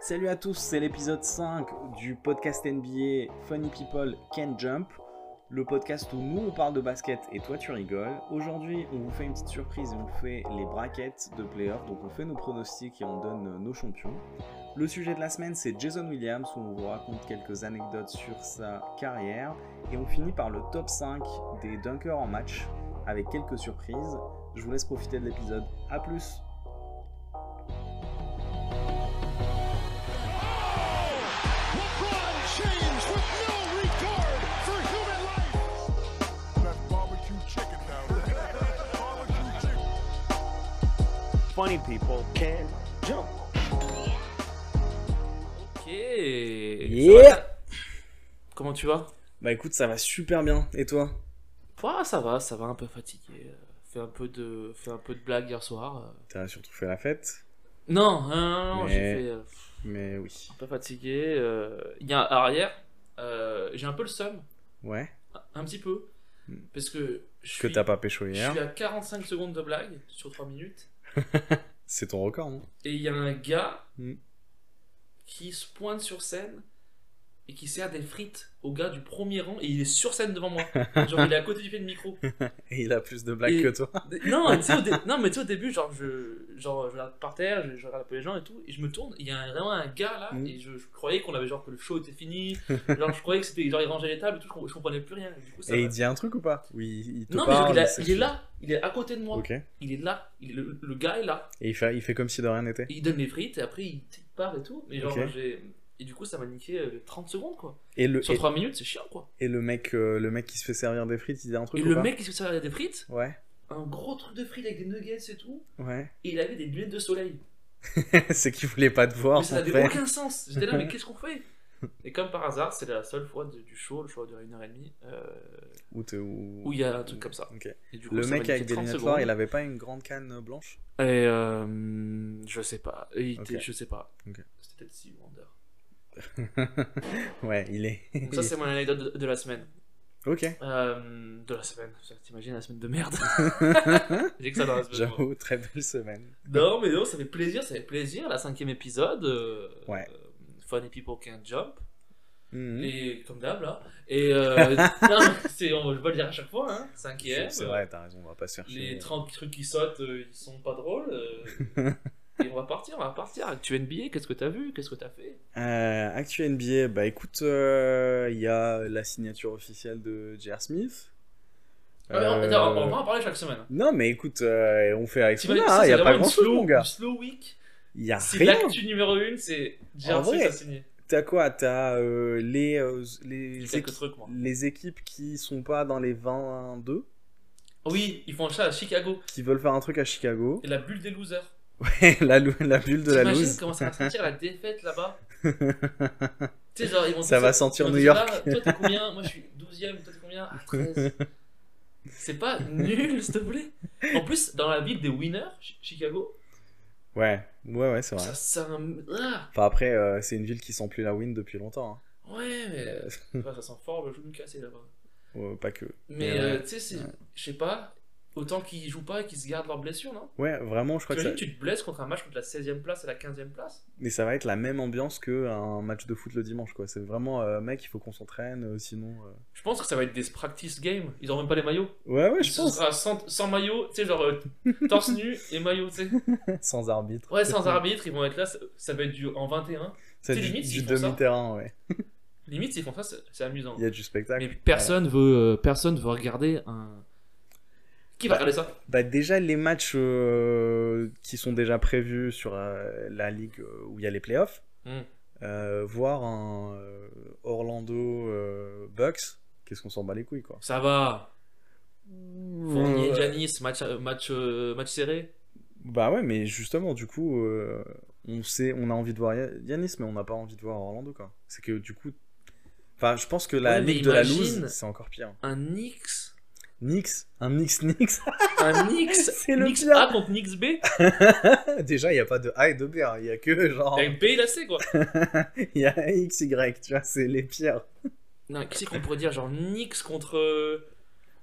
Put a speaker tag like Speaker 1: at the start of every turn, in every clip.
Speaker 1: Salut à tous, c'est l'épisode 5 du podcast NBA Funny People Can Jump, le podcast où nous on parle de basket et toi tu rigoles. Aujourd'hui, on vous fait une petite surprise et on fait les brackets de playoffs, donc on fait nos pronostics et on donne euh, nos champions. Le sujet de la semaine, c'est Jason Williams, où on vous raconte quelques anecdotes sur sa carrière et on finit par le top 5 des dunkers en match avec quelques surprises. Je vous laisse profiter de l'épisode. A plus!
Speaker 2: LeBron James with no regard for human life. That's barbecue chicken down there. barbecue chicken.
Speaker 3: funny people can jump.
Speaker 4: Ok.
Speaker 1: Yeah.
Speaker 4: Ça va, t'as- Comment tu vas
Speaker 1: Bah écoute, ça va super bien, et toi?
Speaker 4: Ouais, ça va, ça va, un peu fatigué. euh, Fais un peu de, fais un peu de blague hier soir. euh.
Speaker 1: T'as surtout fait la fête,
Speaker 4: Non, non, non, non,
Speaker 1: Mais-
Speaker 4: j'ai fait euh, pff,
Speaker 1: mais oui.
Speaker 4: un peu fatigué. euh. Il y a alors hier, euh, j'ai un peu le seum,
Speaker 1: Ouais.
Speaker 4: un- un petit peu,
Speaker 1: Hmm.
Speaker 4: parce que je
Speaker 1: Que
Speaker 4: suis,
Speaker 1: t'as pas pécho
Speaker 4: je
Speaker 1: hier.
Speaker 4: suis à 45 secondes de blague sur 3 minutes,
Speaker 1: C'est ton record, non
Speaker 4: et il y a un gars
Speaker 1: Hmm.
Speaker 4: qui se pointe sur scène. Et qui sert des frites au gars du premier rang et il est sur scène devant moi. Genre il est à côté du pied de micro.
Speaker 1: Et il a plus de blagues
Speaker 4: Et-
Speaker 1: que toi.
Speaker 4: Non, tu sais, au dé- non, mais tu sais, au début, genre, je, genre, je regarde par terre, je, je regarde un peu les gens et tout, et je me tourne, il y a un- vraiment un gars là,
Speaker 1: Mm.
Speaker 4: et je, je croyais qu'on avait genre que le show était fini, genre, je croyais que c'était, genre, il rangeait les tables et tout, je, com- je comprenais plus rien. Du coup, ça
Speaker 1: Et
Speaker 4: m'a-
Speaker 1: il dit un truc ou pas Oui, il te
Speaker 4: non, mais genre,
Speaker 1: parle.
Speaker 4: il, a-
Speaker 1: c'est-
Speaker 4: il est là, il est à côté de moi,
Speaker 1: Ok. Et
Speaker 4: il est là, il est- le, le gars est là,
Speaker 1: il fait, il fait comme si de rien n'était.
Speaker 4: et il donne les frites, et après, il il part et tout, mais genre,
Speaker 1: Ok.
Speaker 4: j'ai. Et du coup, ça m'a niqué euh, 30 secondes quoi.
Speaker 1: Et le,
Speaker 4: Sur
Speaker 1: et,
Speaker 4: 3 minutes, c'est chiant quoi.
Speaker 1: et le mec, euh, le mec qui se fait servir des frites, il dit un truc
Speaker 4: Et
Speaker 1: ou
Speaker 4: le
Speaker 1: pas
Speaker 4: mec, il se servait des frites,
Speaker 1: Ouais,
Speaker 4: un gros truc de frites avec des nuggets et tout,
Speaker 1: ouais.
Speaker 4: et il avait des lunettes de soleil.
Speaker 1: c'est qu'il voulait pas te voir.
Speaker 4: Mais ça
Speaker 1: en
Speaker 4: n'avait
Speaker 1: fait.
Speaker 4: aucun sens. J'étais là, mais qu'est-ce qu'on fait Et comme par hasard, c'est la seule fois du, du show, le show dure une heure et demie, euh,
Speaker 1: Ou te- ou-
Speaker 4: où il y a un truc comme ça.
Speaker 1: Ok.
Speaker 4: Et du coup,
Speaker 1: Le
Speaker 4: ça m'a
Speaker 1: mec
Speaker 4: niqué
Speaker 1: avec des
Speaker 4: 30
Speaker 1: lunettes
Speaker 4: secondes.
Speaker 1: noires, il avait pas une grande canne blanche
Speaker 4: Et euh, je sais pas. Et il était-
Speaker 1: Ok.
Speaker 4: Je sais pas.
Speaker 1: Ok.
Speaker 4: C'était le Steve Wonder.
Speaker 1: Ouais, il est.
Speaker 4: Donc ça, c'est mon anecdote de, de la semaine.
Speaker 1: ok.
Speaker 4: Euh, de la semaine. Ça, T'imagines la semaine de merde J'ai que ça dans la semaine. moi.
Speaker 1: J'avoue, très belle semaine.
Speaker 4: Non, mais non, ça fait plaisir, ça fait plaisir. La cinquième épisode. euh,
Speaker 1: Ouais.
Speaker 4: euh, Funny People Can Jump.
Speaker 1: Mhm.
Speaker 4: Et comme d'hab là. Et euh, non, c'est- on va le dire à chaque fois, hein. Cinquième.
Speaker 1: C'est c'est vrai, t'as raison, on va pas se faire
Speaker 4: Les
Speaker 1: chier.
Speaker 4: 30 trucs qui sautent, euh, ils sont pas drôles. euh, et on va partir, on va partir. Tu NBA, qu'est-ce que t'as vu Qu'est-ce que t'as fait
Speaker 1: Euh, Actu NBA, bah écoute, euh, il y a la signature officielle de J.R. Smith.
Speaker 4: Ah, mais on-
Speaker 1: Euh,
Speaker 4: attends, On va en parler chaque semaine.
Speaker 1: Non, mais écoute, euh, on fait avec ce qu'on
Speaker 4: T'imagines,
Speaker 1: a,
Speaker 4: ça,
Speaker 1: il n'y
Speaker 4: c'est
Speaker 1: a pas
Speaker 4: vraiment
Speaker 1: grand
Speaker 4: une
Speaker 1: chose,
Speaker 4: slow,
Speaker 1: mon gars.
Speaker 4: une slow week.
Speaker 1: Il n'y a
Speaker 4: C'est
Speaker 1: rien.
Speaker 4: l'actu numéro 1, c'est
Speaker 1: En
Speaker 4: Jared Smith
Speaker 1: vrai.
Speaker 4: a signé.
Speaker 1: T'as quoi T'as euh, les, euh,
Speaker 4: J'ai
Speaker 1: les,
Speaker 4: quelques
Speaker 1: équi-
Speaker 4: trucs, moi.
Speaker 1: les équipes qui sont pas dans les 22,
Speaker 4: Oui, ils font un chat à Chicago.
Speaker 1: qui veulent faire un truc à Chicago.
Speaker 4: Et la bulle des losers.
Speaker 1: la, lou- la bulle de la
Speaker 4: T'imagines
Speaker 1: loose.
Speaker 4: comment ça va sentir la défaite là-bas Tu sais, genre, ils vont
Speaker 1: Ça
Speaker 4: tous-
Speaker 1: va sentir
Speaker 4: ils vont
Speaker 1: New
Speaker 4: tous
Speaker 1: York.
Speaker 4: là, Toi, t'es combien Moi, je suis 12ème. Toi, t'es combien Ah, 13. C'est pas nul, s'il te plaît. En plus, dans la ville des winners, Chi- Chicago,
Speaker 1: Ouais, ouais, ouais, c'est vrai.
Speaker 4: ça, ça. Ah,
Speaker 1: Enfin, après, euh, c'est une ville qui sent plus la win depuis longtemps. hein.
Speaker 4: ouais, mais. euh, enfin, ça sent fort le genou cassé là-bas.
Speaker 1: Euh, pas que.
Speaker 4: Mais,
Speaker 1: Ouais.
Speaker 4: euh, tu sais, c'est- je sais pas, autant qu'ils jouent pas et qu'ils se gardent leurs blessures, non
Speaker 1: Ouais, vraiment, je crois que ça...
Speaker 4: T'imagines, tu te blesses contre un match contre la 16ème place et la 15ème place
Speaker 1: Mais ça va être la même ambiance qu'un match de foot le dimanche, quoi. C'est vraiment, euh, mec, il faut qu'on s'entraîne, euh, sinon... euh,
Speaker 4: Je pense que ça va être des practice games. Ils auront même pas les maillots.
Speaker 1: Ouais, ouais, je
Speaker 4: Ce
Speaker 1: pense.
Speaker 4: sera sans, sans maillot, tu sais, genre euh, torse nu et maillot, tu sais.
Speaker 1: Sans arbitre.
Speaker 4: Ouais, sans arbitre, ils vont être là, ça, ça va être du en 21.
Speaker 1: C'est
Speaker 4: tu sais,
Speaker 1: du,
Speaker 4: limite,
Speaker 1: du
Speaker 4: ils font ça.
Speaker 1: demi-terrain, ouais.
Speaker 4: Limite, s'ils font ça, c'est c'est amusant.
Speaker 1: Il y a du spectacle.
Speaker 4: Mais personne veut, euh, personne veut regarder un. Qui va regarder ça
Speaker 1: Bah, déjà, les matchs euh, qui sont déjà prévus sur euh, la ligue euh, où il y a les playoffs,
Speaker 4: Mm.
Speaker 1: euh, voir un euh, Orlando euh, Bucks, qu'est-ce qu'on s'en bat les couilles, quoi.
Speaker 4: Ça va. Fournier,
Speaker 1: Euh,
Speaker 4: Giannis, match, euh, match, euh, match serré.
Speaker 1: Bah ouais, mais justement, du coup, euh, on sait, on a envie de voir Ya- Yanis, mais on n'a pas envie de voir Orlando, quoi. C'est que du coup, enfin, je pense que la
Speaker 4: Ouais, mais
Speaker 1: ligue de la
Speaker 4: imagine-
Speaker 1: loose, c'est encore pire.
Speaker 4: Un X.
Speaker 1: Nix, un Nix Nix.
Speaker 4: Un X.
Speaker 1: C'est le
Speaker 4: Nix
Speaker 1: pire.
Speaker 4: A contre Nix B.
Speaker 1: Déjà, il n'y a pas de A et de B, hein. il y a que genre,
Speaker 4: Avec B et la C, quoi.
Speaker 1: il y a X Y, tu vois, c'est les pires.
Speaker 4: Non, qui c'est qu'on pourrait dire Genre Nix contre. euh,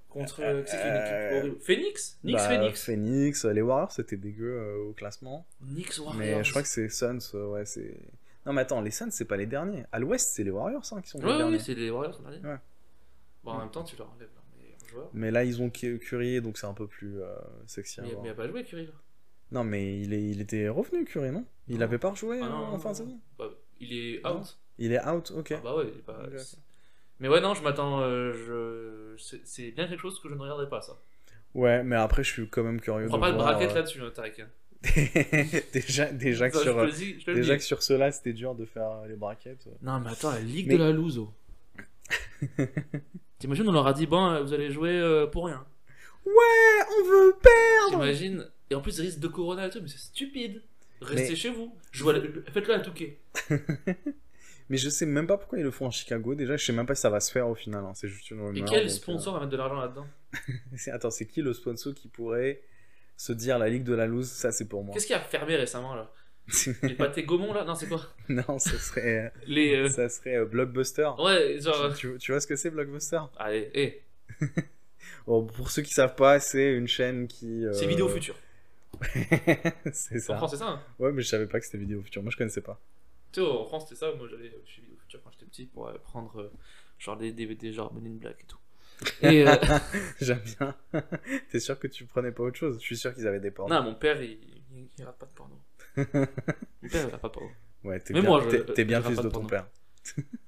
Speaker 4: Contre. euh, qui c'est qui est une équipe
Speaker 1: Euh,
Speaker 4: horrible Phoenix Nix
Speaker 1: Bah,
Speaker 4: Phoenix.
Speaker 1: Phoenix, les Warriors, c'était dégueu euh, au classement,
Speaker 4: Nix Warriors.
Speaker 1: mais je crois que c'est Suns, euh, ouais, c'est. Non, mais attends, les Suns, c'est pas les derniers. À l'ouest, c'est les Warriors hein, qui sont les
Speaker 4: Ouais, ouais,
Speaker 1: derniers.
Speaker 4: c'est les Warriors, on a dit.
Speaker 1: Ouais.
Speaker 4: Bon, en même temps, tu leur enlèves là, mais un joueur.
Speaker 1: mais là, ils ont Cu- Curry, donc c'est un peu plus euh, sexy. à
Speaker 4: Mais,
Speaker 1: voir.
Speaker 4: mais il a pas joué, Curry. là.
Speaker 1: Non, mais il, est- il était revenu, Curry, non Il
Speaker 4: Non.
Speaker 1: avait pas rejoué
Speaker 4: Ah,
Speaker 1: euh,
Speaker 4: non,
Speaker 1: en fin de
Speaker 4: non.
Speaker 1: saison
Speaker 4: Bah, il est
Speaker 1: Non.
Speaker 4: out.
Speaker 1: Il est out, ok.
Speaker 4: Ah bah ouais, il est pas.
Speaker 1: Ok.
Speaker 4: Mais ouais, non, je m'attends. euh, je... c'est- C'est bien quelque chose que je ne regardais pas, ça.
Speaker 1: Ouais, mais après, je suis quand même curieux. de
Speaker 4: On prend pas de
Speaker 1: voir,
Speaker 4: braquette
Speaker 1: euh,
Speaker 4: là-dessus, hein, Tariq. hein.
Speaker 1: déjà, déjà, que
Speaker 4: Ça, je
Speaker 1: sur, euh,
Speaker 4: te le dis- je te le
Speaker 1: déjà
Speaker 4: dis.
Speaker 1: que sur cela, c'était dur de faire euh, les braquettes.
Speaker 4: Non, mais attends, la Ligue
Speaker 1: Mais-
Speaker 4: de la Loose. oh. T'imagines, on leur a dit, bon, euh, vous allez jouer euh, pour rien.
Speaker 1: Eh, on veut perdre
Speaker 4: T'imagines Et en plus, risque de Corona et tout, mais c'est stupide. Restez chez vous. Jouez à la- Faites-le à Touquet.
Speaker 1: Mais je sais même pas pourquoi ils le font en Chicago. Déjà, je sais même pas si ça va se faire au final. hein. C'est juste une rumeur.
Speaker 4: Et quel
Speaker 1: donc,
Speaker 4: sponsor va mettre de l'argent là-dedans
Speaker 1: euh, c'est- Attends, c'est qui le sponsor qui pourrait se dire la Ligue de la Loose Ça, c'est pour moi.
Speaker 4: Qu'est-ce qui a fermé récemment là Les pâtés Gaumont là Non, c'est quoi
Speaker 1: non, ça serait,
Speaker 4: Les. euh,
Speaker 1: ça serait euh, Blockbuster.
Speaker 4: Ouais, genre. euh,
Speaker 1: Tu, tu vois ce que c'est Blockbuster
Speaker 4: Allez, eh, hé,
Speaker 1: Bon, Pour ceux qui savent pas, c'est une chaîne qui. euh,
Speaker 4: c'est vidéo future.
Speaker 1: c'est
Speaker 4: En
Speaker 1: ça.
Speaker 4: France, c'est ça. hein
Speaker 1: Ouais, mais je savais pas que c'était vidéo future. Moi, je connaissais pas.
Speaker 4: Tu sais, en France, c'était ça. Moi, j'allais chez Vidéo Future quand j'étais petit pour euh, prendre euh, genre des DVD genre Men in Black et tout. Et, euh,
Speaker 1: J'aime bien. T'es sûr que tu prenais pas autre chose Je suis sûr qu'ils avaient des pornos.
Speaker 4: non, mon père, il, il, il rate pas de porno. mon père, il rate pas de porno.
Speaker 1: Ouais, t'es
Speaker 4: Mais
Speaker 1: bien,
Speaker 4: moi, je-
Speaker 1: t'es- t'es bien
Speaker 4: je rate
Speaker 1: fils
Speaker 4: pas
Speaker 1: de
Speaker 4: de
Speaker 1: ton
Speaker 4: porno.
Speaker 1: père.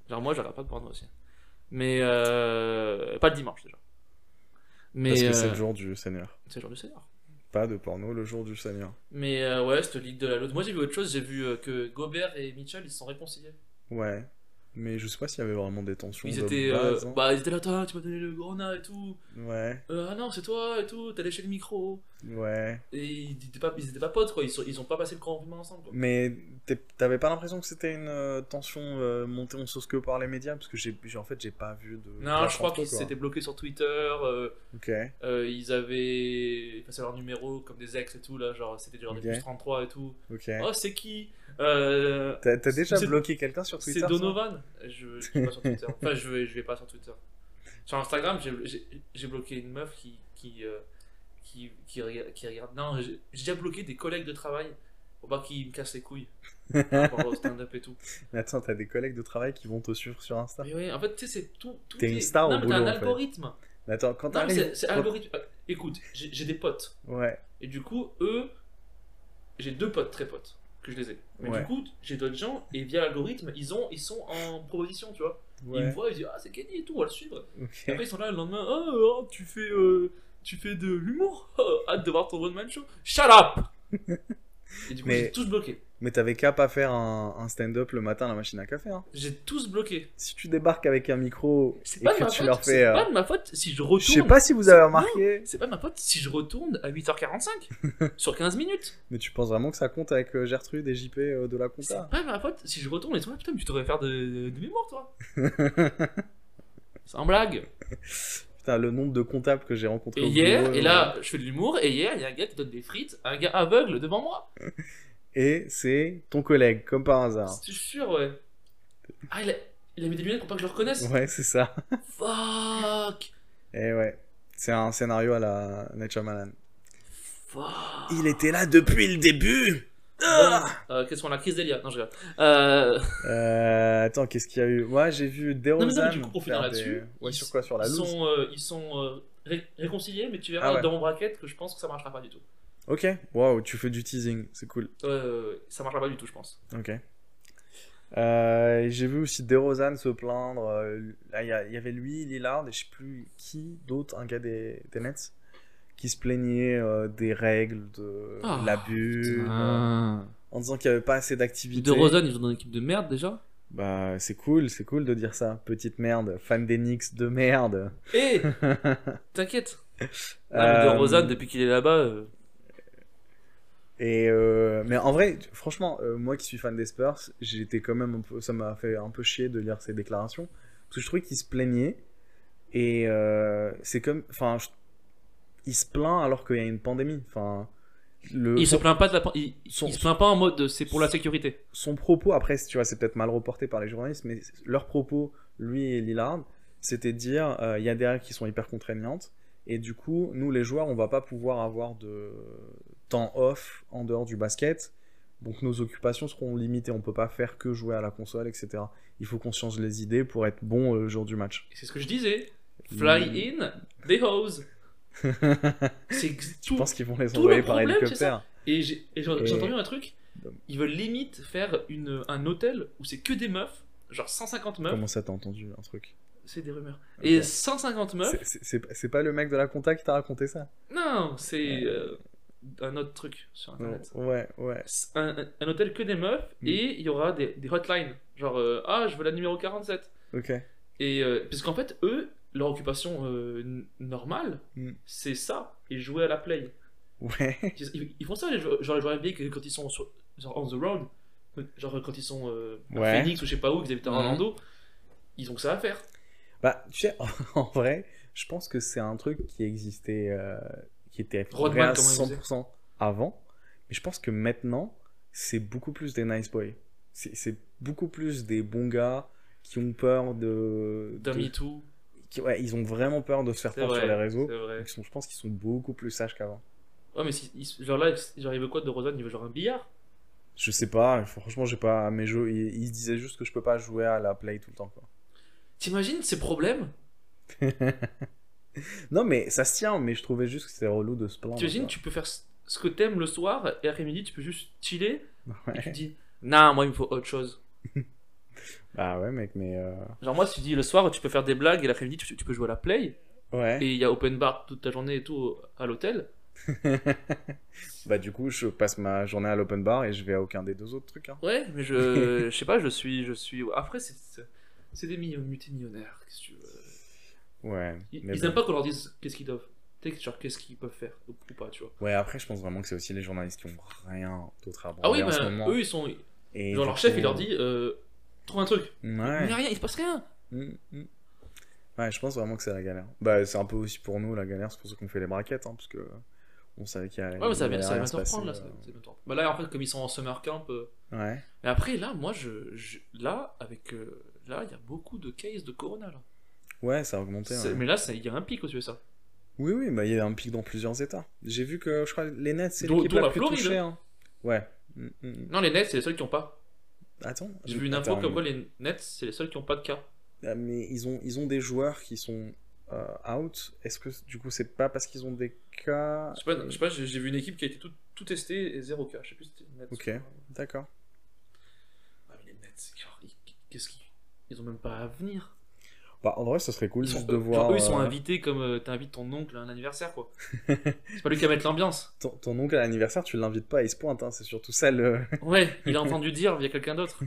Speaker 4: Genre, moi, je rate pas de porno aussi. Mais euh, pas le dimanche déjà. Mais
Speaker 1: Parce que c'est
Speaker 4: euh,
Speaker 1: le jour du Seigneur.
Speaker 4: c'est le jour du Seigneur.
Speaker 1: Pas de porno le jour du Seigneur.
Speaker 4: Mais euh, ouais, cette ligue de la l'autre. Moi, j'ai vu autre chose. J'ai vu euh, que Gobert et Mitchell, ils se sont réconciliés.
Speaker 1: Ouais. Mais je sais pas s'il y avait vraiment des tensions.
Speaker 4: Ils
Speaker 1: de
Speaker 4: étaient, euh,
Speaker 1: base, hein.
Speaker 4: bah, ils étaient là, toi, tu m'as donné le grenat et tout.
Speaker 1: Ouais,
Speaker 4: Euh, ah non, c'est toi et tout. T'as léché le micro.
Speaker 1: ouais.
Speaker 4: Et ils étaient pas, ils étaient pas potes quoi, ils, sont, ils ont pas passé le confinement ensemble quoi.
Speaker 1: Mais t'es- t'avais pas l'impression que c'était une euh, tension euh, montée en sauce que par les médias Parce que j'ai j'ai- en fait, j'ai pas vu de. de
Speaker 4: Non,
Speaker 1: la
Speaker 4: je crois
Speaker 1: rentrée,
Speaker 4: qu'ils
Speaker 1: quoi.
Speaker 4: s'étaient bloqués sur Twitter, euh,
Speaker 1: Ok.
Speaker 4: euh, ils avaient passé leur numéro comme des ex et tout là, genre c'était genre
Speaker 1: Ok.
Speaker 4: des plus 33 et tout.
Speaker 1: Ok.
Speaker 4: Oh, c'est qui Euh,
Speaker 1: T'as t'as déjà
Speaker 4: c'est-
Speaker 1: bloqué quelqu'un sur Twitter
Speaker 4: C'est
Speaker 1: ça
Speaker 4: Donovan je, je vais pas sur Twitter. Enfin, je vais, je vais pas sur Twitter. Sur Instagram, j'ai- j'ai j'ai bloqué une meuf qui. qui, euh, qui, qui, rega- qui regarde. Non, j'ai j'ai déjà bloqué des collègues de travail pour pas qu'ils me cassent les couilles par rapport au stand-up et tout.
Speaker 1: Mais attends, t'as des collègues de travail qui vont te suivre sur Insta.
Speaker 4: Mais ouais, en fait, tu sais, c'est tout. tout
Speaker 1: T'es une
Speaker 4: est-
Speaker 1: star
Speaker 4: non,
Speaker 1: au
Speaker 4: mais t'as
Speaker 1: boulot,
Speaker 4: un
Speaker 1: en fait.
Speaker 4: algorithme.
Speaker 1: Mais attends, quand
Speaker 4: Non, mais
Speaker 1: t'arrives.
Speaker 4: c'est- c'est
Speaker 1: quand-
Speaker 4: algorithme. Euh, Écoute, j'ai j'ai des potes.
Speaker 1: Ouais,
Speaker 4: Et du coup, eux, j'ai deux potes, très potes, que je les ai. Mais
Speaker 1: Ouais.
Speaker 4: du coup, j'ai d'autres gens, et via l'algorithme, ils, ont- ils sont en proposition, tu vois. Ils me
Speaker 1: ouais.
Speaker 4: voient, ils disent Ah, c'est Kenny et tout, on va le suivre.
Speaker 1: Ok.
Speaker 4: Et après, ils sont là le lendemain Ah, oh, tu fais. euh, tu fais de l'humour Oh, Hâte de voir ton one man show Shut up Et du coup,
Speaker 1: Mais-
Speaker 4: j'ai tous bloqué.
Speaker 1: Mais t'avais qu'à pas faire un, un stand-up le matin à la machine à café. Hein.
Speaker 4: J'ai tous bloqué.
Speaker 1: Si tu débarques avec un micro
Speaker 4: C'est
Speaker 1: et
Speaker 4: pas de
Speaker 1: que
Speaker 4: ma
Speaker 1: tu
Speaker 4: faute.
Speaker 1: leur fais.
Speaker 4: C'est
Speaker 1: euh,
Speaker 4: pas de ma faute si je
Speaker 1: Je sais
Speaker 4: retourne.
Speaker 1: pas si vous avez remarqué,
Speaker 4: C'est pas ma pote si je retourne à 8h45 sur 15 minutes.
Speaker 1: mais tu penses vraiment que ça compte avec euh, Gertrude et JP euh, de la compta
Speaker 4: C'est pas ma pote si je retourne et sont là, putain, mais tu devrais faire de, de mémoire, toi. Sans blague.
Speaker 1: Putain, le nombre de comptables que j'ai rencontrés.
Speaker 4: Et
Speaker 1: au
Speaker 4: hier,
Speaker 1: boulot,
Speaker 4: et
Speaker 1: euh,
Speaker 4: là, je fais de l'humour, et hier, il y a un gars qui donne des frites à un gars aveugle devant moi.
Speaker 1: Et c'est ton collègue, comme par hasard.
Speaker 4: C'est sûr, ouais. Ah, il a, il a mis des lunettes pour pas que je le reconnaisse.
Speaker 1: Ouais, c'est ça.
Speaker 4: Fuck.
Speaker 1: Et ouais, c'est un scénario à la Nechamalan.
Speaker 4: Fuck.
Speaker 1: Il était là depuis le début
Speaker 4: Euh, Qu'est-ce qu'on a La crise d'Elia. Non, je rigole. Euh,
Speaker 1: euh, Attends, qu'est-ce qu'il y a eu Moi, j'ai vu
Speaker 4: mais
Speaker 1: Derozan
Speaker 4: non, mais du coup, pour
Speaker 1: faire
Speaker 4: finir
Speaker 1: des-
Speaker 4: là-dessus,
Speaker 1: Ouais,
Speaker 4: ils-
Speaker 1: sur quoi Sur la
Speaker 4: ils,
Speaker 1: loose
Speaker 4: sont, euh, ils sont euh, ré- réconciliés, mais tu verras
Speaker 1: Ah ouais.
Speaker 4: dans mon bracket que je pense que ça marchera pas du tout.
Speaker 1: Ok, waouh, tu fais du teasing, c'est cool.
Speaker 4: Euh, ça marchera pas du tout, je pense.
Speaker 1: Ok. Euh, j'ai vu aussi DeRozan se plaindre. euh, là, Il y, a- il y avait lui, Lillard, et je sais plus qui d'autre, un gars des, des Nets, qui se plaignait euh, des règles, de
Speaker 4: Ah,
Speaker 1: l'abus, euh, en disant qu'il n'y avait pas assez d'activité.
Speaker 4: De Rosen, ils sont dans une équipe de merde déjà.
Speaker 1: Bah, c'est cool, c'est cool de dire ça. Petite merde, fan des Knicks de merde.
Speaker 4: Eh T'inquiète. Ah, mais
Speaker 1: Euh,
Speaker 4: De Rosen, depuis qu'il est là-bas, euh,
Speaker 1: Et euh, mais en vrai, tu- franchement, euh, moi qui suis fan des Spurs, j'étais quand même un peu, ça m'a fait un peu chier de lire ces déclarations parce que je trouvais qu'il se plaignait et euh, c'est comme, enfin, je- il se plaint alors qu'il y a une pandémie. Enfin, le
Speaker 4: il se
Speaker 1: son,
Speaker 4: plaint pas de la. pan- Il,
Speaker 1: son-
Speaker 4: il se plaint pas en mode euh, c'est pour la sécurité.
Speaker 1: son propos après, tu vois, c'est peut-être mal reporté par les journalistes, mais leur propos, lui et Lillard, c'était de dire, euh, il y a des règles qui sont hyper contraignantes et du coup, nous les joueurs, on va pas pouvoir avoir de temps off en dehors du basket Donc nos occupations seront limitées, on peut pas faire que jouer à la console, etc. Il faut qu'on change les idées pour être bon euh, le jour du match.
Speaker 4: C'est ce que je disais. Fly in, des hoses.
Speaker 1: Mm. je
Speaker 4: C'est ex- tout.
Speaker 1: pense qu'ils vont les
Speaker 4: tout
Speaker 1: envoyer
Speaker 4: le
Speaker 1: par
Speaker 4: problème,
Speaker 1: hélicoptère.
Speaker 4: Et j'ai et j'en-
Speaker 1: Et-
Speaker 4: j'ai entendu un truc. Ils veulent limite faire une, un hôtel où c'est que des meufs, genre 150 meufs.
Speaker 1: Comment ça t'as entendu un truc
Speaker 4: C'est des rumeurs.
Speaker 1: Ok.
Speaker 4: Et 150 meufs.
Speaker 1: C'est- c'est- C'est c'est pas le mec de la compta qui t'a raconté ça
Speaker 4: Non, c'est euh, un autre truc sur internet.
Speaker 1: Ouais, ouais.
Speaker 4: C'est Un, un- un hôtel que des meufs
Speaker 1: Mm.
Speaker 4: et il y aura des, des hotlines. Genre, euh, ah, je veux la numéro 47.
Speaker 1: Ok.
Speaker 4: Et euh, parce qu'en fait, eux, leur occupation euh, n- normale,
Speaker 1: Mm.
Speaker 4: c'est ça et jouer à la play.
Speaker 1: Ouais.
Speaker 4: Ils, ils- ils font ça, les joueurs, genre les joueurs NBA, que quand ils sont sur- genre on the road, genre quand ils sont euh, à
Speaker 1: Ouais.
Speaker 4: Phoenix ou je sais pas où, qu'ils habitent à
Speaker 1: Mhm.
Speaker 4: Orlando, ils ont que ça à faire.
Speaker 1: Bah, tu sais, en vrai, je pense que c'est un truc qui existait, euh, qui était vrai
Speaker 4: Rodman,
Speaker 1: à
Speaker 4: comment il faisait
Speaker 1: 100% avant, mais je pense que maintenant, c'est beaucoup plus des nice boys. C'est c'est beaucoup plus des bons gars qui ont peur de...
Speaker 4: D'un
Speaker 1: de-
Speaker 4: Me Too,
Speaker 1: qui- ouais, ils ont vraiment peur de se faire
Speaker 4: c'est
Speaker 1: prendre
Speaker 4: vrai.
Speaker 1: sur les réseaux.
Speaker 4: c'est vrai.
Speaker 1: Donc, ils sont- je pense qu'ils sont beaucoup plus sages qu'avant.
Speaker 4: Ouais, mais si, ils- genre là, genre, il veut quoi de Rosanne Il veut genre un billard
Speaker 1: Je sais pas, franchement, j'ai pas mes jeux. Ils, ils se disaient juste que je peux pas jouer à la play tout le temps. Quoi.
Speaker 4: T'imagines ces problèmes
Speaker 1: Non, mais ça se tient, mais je trouvais juste que c'était relou de se plaindre.
Speaker 4: T'imagines,
Speaker 1: quoi.
Speaker 4: tu peux faire ce ce que t'aimes le soir et après-midi, tu peux juste chiller et tu
Speaker 1: Ouais.
Speaker 4: dis, non, moi, il me faut autre chose.
Speaker 1: Bah ouais, mec, mais. euh,
Speaker 4: Genre, moi, si tu dis le soir, tu peux faire des blagues et l'après-midi, tu, tu peux jouer à la play
Speaker 1: Ouais.
Speaker 4: et il y a open bar toute ta journée et tout à l'hôtel.
Speaker 1: bah du coup, je passe ma journée à l'open bar et je vais à aucun des deux autres trucs. hein.
Speaker 4: Ouais, mais je, je sais pas, je suis, je suis. Après, c'est, c'est- c'est des millions multimillionnaires. Qu'est-ce que tu veux
Speaker 1: Ouais.
Speaker 4: Ils,
Speaker 1: mais
Speaker 4: ils
Speaker 1: bon.
Speaker 4: aiment pas qu'on leur dise qu'est-ce qu'ils doivent. Tu sais, genre qu'est-ce qu'ils peuvent faire ou, ou pas, tu vois.
Speaker 1: Ouais, après, je pense vraiment que c'est aussi les journalistes qui ont rien d'autre à
Speaker 4: Ah oui,
Speaker 1: branler en
Speaker 4: bah,
Speaker 1: ce moment.
Speaker 4: eux, ils sont.
Speaker 1: Et
Speaker 4: genre
Speaker 1: du
Speaker 4: leur chef,
Speaker 1: coup,
Speaker 4: il leur dit, euh, trouve un truc.
Speaker 1: Ouais.
Speaker 4: Mais rien, il se passe rien.
Speaker 1: Mm, mm. Ouais, je pense vraiment que c'est la galère. Bah, c'est un peu aussi pour nous la galère, c'est pour ça qu'on fait les braquettes, hein, parce que on savait qu'il y allait.
Speaker 4: Ouais, mais ça
Speaker 1: il
Speaker 4: va
Speaker 1: allait
Speaker 4: ça va
Speaker 1: rien
Speaker 4: bien
Speaker 1: se
Speaker 4: te reprendre là.
Speaker 1: passer,
Speaker 4: Ça, va- ça va bien te reprendre. Bah là, en fait, comme ils sont en summer camp. euh,
Speaker 1: euh, Ouais.
Speaker 4: Mais après, là, moi, je, je- là, avec, euh, là, il y a beaucoup de cases de Corona là.
Speaker 1: Ouais, ça a augmenté.
Speaker 4: C'est-
Speaker 1: ouais.
Speaker 4: Mais là, ça- il y a un pic aux USA.
Speaker 1: Oui, oui, bah, il y a un pic dans plusieurs états. J'ai vu que, je crois, les Nets, c'est
Speaker 4: D'où-
Speaker 1: l'équipe
Speaker 4: d'où
Speaker 1: la,
Speaker 4: la
Speaker 1: plus
Speaker 4: Floride.
Speaker 1: touchée. hein. Ouais. Mm, mm, mm.
Speaker 4: Non, les Nets, c'est les seuls qui ont pas.
Speaker 1: Attends.
Speaker 4: J'ai vu une info
Speaker 1: attends,
Speaker 4: comme quoi les Nets, c'est les seuls qui ont pas de cas.
Speaker 1: Ah, mais ils ont, ils ont des joueurs qui sont euh, out. Est-ce que du coup, c'est pas parce qu'ils ont des cas.
Speaker 4: Je sais pas, je sais pas, j'ai j'ai vu une équipe qui a été tout, tout testée et zéro cas. Je sais plus si c'était les Nets.
Speaker 1: Ok. D'accord.
Speaker 4: Ah, mais les Nets, genre, ils- qu'est-ce qu'ils. Ils ont même pas à venir.
Speaker 1: Bah, en vrai, ce serait cool
Speaker 4: Ils sont,
Speaker 1: juste de
Speaker 4: euh,
Speaker 1: voir.
Speaker 4: genre, eux, ils sont
Speaker 1: euh,
Speaker 4: invités comme euh, t'invites ton oncle à un anniversaire, quoi. c'est pas lui qui va mettre l'ambiance.
Speaker 1: ton, ton oncle à l'anniversaire, tu l'invites pas, il se pointe. hein, C'est surtout ça le.
Speaker 4: Ouais, il a entendu dire via quelqu'un d'autre.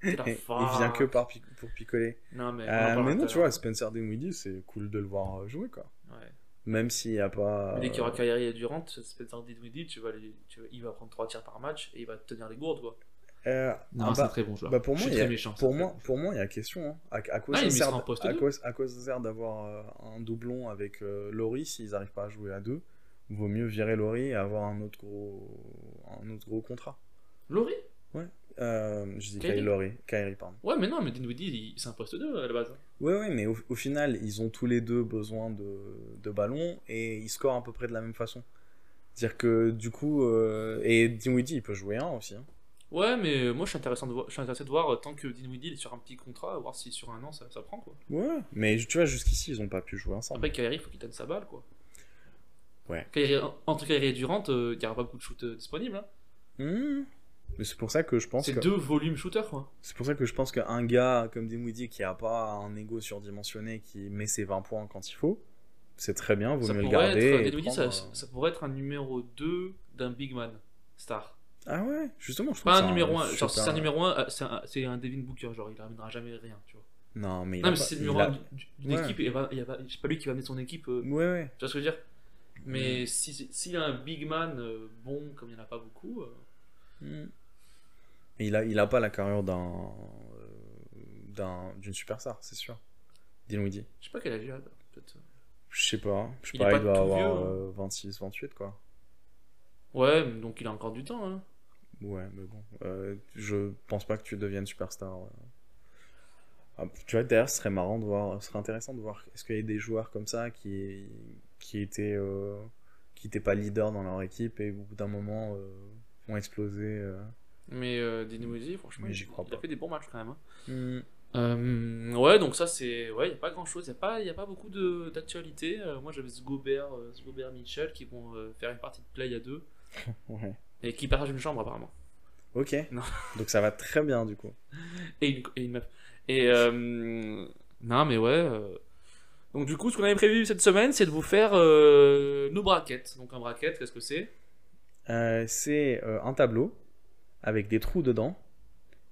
Speaker 4: T'es là,
Speaker 1: il
Speaker 4: fuck.
Speaker 1: vient que par pic- pour picoler.
Speaker 4: Non, mais. on en
Speaker 1: Euh,
Speaker 4: parlera
Speaker 1: mais non,
Speaker 4: tout
Speaker 1: tu
Speaker 4: à
Speaker 1: vois,
Speaker 4: l'heure.
Speaker 1: Spencer Dinwiddie, c'est cool de le voir euh, jouer, quoi.
Speaker 4: Ouais.
Speaker 1: Même s'il n'y a pas.
Speaker 4: Mais dès qu'il y aura
Speaker 1: euh,
Speaker 4: Kyrie et Durant, Spencer Dinwiddie, tu vas les- tu vas- il va prendre 3 tirs par match et il va te tenir les gourdes, quoi.
Speaker 1: euh,
Speaker 4: Non,
Speaker 1: ah,
Speaker 4: c'est un
Speaker 1: bah,
Speaker 4: très bon joueur.
Speaker 1: bah, pour
Speaker 4: je
Speaker 1: moi, il
Speaker 4: suis
Speaker 1: y a-
Speaker 4: très méchant. c'est
Speaker 1: pour
Speaker 4: un
Speaker 1: moi,
Speaker 4: très bon
Speaker 1: pour moi, il y a question. hein. À, à quoi
Speaker 4: Ah,
Speaker 1: ça
Speaker 4: il sera
Speaker 1: sert,
Speaker 4: en poste
Speaker 1: à
Speaker 4: deux.
Speaker 1: quoi, à quoi ça sert d'avoir euh, un doublon avec euh, Laurie s'ils n'arrivent pas à jouer à deux Vaut mieux virer Laurie et avoir un autre gros, un autre gros contrat.
Speaker 4: joueur. Laurie
Speaker 1: Euh, je dis
Speaker 4: Kyrie.
Speaker 1: Kyrie Laurie, Kyrie, pardon.
Speaker 4: Ouais, mais non, mais Dinwiddie, il- c'est un poste 2 à la base.
Speaker 1: Ouais, ouais, mais au, au final, ils ont tous les deux besoin de, de ballons et ils scorent à peu près de la même façon. C'est-à-dire que du coup, euh, et Dinwiddie, il peut jouer un aussi. hein.
Speaker 4: Ouais, mais moi je suis, intéressant de voir, je suis intéressé de voir euh, tant que Dinwiddie il est sur un petit contrat, voir si sur un an ça, ça prend quoi.
Speaker 1: Ouais. Mais tu vois, jusqu'ici, ils n'ont pas pu jouer ensemble.
Speaker 4: Après Kyrie, il faut qu'il donne sa balle quoi.
Speaker 1: Ouais.
Speaker 4: Kyrie, entre Kyrie et Durant, euh, il n'y aura pas beaucoup de shooters disponibles. hein.
Speaker 1: Mmh. Mais c'est pour ça que je pense
Speaker 4: C'est
Speaker 1: que.
Speaker 4: deux volumes shooters quoi.
Speaker 1: C'est pour ça que je pense qu'un gars Ah, comme Dinwiddie qui a pas un ego surdimensionné qui met ses 20 points quand il faut, c'est très bien, vaut
Speaker 4: ça
Speaker 1: mieux le
Speaker 4: pourrait
Speaker 1: garder.
Speaker 4: être,
Speaker 1: et
Speaker 4: Dinwiddie, ça,
Speaker 1: prendre, euh,
Speaker 4: ça pourrait être un numéro 2 d'un big man star.
Speaker 1: Ah ouais, justement, je trouve
Speaker 4: Pas
Speaker 1: que
Speaker 4: un
Speaker 1: c'est
Speaker 4: numéro 1,
Speaker 1: super-
Speaker 4: genre si c'est un numéro 1, c'est un, c'est un Devin Booker, genre il ramènera jamais rien, tu vois.
Speaker 1: Non, mais il
Speaker 4: non,
Speaker 1: a
Speaker 4: mais
Speaker 1: pas-
Speaker 4: si c'est le
Speaker 1: il
Speaker 4: numéro
Speaker 1: a-
Speaker 4: 1 d'une
Speaker 1: Ouais.
Speaker 4: équipe, et ben, il y a pas- c'est pas lui qui va amener son équipe. euh,
Speaker 1: Ouais, ouais.
Speaker 4: Tu vois ce que je veux dire
Speaker 5: Mm.
Speaker 4: Mais si- s'il y a un big man euh, bon, comme il n'y en a pas beaucoup, euh,
Speaker 1: Mm. Et il a, il a pas la carrière d'un. euh, d'un- d'une superstar, c'est sûr. Dinwiddie.
Speaker 4: je sais pas quel âge il a. peut-être.
Speaker 1: Je sais pas, je sais
Speaker 4: Il
Speaker 1: pas,
Speaker 4: est pas
Speaker 1: il doit
Speaker 4: tout
Speaker 1: avoir
Speaker 4: vieux, hein.
Speaker 1: euh, 26, 28, quoi.
Speaker 4: Ouais, mais donc il a encore du temps. Hein.
Speaker 1: Ouais, mais bon, euh, je pense pas que tu deviennes superstar. euh. Ah, tu vois, d'ailleurs, ce serait marrant de voir, ce serait intéressant de voir est-ce qu'il y a des joueurs comme ça qui, qui étaient, euh, qui étaient pas leaders dans leur équipe et au bout d'un moment euh, ont explosé. euh.
Speaker 4: Mais euh, Dinwiddie, franchement,
Speaker 5: Mais
Speaker 4: il-
Speaker 5: j'y crois
Speaker 4: il a
Speaker 5: pas.
Speaker 4: fait des bons matchs quand même. hein.
Speaker 5: Hmm.
Speaker 4: Euh, ouais, donc ça, c'est. Ouais, il n'y a pas grand chose. Il n'y a, pas- y a pas beaucoup de- d'actualité. Euh, moi, j'avais ce Gobert, euh, ce Gobert Mitchell qui vont euh, faire une partie de play à deux
Speaker 5: Ouais.
Speaker 4: et qui partagent une chambre apparemment.
Speaker 5: Ok.
Speaker 4: Non.
Speaker 5: Donc ça va très bien du coup.
Speaker 4: Et une, et une meuf. Et. euh, non, mais ouais. euh, Donc, du coup, ce qu'on avait prévu cette semaine, c'est de vous faire euh, nos braquettes. Donc, un braquette, qu'est-ce que c'est
Speaker 5: Euh, c'est euh, un tableau avec des trous dedans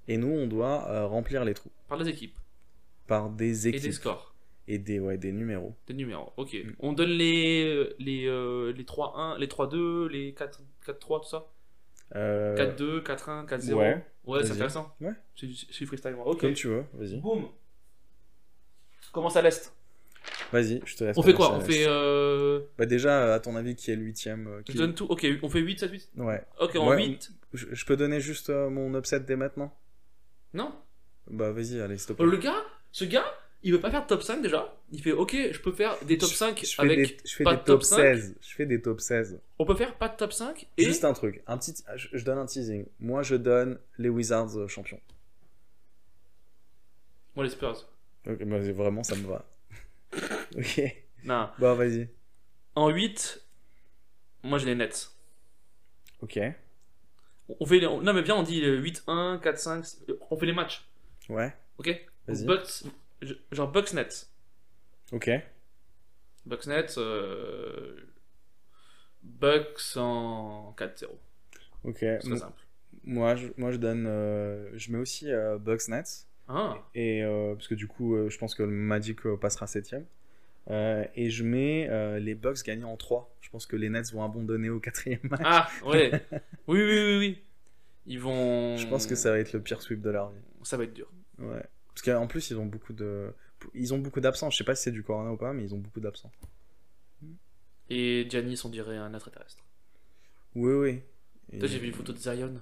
Speaker 5: et nous on doit euh, remplir les trous
Speaker 4: Par les équipes,
Speaker 5: par des équipes
Speaker 4: et des scores,
Speaker 5: et des, ouais, des numéros.
Speaker 4: des numéros. Ok.
Speaker 5: Mm.
Speaker 4: On donne les, les, euh, les 3-1, les 3-2, les 4- 4-3, tout ça
Speaker 5: Euh,
Speaker 4: 4-2, 4-1, 4-0.
Speaker 5: Ouais.
Speaker 4: Ouais, c'est
Speaker 5: Vas-y.
Speaker 4: intéressant.
Speaker 5: Ouais.
Speaker 4: C'est du- c'est du freestyle, moi. Ok.
Speaker 5: Comme tu veux, vas-y.
Speaker 4: Boum. Commence à l'est.
Speaker 5: Vas-y, je te laisse.
Speaker 4: On fait
Speaker 5: faire
Speaker 4: quoi
Speaker 5: ça,
Speaker 4: On
Speaker 5: laisse.
Speaker 4: fait. Euh...
Speaker 5: Bah déjà, euh, à ton avis, qui est le huitième euh,
Speaker 4: Je
Speaker 5: qui...
Speaker 4: te donne tout. Ok, on fait 8, 7, 8.
Speaker 5: Ouais.
Speaker 4: Ok, en
Speaker 5: Ouais.
Speaker 4: 8.
Speaker 5: Je, je peux donner juste euh, mon upset dès maintenant
Speaker 4: Non
Speaker 5: Bah vas-y, allez, stop.
Speaker 4: Oh, Le gars, ce gars, il veut pas faire de top 5 déjà. Il fait Ok, je peux faire des top 5
Speaker 5: je, je fais
Speaker 4: avec.
Speaker 5: des, je fais
Speaker 4: pas
Speaker 5: des
Speaker 4: de
Speaker 5: top
Speaker 4: top cinq.
Speaker 5: 16. Je fais des top 16.
Speaker 4: On peut faire pas de top 5 et.
Speaker 5: Juste un truc, un petit, je, je donne un teasing. Moi, je donne les Wizards euh, champions.
Speaker 4: Moi, les Spurs.
Speaker 5: Ok, bah, c'est- vraiment, ça me va. ok.
Speaker 4: Non.
Speaker 5: Bon, vas-y.
Speaker 4: En 8, moi j'ai les Nets.
Speaker 5: Ok.
Speaker 4: On fait les... Non, mais bien, on dit euh, 8-1, 4-5. six- euh, On fait les matchs.
Speaker 5: Ouais.
Speaker 4: Ok
Speaker 5: Vas-y.
Speaker 4: Bucks. Genre Bucks Nets.
Speaker 5: Ok.
Speaker 4: Bucks Nets, euh, Bucks en 4-0.
Speaker 5: Ok.
Speaker 4: C'est très simple.
Speaker 5: Moi, je, moi, je donne. euh, je mets aussi euh, Bucks Nets.
Speaker 4: Ah,
Speaker 5: Et, euh, parce que du coup, euh, je pense que le Magic euh, passera septième. Euh, et je mets euh, les Bucks gagnant en 3. Je pense que les Nets vont abandonner au quatrième match.
Speaker 4: ah ouais. oui, oui, oui, oui. Ils vont.
Speaker 5: Je pense que ça va être le pire sweep de leur vie.
Speaker 4: Ça va être dur.
Speaker 5: Ouais. Parce qu'en plus, ils ont beaucoup de. Ils ont beaucoup d'absents. Je sais pas si c'est du Corona ou pas, mais ils ont beaucoup d'absents.
Speaker 4: Et Giannis, on dirait un extraterrestre.
Speaker 5: Oui, oui. Et-
Speaker 4: Toi, j'ai vu une photo de Zion.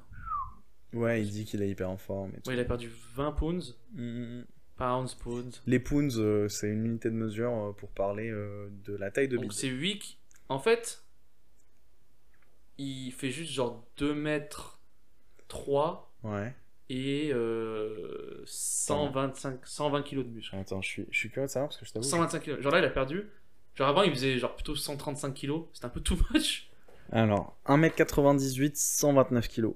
Speaker 5: Ouais, il dit qu'il est hyper en forme. et tout.
Speaker 4: Ouais, il a perdu 20 pounds.
Speaker 5: Mm, mm, mm.
Speaker 4: Pounds, pounds.
Speaker 5: Les pounds, euh, c'est une unité de mesure euh, pour parler euh, de la taille de
Speaker 4: Donc
Speaker 5: bide.
Speaker 4: c'est 8. qui- En fait, il fait juste genre 2 mètres 3
Speaker 5: Ouais.
Speaker 4: et euh, 125, 120 kilos de muscle.
Speaker 5: Attends, je suis, je suis curieux de savoir parce que je t'avoue.
Speaker 4: 125 kg. Genre là, il a perdu. Genre avant, il faisait genre plutôt 135 kg. C'était un peu too much.
Speaker 5: Alors, 1m98, 129 kg.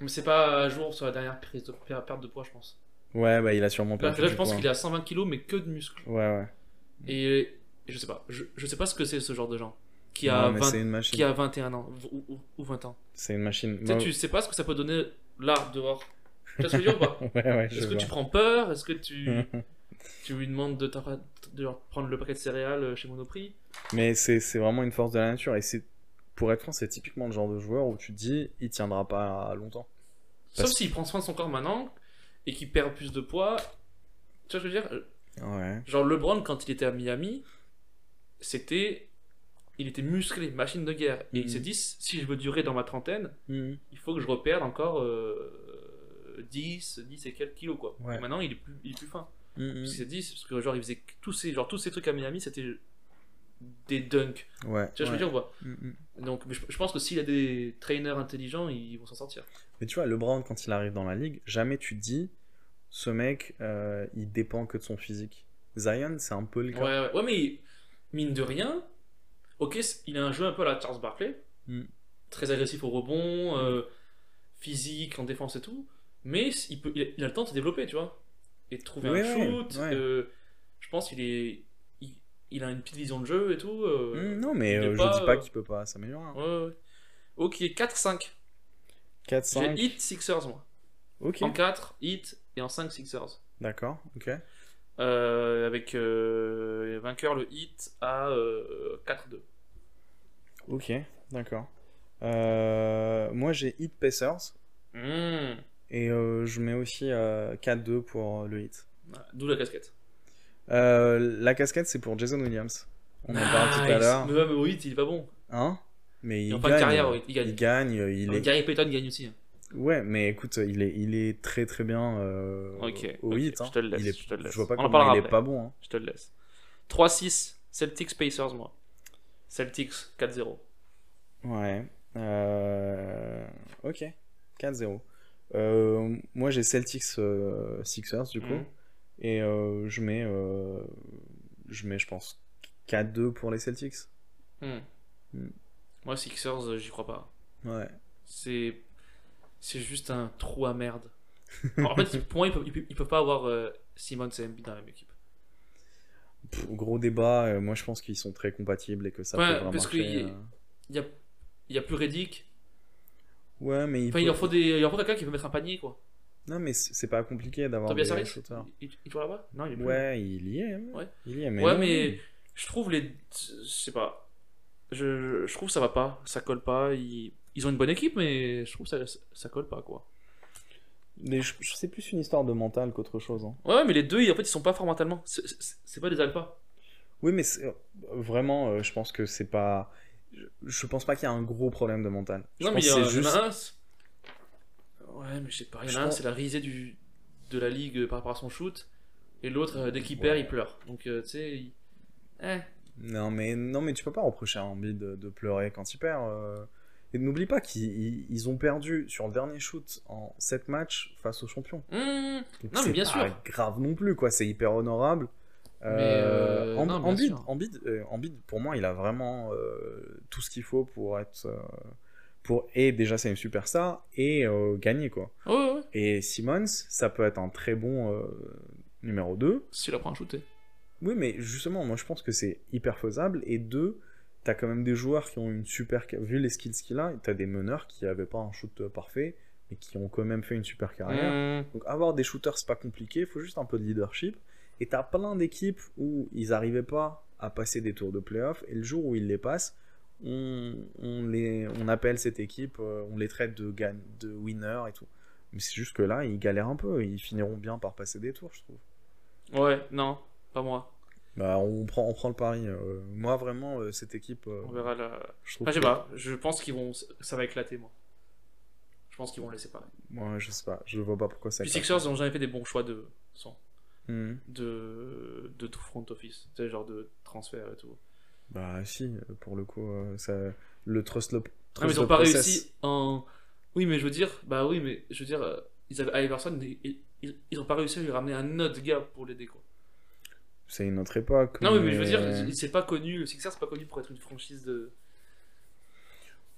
Speaker 4: Mais c'est pas à jour sur la dernière prise de per- perte de poids, je pense.
Speaker 5: Ouais, bah il a sûrement
Speaker 4: Là,
Speaker 5: perdu.
Speaker 4: là,
Speaker 5: du
Speaker 4: je pense
Speaker 5: poids.
Speaker 4: qu'il est à 120 kg, mais que de muscles.
Speaker 5: Ouais, ouais.
Speaker 4: Et, et je sais pas. Je, je sais pas ce que c'est ce genre de gens qui a,
Speaker 5: Non, mais
Speaker 4: 20
Speaker 5: c'est une machine.
Speaker 4: qui a 21 ans ou, ou- ou 20 ans.
Speaker 5: C'est une machine.
Speaker 4: Tu sais,
Speaker 5: Moi-
Speaker 4: tu sais pas ce que ça peut donner là, dehors. Tu vois ce que je veux dire ou pas
Speaker 5: Ouais, ouais, je
Speaker 4: Est-ce que
Speaker 5: vois.
Speaker 4: tu prends peur Est-ce que tu, tu lui demandes de, t'arr- de leur prendre le paquet de céréales euh, chez Monoprix
Speaker 5: Mais c'est c'est vraiment une force de la nature. Et c'est pour être franc, c'est typiquement le genre de joueur où tu te dis, il tiendra pas longtemps.
Speaker 4: Sauf
Speaker 5: Parce-
Speaker 4: s'il prend soin de son corps maintenant et qu'il perd plus de poids. Tu vois ce que je veux dire
Speaker 5: Ouais.
Speaker 4: Genre LeBron quand il était à Miami, c'était il était musclé, machine de guerre et
Speaker 5: Mhm.
Speaker 4: il s'est dit si je veux durer dans ma trentaine, il faut que je reperde encore euh, 10 10 et quelques kilos quoi.
Speaker 5: Ouais. Mm.
Speaker 4: Maintenant, il est plus il est plus fin. Il s'est dit parce que genre il faisait tous ces genre tous ces trucs à Miami, c'était des dunks.
Speaker 5: Ouais.
Speaker 4: Tu vois ce que je veux
Speaker 5: ouais.
Speaker 4: dire quoi
Speaker 5: Mm, mm.
Speaker 4: Donc mais je, je pense que s'il y a des trainers intelligents, ils vont s'en sortir.
Speaker 5: Mais tu vois, LeBron, quand il arrive dans la ligue, jamais tu te dis, ce mec, euh, il dépend que de son physique. Zion, c'est un peu le
Speaker 4: Ouais,
Speaker 5: cas.
Speaker 4: ouais. Ouais, mais mine de rien, ok, c- il a un jeu un peu à la Charles Barkley,
Speaker 5: Mm.
Speaker 4: très agressif au rebond, euh, physique en défense et tout, mais c- il, peut, il, a, il a le temps de se développer, tu vois, et de trouver
Speaker 5: Ouais,
Speaker 4: un
Speaker 5: ouais,
Speaker 4: shoot.
Speaker 5: ouais.
Speaker 4: euh, je pense qu'il est, il, il a une petite vision de jeu et tout. euh,
Speaker 5: Mm, non, mais
Speaker 4: il est
Speaker 5: euh, je
Speaker 4: pas,
Speaker 5: dis pas
Speaker 4: euh,
Speaker 5: qu'il peut pas s'améliorer. hein.
Speaker 4: ouais, ouais. Ok, 4-5.
Speaker 5: 4,
Speaker 4: J'ai
Speaker 5: 5.
Speaker 4: hit Sixers, moi.
Speaker 5: Ok.
Speaker 4: En 4, hit, et en 5, Sixers.
Speaker 5: D'accord, ok.
Speaker 4: Euh, avec euh, les vainqueurs, le hit à euh, 4-2.
Speaker 5: Ok, d'accord. Euh, moi, j'ai Hit Pacers.
Speaker 4: Mm.
Speaker 5: Et euh, je mets aussi euh, 4-2 pour euh, le Hit.
Speaker 4: Voilà, D'où la casquette.
Speaker 5: Euh, la casquette, c'est pour Jason Williams. On en parle tout à
Speaker 4: Nice.
Speaker 5: l'heure.
Speaker 4: Mais ouais, mais Witt, il est pas bon.
Speaker 5: Hein Mais
Speaker 4: Il
Speaker 5: il
Speaker 4: est en
Speaker 5: gagne.
Speaker 4: fin de carrière, Ah, Witt, il
Speaker 5: Il
Speaker 4: gagne.
Speaker 5: gagne, euh, il
Speaker 4: Il
Speaker 5: est...
Speaker 4: Gary Payton gagne aussi. hein.
Speaker 5: Ouais, mais écoute, il est, il est très très bien euh,
Speaker 4: Ok,
Speaker 5: au
Speaker 4: ok,
Speaker 5: Hit. hein.
Speaker 4: je te le laisse,
Speaker 5: Il est-
Speaker 4: je te le laisse.
Speaker 5: vois pas
Speaker 4: On en
Speaker 5: comment
Speaker 4: parlera
Speaker 5: il est
Speaker 4: après.
Speaker 5: pas bon. hein.
Speaker 4: Je te le laisse. 3-6, Celtics Pacers, moi. Celtics 4-0.
Speaker 5: Ouais. Euh, Ok, 4-0. Euh, moi, j'ai Celtics euh, Sixers, du coup.
Speaker 4: Mhm.
Speaker 5: Et euh, je mets, euh, je mets, je pense, 4-2 pour les Celtics.
Speaker 4: Hmm.
Speaker 5: Hmm.
Speaker 4: Moi, Sixers, euh, j'y crois pas.
Speaker 5: Ouais.
Speaker 4: C'est c'est juste un trou à merde. en fait, pour moi, ils peuvent, ils peuvent- ils peuvent pas avoir euh, Simmons et Embiid dans la même équipe.
Speaker 5: Pff, gros débat. euh, moi, je pense qu'ils sont très compatibles et que ça
Speaker 4: Ouais,
Speaker 5: peut vraiment
Speaker 4: parce que
Speaker 5: marcher,
Speaker 4: y-
Speaker 5: euh.
Speaker 4: Il y a, il y a plus Reddick.
Speaker 5: Ouais, mais il
Speaker 4: Enfin, il
Speaker 5: peut-
Speaker 4: leur faut, des- il leur faut quelqu'un qui peut mettre un panier, quoi.
Speaker 5: Non, mais c'est c'est pas compliqué d'avoir
Speaker 4: Tobias
Speaker 5: des
Speaker 4: Harris
Speaker 5: shooters.
Speaker 4: Il, il- il joue là-bas Non, il est plus.
Speaker 5: Ouais, il y est. hein.
Speaker 4: Ouais.
Speaker 5: Il y est, mais
Speaker 4: ouais,
Speaker 5: non.
Speaker 4: mais je trouve les. Je sais pas. Je, je trouve ça va pas. Ça colle pas. Ils, ils ont une bonne équipe, mais je trouve ça, ça colle pas, quoi.
Speaker 5: Mais je- je- c'est plus une histoire de mental qu'autre chose. hein.
Speaker 4: Ouais, ouais, mais les deux, ils- en fait, ils sont pas forts mentalement. C'est- C'est c'est pas des alphas.
Speaker 5: Oui, mais c'est- euh, vraiment, euh, je pense que c'est pas. Je, je pense pas qu'il y a un gros problème de mental. Je
Speaker 4: Non, mais
Speaker 5: pense
Speaker 4: il y,
Speaker 5: que
Speaker 4: en-
Speaker 5: c'est
Speaker 4: il y en
Speaker 5: juste-
Speaker 4: a un. c'est- Ouais, mais je sais pas. Il y
Speaker 5: Je
Speaker 4: en a un,
Speaker 5: pense-
Speaker 4: c'est la risée du, de la ligue par rapport à son shoot. Et l'autre, euh, dès qu'il
Speaker 5: Ouais.
Speaker 4: perd, il pleure. Donc, euh, tu sais. il- Eh.
Speaker 5: Non, mais non, mais tu peux pas reprocher à Embiid de, de pleurer quand il perd. euh. Et n'oublie pas qu'ils ils- ils ont perdu sur le dernier shoot en 7 matchs face aux champions.
Speaker 4: Hmm. Non,
Speaker 5: Donc
Speaker 4: mais
Speaker 5: c'est
Speaker 4: bien
Speaker 5: pas
Speaker 4: sûr.
Speaker 5: grave non plus, quoi. C'est hyper honorable.
Speaker 4: euh,
Speaker 5: Em-
Speaker 4: non, bien
Speaker 5: Embiid,
Speaker 4: sûr.
Speaker 5: Embiid, euh, Embiid, pour moi, il a vraiment euh, tout ce qu'il faut pour être. euh, pour, et déjà, c'est une superstar et euh, gagner, quoi.
Speaker 4: Ouais, ouais, ouais.
Speaker 5: Et Simmons, ça peut être un très bon euh, numéro 2.
Speaker 4: S'il apprend à shooter.
Speaker 5: Oui, mais justement, moi je pense que c'est hyper faisable. Et deux, t'as quand même des joueurs qui ont une super. ca- Vu les skills qu'il a, t'as des meneurs qui avaient pas un shoot parfait, mais qui ont quand même fait une super carrière.
Speaker 4: Hmm.
Speaker 5: Donc avoir des shooters, c'est pas compliqué, il faut juste un peu de leadership. Et t'as plein d'équipes où ils n'arrivaient pas à passer des tours de playoff, et le jour où ils les passent, on, on les, on appelle cette équipe, euh, on les traite de, gan- de winners et tout. Mais c'est juste que là, ils galèrent un peu, ils finiront bien par passer des tours, je trouve.
Speaker 4: Hmm. Ouais, non, pas moi.
Speaker 5: Bah, on prend, on prend le pari. euh, moi, vraiment, euh, cette équipe, euh,
Speaker 4: On verra la.
Speaker 5: je trouve.
Speaker 4: Ah, je sais
Speaker 5: que-
Speaker 4: pas. Je pense qu'ils vont. Ça va éclater, moi. Je pense qu'ils vont le laisser pareil.
Speaker 5: Ouais, je sais pas, je vois pas pourquoi ça.
Speaker 4: Puis
Speaker 5: éclate.
Speaker 4: Sixers ils ont jamais fait des bons choix de. Sont,
Speaker 5: Mhm.
Speaker 4: de, de tout front office. Tu sais, genre de transfert et tout.
Speaker 5: Bah, si, euh, pour le coup, euh, ça, le trust le.
Speaker 4: Ah, mais
Speaker 5: trust
Speaker 4: ils ont
Speaker 5: the
Speaker 4: pas
Speaker 5: process.
Speaker 4: réussi en. Oui, mais je veux dire. Bah oui, mais je veux dire. euh, Ils avaient Iverson, et- et- ils, ils ont pas réussi à lui ramener un autre gars pour l'aider, quoi.
Speaker 5: C'est une autre époque.
Speaker 4: Non, oui, mais je veux dire, c'est pas connu. Le Sixers, c'est pas connu pour être une franchise de.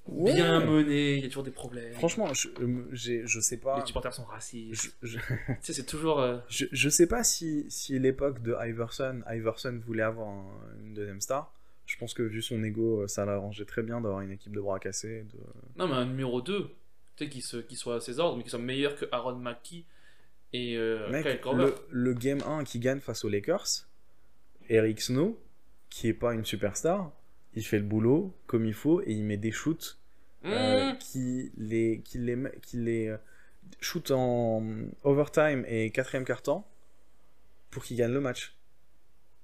Speaker 5: Ouais.
Speaker 4: Bien menée, il y a toujours des problèmes.
Speaker 5: Franchement, je, euh, j'ai- je sais pas.
Speaker 4: Les supporters sont
Speaker 5: Je,
Speaker 4: racistes.
Speaker 5: je,
Speaker 4: tu sais, c'est toujours. euh,
Speaker 5: je- je sais pas si, si l'époque de Iverson, Iverson voulait avoir un- une deuxième star. Je pense que vu son ego, euh, ça l'arrangeait très bien d'avoir une équipe de bras cassés. de-
Speaker 4: Non, mais un numéro 2, tu sais, qui, se... qui soit à ses ordres, mais qui soit meilleur que Aaron McKee et euh,
Speaker 5: Mec,
Speaker 4: Kyle Korver.
Speaker 5: le, le game 1 qui gagne face aux Lakers, Eric Snow, qui est pas une superstar, il fait le boulot comme il faut et il met des shoots euh,
Speaker 4: Mmh.
Speaker 5: qui les, qui les, qui les euh, shoot en overtime et quatrième quart-temps pour qu'ils gagnent le match.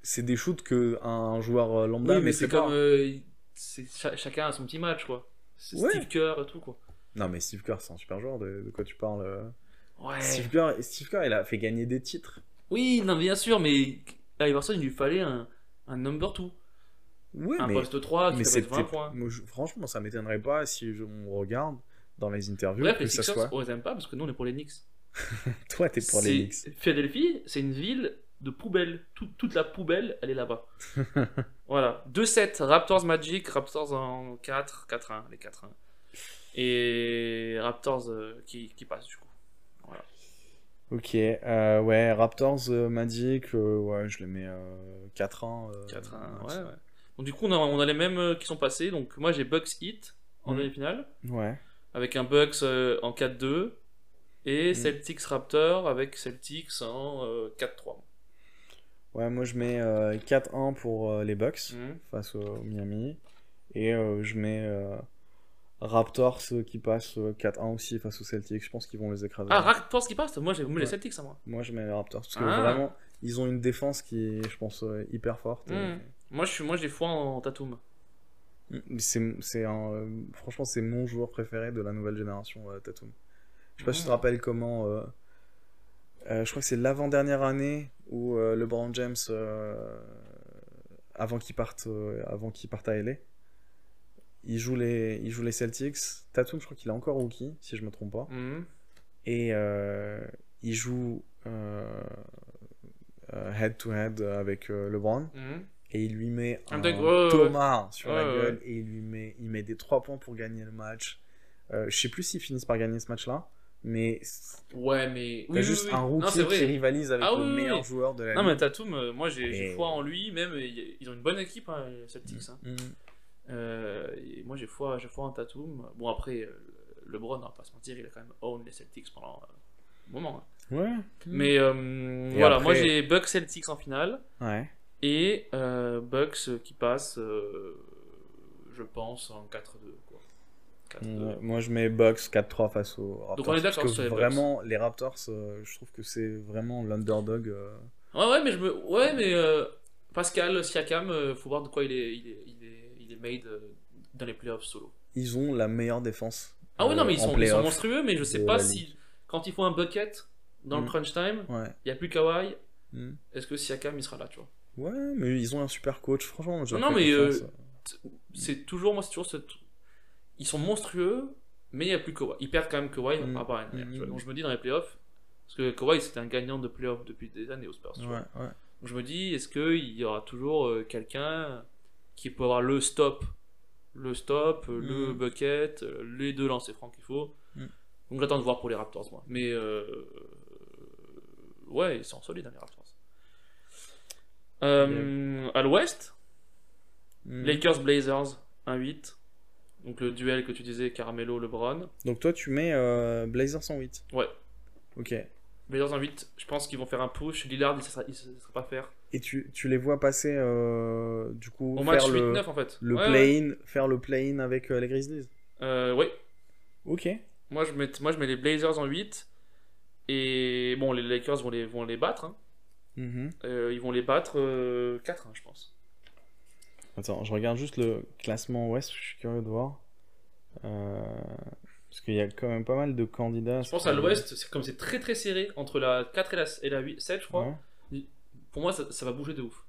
Speaker 5: C'est des shoots que un joueur euh, lambda
Speaker 4: oui,
Speaker 5: ne
Speaker 4: mais
Speaker 5: fait
Speaker 4: c'est
Speaker 5: pas.
Speaker 4: comme. euh, c'est cha- chacun a son petit match, quoi. C'est
Speaker 5: Ouais.
Speaker 4: Steve Kerr et tout, quoi.
Speaker 5: Non mais Steve Kerr c'est un super joueur de, de quoi tu parles. euh.
Speaker 4: Ouais.
Speaker 5: Steve Kerr, Steve Kerr il a fait gagner des titres.
Speaker 4: Oui, non, bien sûr, mais à Iverson, il lui fallait un, un number 2.
Speaker 5: Ouais
Speaker 4: un
Speaker 5: mais
Speaker 4: poste 3 qui
Speaker 5: mais
Speaker 4: te mette
Speaker 5: c'était
Speaker 4: 20 points.
Speaker 5: moi, je- franchement ça m'étonnerait pas si je- on regarde dans les interviews
Speaker 4: Bref,
Speaker 5: que
Speaker 4: les
Speaker 5: ça
Speaker 4: Sixers,
Speaker 5: soit.
Speaker 4: on les aime pas parce que nous, on est pour les Knicks.
Speaker 5: Toi t'es pour les
Speaker 4: C'est-
Speaker 5: Knicks.
Speaker 4: Philadelphie, c'est une ville de poubelle. Tout- toute la poubelle, elle est là-bas. voilà. 2-7, Raptors Magic, Raptors en 4, 4-1, les 4-1. Et Raptors euh, qui, qui passe du coup.
Speaker 5: Ok, euh, ouais, Raptors, euh, Magic, euh, ouais, je les mets euh, 4 ans.
Speaker 4: 4-1, ouais, ouais. Donc du coup, on a, on a les mêmes euh, qui sont passés. Donc moi, j'ai Bucks Heat en
Speaker 5: Mhm.
Speaker 4: demi-finale,
Speaker 5: Ouais.
Speaker 4: avec un Bucks euh, en 4-2. Et
Speaker 5: Mhm.
Speaker 4: Celtics Raptors avec Celtics en euh, 4-3.
Speaker 5: Ouais, moi je mets euh, 4-1 pour euh, les Bucks
Speaker 4: Mhm.
Speaker 5: face au Miami. Et euh, je mets euh, Raptors euh, qui passe euh, 4-1 aussi face aux Celtics. Je pense qu'ils vont les écraser.
Speaker 4: Ah, Raptors qui passe Moi, j'ai mis
Speaker 5: Ouais.
Speaker 4: les Celtics à moi.
Speaker 5: Moi je mets les Raptors parce que
Speaker 4: Ah.
Speaker 5: vraiment, ils ont une défense qui est, je pense, euh, hyper forte. et-
Speaker 4: Mhm. Moi, je suis, moi, j'ai foi en Tatum.
Speaker 5: Mm, C'est, c'est un, euh, franchement, c'est mon joueur préféré de la nouvelle génération, euh, Tatum. Je sais pas si tu te
Speaker 4: Mhm.
Speaker 5: rappelles comment. euh, euh, je crois que c'est l'avant-dernière année où euh, LeBron James, euh, avant qu'il parte, euh, avant qu'il parte à LA, Mhm. il joue les, il joue les Celtics. Tatum, je crois qu'il est encore rookie, si je me trompe pas. Et euh, il joue euh, euh, head-to-head avec euh, LeBron.
Speaker 4: Mhm.
Speaker 5: Et il lui met
Speaker 4: Un
Speaker 5: un
Speaker 4: dunk, ouais, ouais, ouais.
Speaker 5: Thomas sur
Speaker 4: Ouais,
Speaker 5: la
Speaker 4: ouais,
Speaker 5: gueule. Et il lui met, il met des 3 points pour gagner le match. Euh, je sais plus s'ils finissent par gagner ce match-là. Mais c'est
Speaker 4: Ouais, mais.
Speaker 5: t'as juste un
Speaker 4: Non,
Speaker 5: rookie
Speaker 4: c'est
Speaker 5: qui
Speaker 4: vrai.
Speaker 5: rivalise avec
Speaker 4: Ah
Speaker 5: le
Speaker 4: oui, oui,
Speaker 5: meilleur
Speaker 4: oui.
Speaker 5: joueur de la
Speaker 4: Non, mais
Speaker 5: ligue.
Speaker 4: Tatum, euh, moi j'ai j'ai
Speaker 5: Et-
Speaker 4: foi en lui, même. il- Ils ont une bonne équipe, hein, les Celtics. hein.
Speaker 5: Mhm.
Speaker 4: Euh, et moi j'ai foi, j'ai foi en Tatum. Bon, après, euh, LeBron, on va pas se mentir, il a quand même own les Celtics pendant euh, un moment. hein.
Speaker 5: Ouais.
Speaker 4: Mais euh, voilà,
Speaker 5: après-
Speaker 4: moi j'ai Bucks Celtics en finale.
Speaker 5: Ouais.
Speaker 4: Et euh, Bucks euh, qui passe, euh, je pense, en 4-2. quoi. 4-2.
Speaker 5: Ouais, Moi, je mets Bucks 4-3 face aux Raptors.
Speaker 4: Euh, on est d'accord
Speaker 5: parce que
Speaker 4: sur les Bucks.
Speaker 5: Vraiment, les Raptors, euh, je trouve que c'est vraiment l'underdog. euh.
Speaker 4: Ouais, ouais, mais, je me... ouais, mais euh, Pascal Siakam, euh, faut voir de quoi il est, il est, il est, il est made euh, dans les playoffs solo.
Speaker 5: Ils ont la meilleure défense.
Speaker 4: Ah oui,
Speaker 5: euh,
Speaker 4: non, mais ils
Speaker 5: en
Speaker 4: sont, ils sont
Speaker 5: playoff.
Speaker 4: monstrueux, mais je sais
Speaker 5: de
Speaker 4: pas
Speaker 5: la
Speaker 4: si
Speaker 5: ligue.
Speaker 4: quand il faut un bucket dans
Speaker 5: Mm.
Speaker 4: le crunch time,
Speaker 5: Ouais.
Speaker 4: il n'y a plus Kawhi,
Speaker 5: Mm.
Speaker 4: est-ce que Siakam il sera là, tu vois
Speaker 5: Ouais, mais ils ont un super coach, franchement. moi, je leur
Speaker 4: Non,
Speaker 5: fais
Speaker 4: mais, euh,
Speaker 5: confiance.
Speaker 4: C'est toujours, moi, c'est toujours ce. tr- Ils sont monstrueux, mais il n'y a plus Kawhi. Ils perdent quand même Kawhi
Speaker 5: Mm.
Speaker 4: par rapport à l'année dernière, tu vois.
Speaker 5: Mm.
Speaker 4: Donc je me dis dans les playoffs, parce que Kawhi c'était un gagnant de playoffs depuis des années aux Spurs, tu vois.
Speaker 5: hein. Ouais, ouais.
Speaker 4: Donc, je me dis, est-ce qu'il y aura toujours euh, quelqu'un qui peut avoir le stop Le stop, euh, le
Speaker 5: Mm.
Speaker 4: bucket, euh, les deux lancers francs qu'il faut.
Speaker 5: Mm.
Speaker 4: Donc j'attends de voir pour les Raptors, moi. Mais euh, ouais, ils sont solides, hein, les Raptors. Euh, À l'ouest,
Speaker 5: Mm.
Speaker 4: Lakers Blazers 1-8. Donc le duel que tu disais, Carmelo LeBron.
Speaker 5: Donc, toi, tu mets euh, Blazers 108.
Speaker 4: Ouais.
Speaker 5: Ok.
Speaker 4: Blazers 1-8, je pense qu'ils vont faire un push. Lillard, il ne sera, il se sera pas faire.
Speaker 5: Et tu, tu les vois passer, euh, du coup,
Speaker 4: Au
Speaker 5: faire
Speaker 4: match
Speaker 5: le,
Speaker 4: 8-9 en fait.
Speaker 5: le
Speaker 4: Ouais, ouais.
Speaker 5: play-in, faire le play-in avec euh, les Grizzlies.
Speaker 4: Euh, ouais.
Speaker 5: Ok.
Speaker 4: Moi je, mets, moi, je mets les Blazers en 8. Et bon, les Lakers vont les, vont les battre. hein.
Speaker 5: Mhm.
Speaker 4: Euh, ils vont les battre 4, je pense.
Speaker 5: Attends, je regarde juste le classement ouest, je suis curieux de voir. Euh, Parce qu'il y a quand même pas mal de candidats.
Speaker 4: Je pense à l'ouest, c'est comme c'est très très serré entre la 4 et la, et la 8, 7, je crois.
Speaker 5: Ouais.
Speaker 4: Pour moi, ça, ça va bouger de ouf.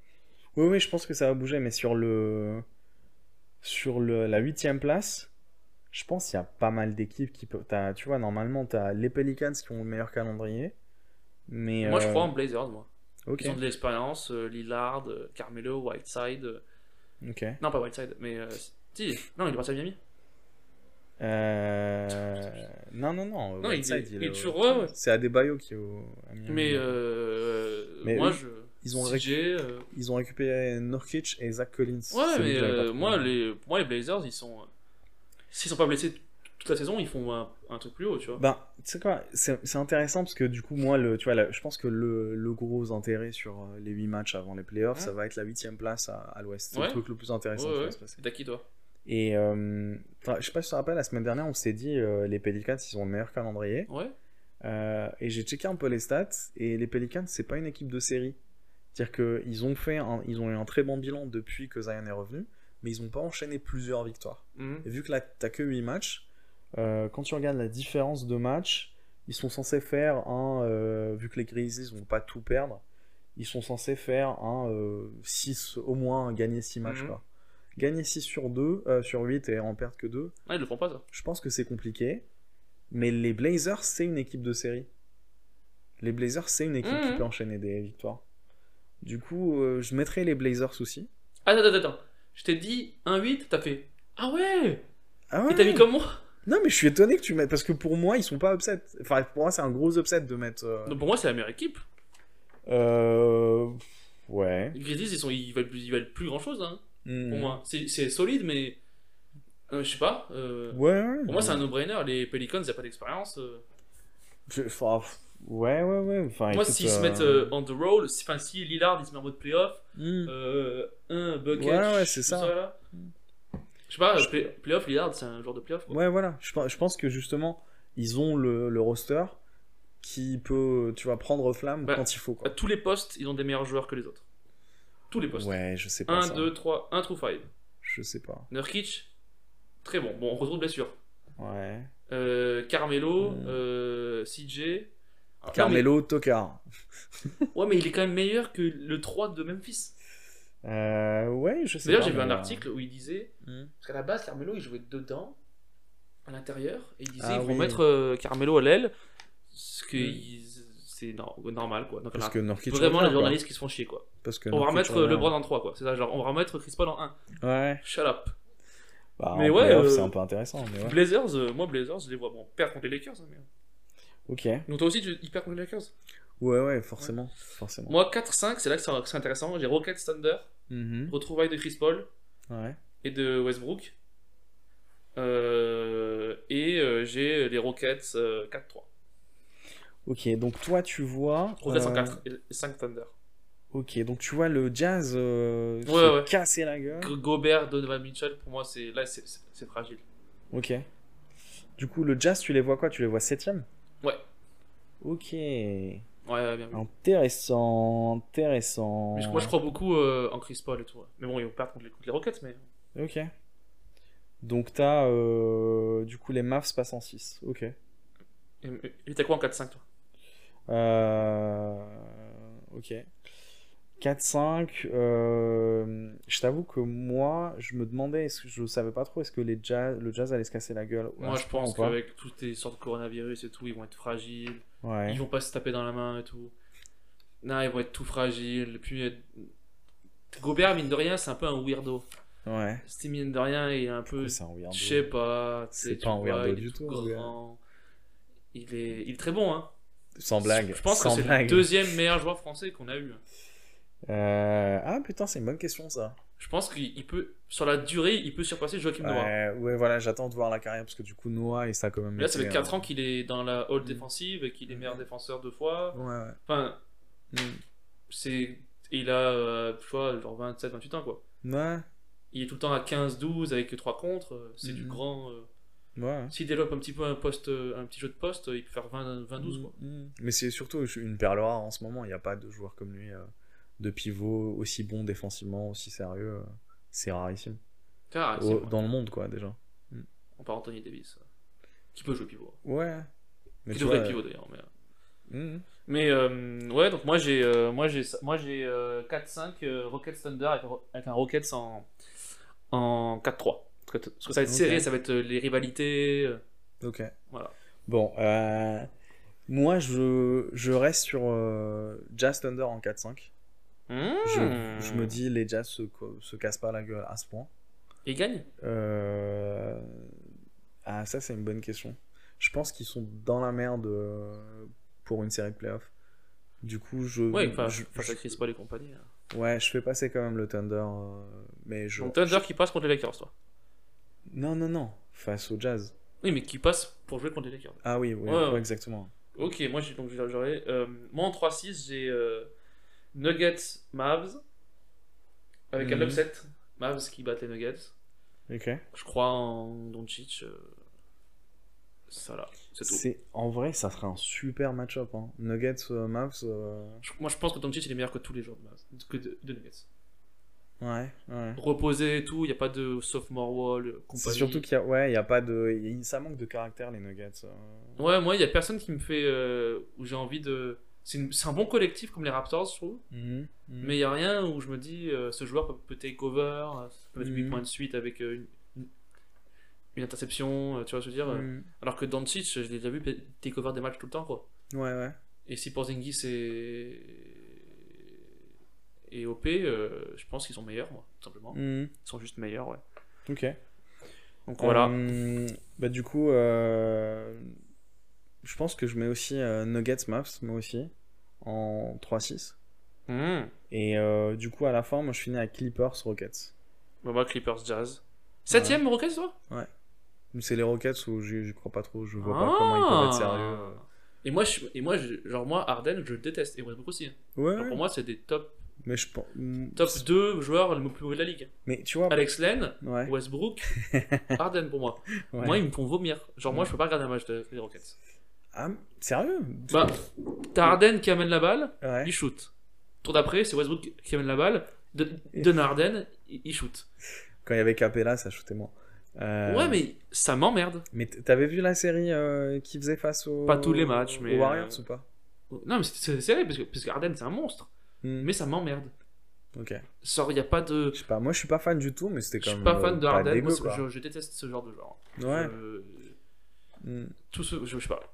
Speaker 5: Oui, oui, je pense que ça va bouger, mais sur le sur le... la huitième place, je pense qu'il y a pas mal d'équipes qui peuvent. t'as- Tu vois, normalement, tu as les Pelicans qui ont le meilleur calendrier. Mais,
Speaker 4: Moi, je
Speaker 5: euh,
Speaker 4: crois en Blazers, moi.
Speaker 5: Ok,
Speaker 4: Ils ont de l'expérience. euh, Lillard, euh, Carmelo, Whiteside. euh,
Speaker 5: ok.
Speaker 4: Non, pas Whiteside, mais. euh, si, non, il est parti à Miami.
Speaker 5: Euh, Non, non, non.
Speaker 4: Non, il est-
Speaker 5: Whiteside,
Speaker 4: il est
Speaker 5: au-
Speaker 4: toujours- ouais, ouais.
Speaker 5: C'est Adebayo qui est au. à Miami.
Speaker 4: Mais, euh,
Speaker 5: Mais
Speaker 4: moi,
Speaker 5: eux,
Speaker 4: je.
Speaker 5: ils ont
Speaker 4: CJ, euh,
Speaker 5: Ils ont récupéré Nurkic et Zach Collins.
Speaker 4: Ouais,
Speaker 5: C'est lui
Speaker 4: mais
Speaker 5: que j'avais pas
Speaker 4: euh,
Speaker 5: trouvé.
Speaker 4: moi, les, pour moi, les Blazers, ils sont. euh, S'ils sont pas blessés t- toute la saison, ils font un, un truc plus haut, tu vois.
Speaker 5: Ben, tu sais quoi, c'est c'est intéressant parce que du coup, moi, le, tu vois, la- je pense que le, le gros intérêt sur euh, les 8 matchs avant les playoffs,
Speaker 4: Ouais.
Speaker 5: ça va être la 8 place à, à l'ouest. C'est
Speaker 4: Ouais.
Speaker 5: le truc le plus intéressant
Speaker 4: Ouais,
Speaker 5: qui
Speaker 4: ouais.
Speaker 5: va se passer.
Speaker 4: T'as qui, toi
Speaker 5: Et euh, enfin, je sais pas si tu te rappelles, la semaine dernière, on s'est dit euh, les Pelicans, ils ont le meilleur calendrier.
Speaker 4: Ouais.
Speaker 5: Euh, et j'ai checké un peu les stats, et les Pelicans, c'est pas une équipe de série. C'est-à-dire qu'ils ont, fait un- ils ont eu un très bon bilan depuis que Zion est revenu, mais ils ont pas enchaîné plusieurs victoires.
Speaker 4: Mhm.
Speaker 5: Et vu que là, t'as que 8 matchs, euh, quand tu regardes la différence de matchs, ils sont censés faire un. euh, vu que les Grizzlies vont pas tout perdre, ils sont censés faire un euh, 6, au moins gagner 6 matchs.
Speaker 4: Mhm.
Speaker 5: quoi. Gagner 6 sur 2, sur 8 et en perdre que 2,
Speaker 4: Ah, ils le font pas, ça.
Speaker 5: je pense que c'est compliqué. Mais les Blazers, c'est une équipe de série. Les Blazers, c'est une équipe
Speaker 4: Mhm.
Speaker 5: qui peut enchaîner des victoires. Du coup, euh, je mettrais les Blazers aussi.
Speaker 4: Ah, Attends, attends, attends. Je t'ai dit 1-8, t'as fait. Ah ouais
Speaker 5: Ah
Speaker 4: Et t'as
Speaker 5: ouais.
Speaker 4: mis comme moi
Speaker 5: Non, mais je suis étonné que tu mettes. Parce que pour moi, ils sont pas upset. Enfin, pour moi, c'est un gros upset de mettre. euh,
Speaker 4: Donc pour moi, c'est la meilleure équipe.
Speaker 5: Euh. Ouais.
Speaker 4: Les Grizzlies, ils, sont, ils, valent, plus- ils valent plus grand chose, hein, pour
Speaker 5: Mm.
Speaker 4: moi. C'est c'est solide, mais. euh, je sais pas. euh,
Speaker 5: Hmm. Ouais, ouais.
Speaker 4: Pour moi, c'est un no-brainer. Les Pelicans, ils n'ont pas d'expérience. euh.
Speaker 5: Je- enfin, pff, ouais, ouais, ouais. Enfin,
Speaker 4: Moi,
Speaker 5: écoute,
Speaker 4: s'ils se
Speaker 5: euh,
Speaker 4: mettent euh, on the roll, si, enfin, si Lillard, il se met en mode playoff,
Speaker 5: mm.
Speaker 4: euh, un bucket.
Speaker 5: Ouais, ouais,
Speaker 4: ch-
Speaker 5: c'est
Speaker 4: tout
Speaker 5: ça.
Speaker 4: là. Je sais pas, euh, play- playoff, Lillard, c'est un joueur de playoff. quoi.
Speaker 5: Ouais, voilà. Je, pe- je pense que justement, ils ont le, le roster qui peut, tu vois, prendre flamme
Speaker 4: Bah,
Speaker 5: quand il faut,
Speaker 4: À
Speaker 5: quoi.
Speaker 4: tous les postes, ils ont des meilleurs joueurs que les autres. Tous les postes.
Speaker 5: Ouais, je sais pas.
Speaker 4: 1,
Speaker 5: ça.
Speaker 4: 2, 3, 1 through 5.
Speaker 5: Je sais pas.
Speaker 4: Nurkic, très bon. Bon, on retrouve blessure.
Speaker 5: Ouais.
Speaker 4: Euh, Carmelo,
Speaker 5: Mm.
Speaker 4: euh, CJ. Ah,
Speaker 5: Carmelo, Tocard.
Speaker 4: non, mais- Ouais, mais il est quand même meilleur que le 3 de Memphis.
Speaker 5: Euh, ouais, je sais
Speaker 4: D'ailleurs,
Speaker 5: pas,
Speaker 4: j'ai vu
Speaker 5: mais,
Speaker 4: un
Speaker 5: euh,
Speaker 4: article où il disait
Speaker 5: mm.
Speaker 4: Parce qu'à la base, Carmelo, il jouait dedans, à l'intérieur, et il disait
Speaker 5: Ah
Speaker 4: ils vont
Speaker 5: oui. Mm.
Speaker 4: mettre euh, Carmelo à l'aile. Ce que ils- c'est nor- normal, quoi. Donc,
Speaker 5: Parce
Speaker 4: là,
Speaker 5: que Nurkic
Speaker 4: vraiment,
Speaker 5: revient,
Speaker 4: les
Speaker 5: quoi.
Speaker 4: journalistes qui se font chier, quoi.
Speaker 5: Parce que
Speaker 4: On va
Speaker 5: Nurkic
Speaker 4: remettre euh,
Speaker 5: revient.
Speaker 4: LeBron en 3, quoi. C'est ça, genre, on va remettre Chris Paul en 1.
Speaker 5: Ouais.
Speaker 4: Shut up.
Speaker 5: Bah,
Speaker 4: Mais
Speaker 5: en
Speaker 4: ouais,
Speaker 5: playoff,
Speaker 4: euh,
Speaker 5: c'est un peu intéressant. Mais ouais.
Speaker 4: Blazers, euh, moi, Blazers, je les vois bon, perdre contre les Lakers. hein, mais...
Speaker 5: Ok. Ouais,
Speaker 4: Donc, toi aussi, tu ils perdent contre les Lakers.
Speaker 5: ouais, forcément. Forcément.
Speaker 4: Moi, 4-5, c'est là que c'est que c'est intéressant. J'ai Rockets Thunder,
Speaker 5: Mhm.
Speaker 4: retrouvailles de Chris Paul
Speaker 5: Ouais.
Speaker 4: et de Westbrook. Euh, et euh, j'ai les Rockets euh, 4-3.
Speaker 5: Ok, donc toi, tu vois.
Speaker 4: Rockets en
Speaker 5: euh,
Speaker 4: 4 et 5 Thunder.
Speaker 1: euh,
Speaker 5: Ok, donc tu vois le jazz euh, se
Speaker 4: Ouais, ouais.
Speaker 5: casser la gueule.
Speaker 4: Go- Gobert, Donovan Mitchell, pour moi, c'est là, c'est- c'est c'est fragile.
Speaker 5: Ok. Du coup, le jazz, tu les vois quoi Tu les vois septième
Speaker 4: Ouais.
Speaker 5: Ok.
Speaker 4: Ouais, ouais, bien vu.
Speaker 5: Intéressant, intéressant.
Speaker 4: Mais je- moi, je crois beaucoup euh, en Chris Paul et tout. ouais. Mais bon, ils vont perdre contre les, contre les Rockets, mais. euh.
Speaker 5: Ok. Donc t'as... euh, Du coup, les Mavs passent en 6. Ok.
Speaker 4: Et, et t'as quoi en 4-5, toi
Speaker 5: Euh, Ok. 4-5. euh, Je t'avoue que moi, je me demandais, est-ce que je savais pas trop, est-ce que les jazz, le jazz allait se casser la gueule
Speaker 4: Moi, je pense
Speaker 5: ou Bah, pas
Speaker 4: qu'avec toutes les sortes de coronavirus et tout, ils vont être fragiles.
Speaker 5: Ouais.
Speaker 4: Ils vont pas se taper dans la main et tout. Non, ils vont être tout fragiles. Et puis, euh, Gobert, mine de rien, c'est un peu un weirdo.
Speaker 5: Ouais.
Speaker 4: Steve, mine de rien, il est un peu.
Speaker 5: Ouais, c'est un weirdo.
Speaker 4: Je sais pas. tu sais,
Speaker 5: C'est
Speaker 4: tu
Speaker 5: pas un
Speaker 4: vois,
Speaker 5: weirdo
Speaker 4: il est
Speaker 5: du tout, Gobert.
Speaker 4: grand. Il est... il est très bon, hein.
Speaker 5: Sans blague.
Speaker 4: Je pense que
Speaker 5: sans
Speaker 4: c'est le
Speaker 5: blague.
Speaker 4: deuxième meilleur joueur français qu'on a eu. hein.
Speaker 5: Euh, Ah putain, c'est une bonne question ça.
Speaker 4: Je pense qu'il il peut, sur la durée, il peut surpasser Joachim Noah.
Speaker 5: Ouais, Euh, ouais, voilà, j'attends de voir la carrière parce que du coup, Noah et ça a quand même.
Speaker 4: Mais Là, ça fait
Speaker 5: été,
Speaker 4: 4
Speaker 5: euh,
Speaker 4: ans qu'il est dans la hall
Speaker 5: Mm.
Speaker 4: défensive et qu'il est meilleur
Speaker 5: Mm.
Speaker 4: défenseur deux fois.
Speaker 5: Ouais, ouais.
Speaker 4: Enfin,
Speaker 5: Mm.
Speaker 4: c'est. Il a, euh, tu vois, genre 27, 28 ans, quoi.
Speaker 5: Ouais,
Speaker 4: Il est tout le temps à 15-12 avec 3 contre. euh, C'est du
Speaker 5: Mhm.
Speaker 4: grand. euh,
Speaker 5: ouais.
Speaker 4: S'il développe un petit peu un, poste, euh, un petit jeu de poste, euh, il peut faire 20, 20-12. Quoi.
Speaker 5: Mm. Mais c'est surtout une perle rare en ce moment. Il n'y a pas de joueur comme lui, euh, de pivot aussi bon défensivement, aussi sérieux. euh, C'est rarissime.
Speaker 4: Car,
Speaker 5: Au- dans le monde, quoi, déjà.
Speaker 4: On part Anthony Davis. euh, Qui peut jouer pivot.
Speaker 5: Ouais. Mais
Speaker 4: Qui
Speaker 5: tu
Speaker 4: devrait
Speaker 5: vois,
Speaker 4: être pivot d'ailleurs. Mais,
Speaker 5: euh, mm.
Speaker 4: mais, euh, ouais, donc moi j'ai, euh, moi j'ai, ça- moi j'ai euh, 4-5 euh, Rockets Thunder avec, un Ro- avec un Rockets en, en 4-3. Parce que, parce que ça va être
Speaker 5: Ok.
Speaker 4: serré, ça va être euh, les rivalités. euh,
Speaker 5: Ok.
Speaker 4: Voilà.
Speaker 5: Bon, euh, moi, je, je reste sur euh, Jazz Thunder en 4-5.
Speaker 4: Hmm.
Speaker 5: Je, je me dis, les Jazz se, co- se cassent pas la gueule à ce point.
Speaker 4: Ils gagnent
Speaker 5: Euh, Ah, ça, c'est une bonne question. Je pense qu'ils sont dans la merde euh, pour une série de playoffs. Du coup, je.
Speaker 4: Ouais, enfin,
Speaker 5: je,
Speaker 4: face à Chris Paul et compagnie. hein.
Speaker 5: je- ouais, je fais passer quand même le Thunder. euh, mais je.
Speaker 4: Donc Thunder qui passe contre les Lakers, toi.
Speaker 5: Non, non, non. Face au Jazz.
Speaker 4: Oui, mais qui passe pour jouer contre les Lakers.
Speaker 5: Ah oui, oui,
Speaker 4: Ouais, ouais.
Speaker 5: ouais, exactement.
Speaker 4: Ok, moi j'ai donc j'aurais, euh, moi en 3-6 j'ai euh, Nuggets Mavs avec un
Speaker 5: Mhm.
Speaker 4: upset Mavs qui battent les Nuggets.
Speaker 5: Ok.
Speaker 4: Je crois en Doncic. euh, Ça là, c'est tout.
Speaker 5: C'est en vrai, ça serait un super match-up. hein. Nuggets, euh, Mavs. euh,
Speaker 4: Je- moi je pense que Doncic il est meilleur que tous les joueurs de Mavs, que de, de Nuggets.
Speaker 5: Ouais, ouais.
Speaker 4: Reposé et tout, il n'y a pas de sophomore wall, euh,
Speaker 5: C'est
Speaker 4: compagnie.
Speaker 5: surtout qu'il y a, ouais, il y a pas de, il- ça manque de caractère les Nuggets. euh.
Speaker 4: Ouais, moi il y a personne qui me fait euh, où j'ai envie de. C'est une- c'est un bon collectif comme les Raptors, je trouve.
Speaker 5: Mhm, mhm.
Speaker 4: Mais il n'y a rien où je me dis euh, ce joueur peut, peut take over, euh, peut mettre 8
Speaker 5: Mhm.
Speaker 4: points de suite avec euh, une, une- une interception, euh, tu vois ce que je veux dire. euh.
Speaker 5: Mhm.
Speaker 4: Alors que Doncic, je l'ai déjà vu p- take over des matchs tout le temps quoi.
Speaker 5: Ouais, ouais.
Speaker 4: Et si Porzingis est, et OP, euh, je pense qu'ils sont meilleurs, moi, tout simplement.
Speaker 5: Mhm.
Speaker 4: Ils sont juste meilleurs, ouais.
Speaker 5: Ok.
Speaker 4: Donc voilà.
Speaker 5: Euh, bah du coup, euh, je pense que je mets aussi euh, Nuggets, Mavs, moi aussi, en 3-6.
Speaker 4: Mhm.
Speaker 5: Et euh, du coup, à la fin, moi, je finis à Clippers, Rockets.
Speaker 4: Bah, moi, Clippers Jazz. Septième Rockets, toi
Speaker 5: C'est les Rockets où j'y j'y crois pas trop, je vois
Speaker 4: Ah.
Speaker 5: pas comment ils peuvent être sérieux.
Speaker 4: Et moi, je, et moi je- genre moi, Harden, je le déteste. Et Westbrook aussi. hein.
Speaker 5: Ouais,
Speaker 4: Genre, pour moi, c'est des top,
Speaker 5: mais je pense.
Speaker 4: top 2 joueurs les plus heureux de la ligue.
Speaker 5: Mais tu vois,
Speaker 4: Alex Len,
Speaker 5: ouais.
Speaker 4: Westbrook, Harden pour moi.
Speaker 5: ouais.
Speaker 4: Moi, ils me font vomir. Genre, moi,
Speaker 5: Ouais.
Speaker 4: je peux pas regarder un match de- des Rockets.
Speaker 5: Ah, sérieux
Speaker 4: Bah, t'as Harden qui amène la balle,
Speaker 5: Ouais.
Speaker 4: il shoot. Tour d'après, c'est Westbrook qui amène la balle. De, donne à Harden, il il shoot.
Speaker 5: Quand il y avait Capella, ça shootait moins. Euh,
Speaker 4: Ouais, mais ça m'emmerde.
Speaker 5: Mais t- t'avais vu la série euh, qui faisait face aux.
Speaker 4: Pas tous les matchs, mais,
Speaker 5: Aux Warriors
Speaker 4: euh,
Speaker 5: ou pas
Speaker 4: Non, mais c'est- c'est serré parce que, parce que Harden, c'est un monstre.
Speaker 5: Hmm,
Speaker 4: Mais ça m'emmerde.
Speaker 5: Ok.
Speaker 4: Sort, il y a pas de.
Speaker 5: Je sais pas, moi je suis pas fan du tout, mais c'était
Speaker 4: Je
Speaker 5: quand
Speaker 4: suis
Speaker 5: même.
Speaker 4: pas
Speaker 5: euh,
Speaker 4: fan de Harden.
Speaker 5: dégueu,
Speaker 4: Moi, c'est-
Speaker 5: quoi.
Speaker 4: je, je déteste ce genre de genre.
Speaker 5: Ouais.
Speaker 4: Euh, Je-
Speaker 5: Hmm.
Speaker 4: tout ce. Je, je sais pas.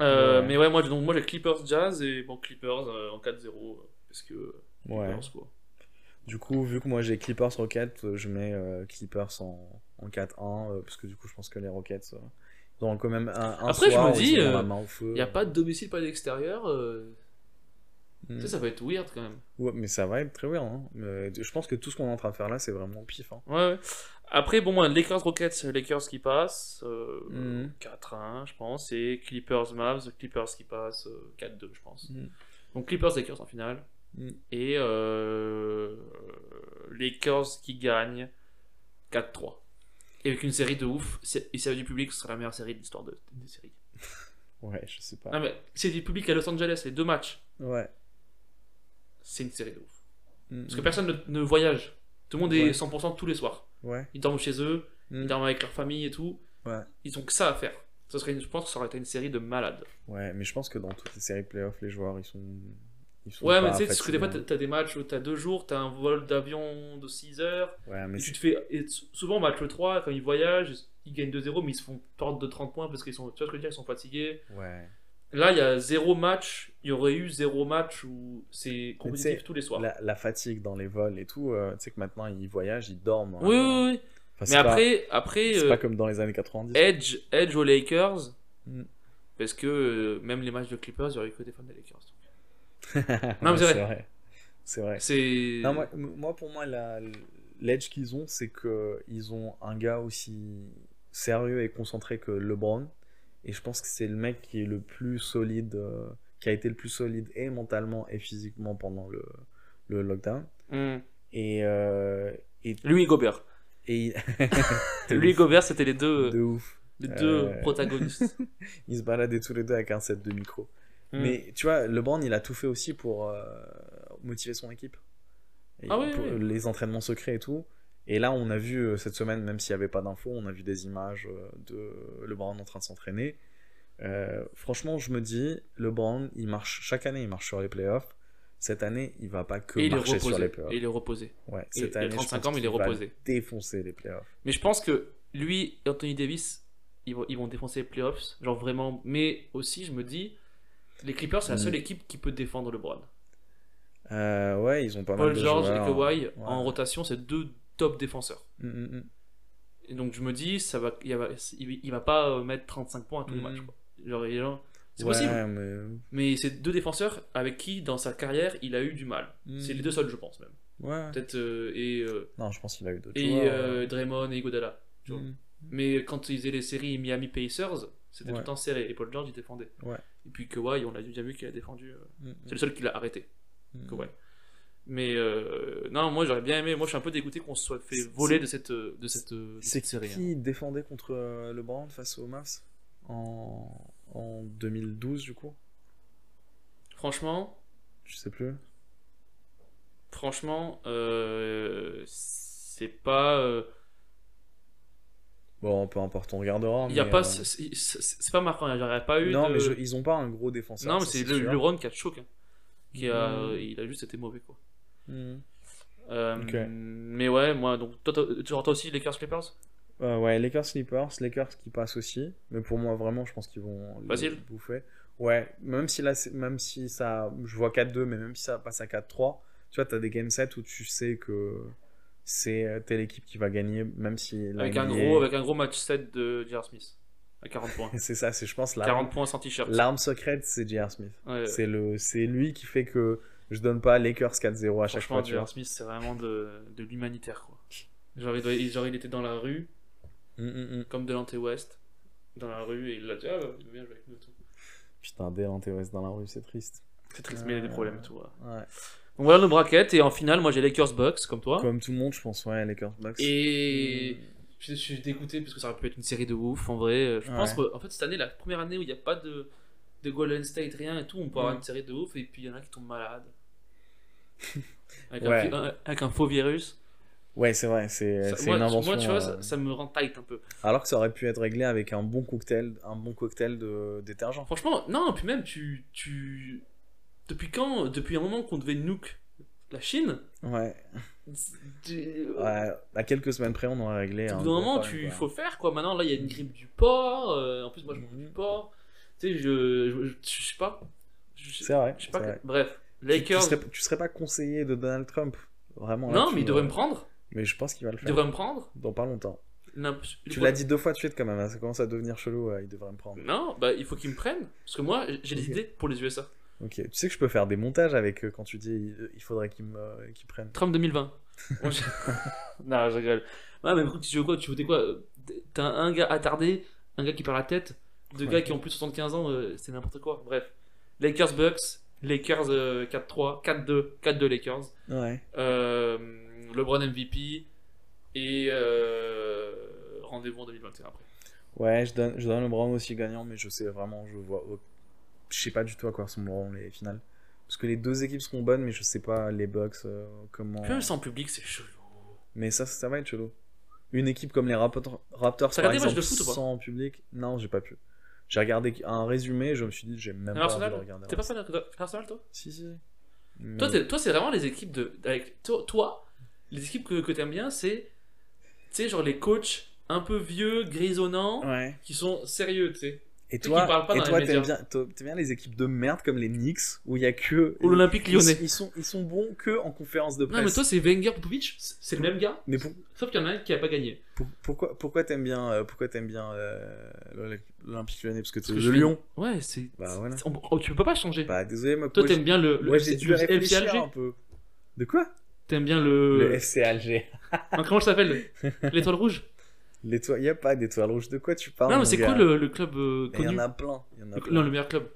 Speaker 4: Euh,
Speaker 5: Ouais.
Speaker 4: Mais ouais, moi, donc, moi j'ai Clippers Jazz et bon, Clippers euh, en 4-0. euh, Parce que. euh,
Speaker 5: Ouais.
Speaker 4: Clippers, quoi.
Speaker 5: Du coup, vu que moi j'ai Clippers Rockets, euh, je mets euh, Clippers en, en 4-1, euh, parce que du coup je pense que les Rockets, euh, ils auront quand même un, un
Speaker 4: Après, je
Speaker 5: soir
Speaker 4: me
Speaker 5: où
Speaker 4: dis,
Speaker 5: ils auront
Speaker 4: euh,
Speaker 5: la main au feu.
Speaker 4: Il n'y a pas de domicile, pas d'extérieur. euh,
Speaker 5: Mm.
Speaker 4: Ça, ça va être weird quand même.
Speaker 5: Ouais, mais ça va être très bien. hein. Mais je pense que tout ce qu'on est en train de faire là, c'est vraiment au pif. hein.
Speaker 4: Ouais, ouais. Après, bon, moi, Lakers Rockets, Lakers qui passe. euh,
Speaker 5: Mhm.
Speaker 4: 4-1, je pense. Et Clippers Mavs, Clippers qui passe. euh, 4-2, je pense.
Speaker 5: Mhm.
Speaker 4: Donc Clippers Lakers en finale.
Speaker 5: Mhm.
Speaker 4: Et euh, Lakers qui gagne 4-3. Et avec une série de ouf. c'est- Et série du public, ce sera la meilleure série de l'histoire de, des séries.
Speaker 5: Ouais, je sais pas.
Speaker 4: Non, mais série du public à Los Angeles, les deux matchs,
Speaker 5: Ouais.
Speaker 4: c'est une série de ouf.
Speaker 5: Mm,
Speaker 4: Parce que
Speaker 5: mm.
Speaker 4: personne ne, ne voyage. Tout le monde est
Speaker 5: Ouais.
Speaker 4: 100% tous les soirs.
Speaker 5: Ouais.
Speaker 4: Ils dorment chez eux,
Speaker 5: Mm.
Speaker 4: ils dorment avec leur famille et tout.
Speaker 5: Ouais.
Speaker 4: Ils ont que ça à faire. Ça serait, une- je pense que ça aurait été une série de malades.
Speaker 5: Ouais, mais je pense que dans toutes les séries playoffs, les joueurs, ils sont. Ils sont
Speaker 4: ouais,
Speaker 5: pas
Speaker 4: mais tu sais, parce que des fois,
Speaker 5: fatigués.
Speaker 4: t'as t'as des matchs où t'as deux jours, t'as un vol d'avion de 6 heures,
Speaker 5: hein. Ouais, mais
Speaker 4: et tu te fais. et sou- souvent, match le 3, quand ils voyagent, ils gagnent 2-0, mais ils se font perdre de 30 points parce qu'ils sont. Tu vois ce que je veux dire, ils sont fatigués.
Speaker 5: c'est- Ouais.
Speaker 4: Là, il y a zéro match, il y aurait eu zéro match où c'est
Speaker 5: tu
Speaker 4: compétitif
Speaker 5: sais,
Speaker 4: tous les soirs.
Speaker 5: La, la fatigue dans les vols et tout, euh, tu sais que maintenant, ils voyagent, ils dorment.
Speaker 4: Oui,
Speaker 5: hein.
Speaker 4: oui, oui.
Speaker 5: Enfin,
Speaker 4: Mais
Speaker 5: c'est pas-
Speaker 4: après, après
Speaker 5: C'est
Speaker 4: euh,
Speaker 5: pas comme dans les années 90.
Speaker 4: Edge, Edge aux Lakers,
Speaker 5: Mm.
Speaker 4: parce que euh, même les matchs de Clippers, il y aurait que des fans des Lakers.
Speaker 5: Ouais,
Speaker 4: Eh, mais c'est vrai.
Speaker 5: C'est vrai.
Speaker 4: C'est.
Speaker 5: Non, moi, moi, pour moi, la- l'edge qu'ils ont, c'est que ils ont un gars aussi sérieux et concentré que LeBron. Et je pense que c'est le mec qui est le plus solide, euh, qui a été le plus solide et mentalement et physiquement pendant le, le lockdown.
Speaker 4: Mm.
Speaker 5: Et, euh, et,
Speaker 4: Lui et Gobert.
Speaker 5: et il- De
Speaker 4: Lui et
Speaker 5: ouf.
Speaker 4: Gobert, c'était les deux,
Speaker 5: de ouf.
Speaker 4: les deux
Speaker 5: Euh.
Speaker 4: protagonistes.
Speaker 5: Ils se baladaient tous les deux avec un set de micro.
Speaker 4: Mm.
Speaker 5: Mais tu vois, LeBron, il a tout fait aussi pour euh, motiver son équipe. Et
Speaker 4: Ah oui,
Speaker 5: pour-
Speaker 4: oui.
Speaker 5: Les entraînements secrets et tout. Et là, on a vu euh, cette semaine, même s'il n'y avait pas d'infos, on a vu des images euh, de LeBron en train de s'entraîner. Euh, franchement, je me dis, LeBron, il marche chaque année, il marche sur les playoffs. Cette année, il va pas que
Speaker 4: et il est
Speaker 5: marcher sur les
Speaker 4: reposé.
Speaker 5: playoffs.
Speaker 4: Et il est reposé.
Speaker 5: Ouais,
Speaker 4: Il,
Speaker 5: cette
Speaker 4: il a
Speaker 5: année, je
Speaker 4: 35
Speaker 5: pense
Speaker 4: ans, mais il est
Speaker 5: qu'il va
Speaker 4: reposé.
Speaker 5: défoncer les playoffs.
Speaker 4: Mais je pense que lui et Anthony Davis, ils vont, ils vont défoncer les playoffs. Genre vraiment. Mais aussi, je me dis, les Clippers, c'est la
Speaker 5: Mm.
Speaker 4: seule équipe qui peut défendre LeBron.
Speaker 5: Euh, ouais, ils ont pas mal
Speaker 4: Paul
Speaker 5: de
Speaker 4: George et
Speaker 5: joueurs.
Speaker 4: Kawhi,
Speaker 5: Ouais.
Speaker 4: en rotation, c'est deux top défenseurs.
Speaker 5: Mm, mm, mm.
Speaker 4: Et donc je me dis, ça va, il, va, il, il va pas euh, mettre 35 points à tous les
Speaker 5: Mhm.
Speaker 4: matchs. quoi. Genre, il est là- c'est
Speaker 5: Ouais,
Speaker 4: possible.
Speaker 5: mais- euh,
Speaker 4: Mais c'est deux défenseurs avec qui, dans sa carrière, il a eu du mal.
Speaker 5: Mhm.
Speaker 4: Mm. C'est les deux seuls, je pense même.
Speaker 5: Mm. Ouais.
Speaker 4: Peut-être euh, et, euh,
Speaker 5: Non, je pense qu'il a eu d'autres
Speaker 4: et
Speaker 5: joueurs.
Speaker 4: euh, Draymond et Iguodala. tu vois.
Speaker 5: Mm.
Speaker 4: Mais quand ils faisaient les séries Miami Pacers, c'était
Speaker 5: Ouais.
Speaker 4: tout le temps serré. Et Paul George, il défendait.
Speaker 5: Ouais.
Speaker 4: Et puis Kawhi, on l'a déjà vu qu'il a défendu. euh,
Speaker 5: Mm,
Speaker 4: C'est le seul qui l'a arrêté.
Speaker 5: mm,
Speaker 4: Kawhi. Mais euh, non, moi j'aurais bien aimé. Moi je suis un peu dégoûté qu'on se soit fait voler de cette, euh, de cette, euh, de
Speaker 5: C'est
Speaker 4: cette série. hein.
Speaker 5: qui défendait contre euh, LeBron face aux Mavs en... en 2012 du coup
Speaker 4: Franchement,
Speaker 5: Je sais plus.
Speaker 4: Franchement, euh, c'est pas. euh,
Speaker 5: Bon, peu importe, on regardera.
Speaker 4: Il y a
Speaker 5: mais,
Speaker 4: pas.
Speaker 5: euh,
Speaker 4: c'est- C'est c'est pas marquant. hein. J'aurais pas eu.
Speaker 5: Non,
Speaker 4: de-
Speaker 5: mais je- ils ont pas un gros défenseur.
Speaker 4: non, mais
Speaker 5: ça,
Speaker 4: c'est le,
Speaker 5: sûr.
Speaker 4: LeBron qui a choc. hein. Qui a,
Speaker 5: Mm.
Speaker 4: Il a juste été mauvais quoi.
Speaker 5: Mm.
Speaker 4: Euh,
Speaker 5: Ok.
Speaker 4: Mais ouais, moi donc toi, t'as- genre, toi aussi les Lakers Clippers.
Speaker 5: Euh, ouais, Lakers Clippers, Lakers qui passe aussi. Mais pour moi, vraiment, je pense qu'ils vont le
Speaker 4: Facile.
Speaker 5: bouffer. Ouais, même si là, c'est- même si ça, je vois 4-2, mais même si ça passe à 4-3, tu vois, t'as des game sets où tu sais que c'est euh, telle équipe qui va gagner, même si la
Speaker 4: Avec un
Speaker 5: NBA
Speaker 4: gros, avec un gros match 7 de J.R. Smith à 40 points.
Speaker 5: C'est ça, c'est je pense l'arme,
Speaker 4: 40 points Euh. sans t-shirt.
Speaker 5: l'arme secrète, c'est J.R. Smith.
Speaker 4: Ouais,
Speaker 5: C'est le, c'est lui qui fait que je donne pas Lakers 4-0 à chaque fois.
Speaker 4: franchement,
Speaker 5: Tu vois.
Speaker 4: J.R. Smith c'est vraiment de, de l'humanitaire quoi. Genre il, doit- il- genre il était dans la rue
Speaker 5: Mm, mm, mm.
Speaker 4: comme Delante West dans la rue et il a dit ah bah, viens jouer avec nous et tout.
Speaker 5: Putain, dès l'intéresse dans la rue, c'est triste.
Speaker 4: C'est triste mais il y a des
Speaker 5: Euh,
Speaker 4: problèmes et tout. ouais.
Speaker 5: Ouais.
Speaker 4: Donc voilà nos brackets et en finale moi j'ai Lakers Bucks comme toi.
Speaker 5: Comme tout le monde, je pense, ouais, Lakers Bucks.
Speaker 4: Et
Speaker 5: Mmh.
Speaker 4: je, je suis dégoûté parce que ça aurait pu être une série de ouf en vrai. Euh, Je
Speaker 5: Ouais.
Speaker 4: pense que en fait cette année la première année où il n'y a pas de, de Golden State rien et tout on peut avoir
Speaker 5: Ouais.
Speaker 4: une série de ouf et puis il y en a qui tombent malades. avec, un,
Speaker 5: Ouais.
Speaker 4: vi- un- avec un faux virus.
Speaker 5: Ouais, c'est vrai, c'est
Speaker 4: Ça-
Speaker 5: c'est
Speaker 4: moi,
Speaker 5: une
Speaker 4: tu-
Speaker 5: invention.
Speaker 4: moi, tu vois
Speaker 5: euh,
Speaker 4: ça, ça me rend tight un peu.
Speaker 5: Alors que ça aurait pu être réglé avec un bon cocktail, un bon cocktail de détergent.
Speaker 4: Franchement non puis même tu tu depuis quand depuis un moment qu'on devait nuke la Chine.
Speaker 5: Ouais.
Speaker 4: tu-
Speaker 5: ouais. À quelques semaines près, on aurait réglé.
Speaker 4: Au
Speaker 5: hein. un
Speaker 4: bout d'un
Speaker 5: gros
Speaker 4: moment,
Speaker 5: problème,
Speaker 4: tu
Speaker 5: quoi.
Speaker 4: faut faire quoi. Maintenant, là, il y a une grippe du porc. euh, en plus, moi, je mange
Speaker 5: Mhm.
Speaker 4: du porc. Tu sais, je, je, je, je sais pas. Je,
Speaker 5: C'est vrai.
Speaker 4: je sais pas.
Speaker 5: c'est
Speaker 4: que-
Speaker 5: vrai.
Speaker 4: Bref,
Speaker 5: Tu, tu
Speaker 4: Lakers.
Speaker 5: serais, tu serais pas conseiller de Donald Trump. Vraiment. là,
Speaker 4: non,
Speaker 5: tu
Speaker 4: mais il
Speaker 5: me-
Speaker 4: devrait me prendre.
Speaker 5: Mais je pense qu'il va le
Speaker 4: Il
Speaker 5: faire.
Speaker 4: devrait me prendre.
Speaker 5: Dans pas longtemps.
Speaker 4: N'imp-
Speaker 5: Tu l'as dit deux fois de suite quand même. hein, Ça commence à devenir chelou. ouais, il devrait me prendre.
Speaker 4: Non, bah il faut qu'il me prenne. Parce que moi, j'ai des
Speaker 5: Ok.
Speaker 4: idées pour les USA.
Speaker 5: Ok. Tu sais que je peux faire des montages avec eux quand tu dis euh, il faudrait qu'ils me qu'ils prennent.
Speaker 4: Trump 2020. non, je rigole. Ouais, mais écoute, tu veux quoi Tu votais quoi Euh, T'as un gars attardé, un gars qui perd la tête, deux
Speaker 5: Ouais.
Speaker 4: gars qui ont plus de 75 ans, euh, c'est n'importe quoi. Bref. Lakers Bucks, Lakers euh, 4-3, 4-2, 4-2 Lakers.
Speaker 5: Ouais.
Speaker 4: Euh, LeBron MVP et euh, rendez-vous en 2021 après.
Speaker 5: Ouais, je donne, je donne LeBron aussi gagnant, mais je sais vraiment, je vois. au- Je sais pas du tout à quoi ressembleront les finales. Parce que les deux équipes seront bonnes, mais je sais pas les Bucks, euh, comment.
Speaker 4: Même sans public, c'est chelou.
Speaker 5: Mais ça, ça va être chelou. Une équipe comme les Raptor- Raptors,
Speaker 4: T'as
Speaker 5: par
Speaker 4: regardé le match de
Speaker 5: exemple,
Speaker 4: foot ou pas
Speaker 5: sans public, non, j'ai pas pu. J'ai regardé un résumé, je me suis dit, j'ai même
Speaker 4: Un
Speaker 5: pas envie de
Speaker 4: Arsenal
Speaker 5: regarder.
Speaker 4: T'es pas fan d'Arsenal, toi
Speaker 5: Si, si.
Speaker 4: Toi,
Speaker 5: Mais-
Speaker 4: t'es- Toi, c'est vraiment les équipes de. Avec, toi, toi, les équipes que, que t'aimes bien, c'est. Tu sais, genre les coachs un peu vieux, grisonnants,
Speaker 5: Ouais.
Speaker 4: qui sont sérieux, tu sais.
Speaker 5: Et
Speaker 4: qui
Speaker 5: toi,
Speaker 4: parlent pas
Speaker 5: et
Speaker 4: dans les
Speaker 5: toi, t'aimes
Speaker 4: médias.
Speaker 5: bien, t'aimes bien les équipes de merde comme les Knicks, où il y a que.
Speaker 4: Ou l'Olympique
Speaker 5: ils,
Speaker 4: lyonnais.
Speaker 5: ils sont, ils sont bons que en conférence de presse.
Speaker 4: Non, mais toi, c'est Wenger Popovic, c'est le même gars,
Speaker 5: Mais pour-
Speaker 4: sauf qu'il y en a un qui a pas gagné.
Speaker 5: Pour- Pourquoi, pourquoi t'aimes bien, euh, pourquoi t'aimes bien euh, l'Olymp- l'Olympique Lyonnais parce que t'es
Speaker 4: que
Speaker 5: de
Speaker 4: je suis-
Speaker 5: Lyon.
Speaker 4: Ouais, c'est.
Speaker 5: Bah, voilà.
Speaker 4: c'est- on- oh, tu peux pas changer.
Speaker 5: Bah désolé, moi,
Speaker 4: toi,
Speaker 5: moi,
Speaker 4: t'aimes bien le.
Speaker 5: j'ai-
Speaker 4: le
Speaker 5: moi, j'ai dû
Speaker 4: le
Speaker 5: réfléchir
Speaker 4: FCLG?
Speaker 5: un peu. De quoi
Speaker 4: T'aimes bien le.
Speaker 5: Le FC Alger.
Speaker 4: Non, comment ça s'appelle L'étoile rouge
Speaker 5: L'étoile, y a pas d'étoile rouge. De quoi tu parles
Speaker 4: Non, mais
Speaker 5: Oh mon
Speaker 4: c'est
Speaker 5: gars
Speaker 4: quoi le, le club euh,
Speaker 5: Mais y
Speaker 4: connu
Speaker 5: en a plein. Il y en a
Speaker 4: Le-
Speaker 5: plein.
Speaker 4: Non, le meilleur club.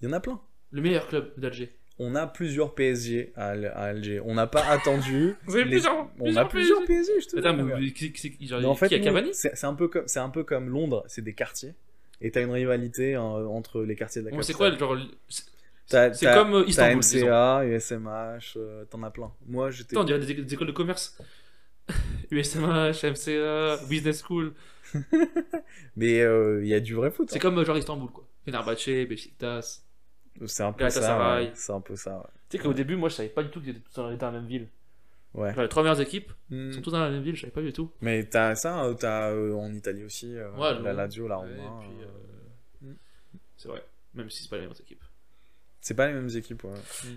Speaker 5: Y en a plein.
Speaker 4: Le meilleur club d'Alger.
Speaker 5: On a plusieurs PSG à, Al- à Alger. On n'a pas attendu.
Speaker 4: Vous avez
Speaker 5: les-
Speaker 4: plusieurs-
Speaker 5: On
Speaker 4: plusieurs
Speaker 5: a plusieurs PSG. je te
Speaker 4: Attends,
Speaker 5: jure, mon gars.
Speaker 4: mais qui, qui, qui, genre,
Speaker 5: Mais en fait,
Speaker 4: qui a
Speaker 5: nous,
Speaker 4: Cavani
Speaker 5: c'est c'est un peu comme, c'est un peu comme Londres. C'est des quartiers. Et t'as une rivalité hein, entre les quartiers de la
Speaker 4: Bon, C'est
Speaker 5: capitale.
Speaker 4: quoi, le- genre. le- c'est-
Speaker 5: T'as-
Speaker 4: C'est
Speaker 5: t'as-
Speaker 4: comme euh,
Speaker 5: T'as
Speaker 4: Istanbul. disons.
Speaker 5: MCA, USMH, euh, t'en as plein. Moi, j'étais.
Speaker 4: Putain, on dirait des, éc- des écoles de commerce. USMH, MCA, Business School.
Speaker 5: Mais euh, il y a du vrai foot.
Speaker 4: C'est
Speaker 5: hein.
Speaker 4: comme euh, genre Istanbul, quoi. Fenerbahce, Beşiktaş.
Speaker 5: hein. C'est un peu ça.
Speaker 4: Galatasaray.
Speaker 5: ouais. C'est un peu ça. ouais.
Speaker 4: Tu sais qu'au début, moi, je savais pas du tout qu'ils étaient tous dans dans la même ville.
Speaker 5: Ouais.
Speaker 4: Genre, les trois meilleures équipes
Speaker 5: Hmm.
Speaker 4: sont tous dans la même ville, je savais pas du tout.
Speaker 5: Mais t'as ça, euh, t'as euh, en Italie aussi, euh,
Speaker 4: Ouais,
Speaker 5: la
Speaker 4: Londres.
Speaker 5: Lazio, la
Speaker 4: Ouais, et
Speaker 5: Roma.
Speaker 4: puis,
Speaker 5: euh,
Speaker 4: euh, C'est vrai, même si c'est pas les mêmes équipes.
Speaker 5: C'est pas les mêmes équipes. Ouais.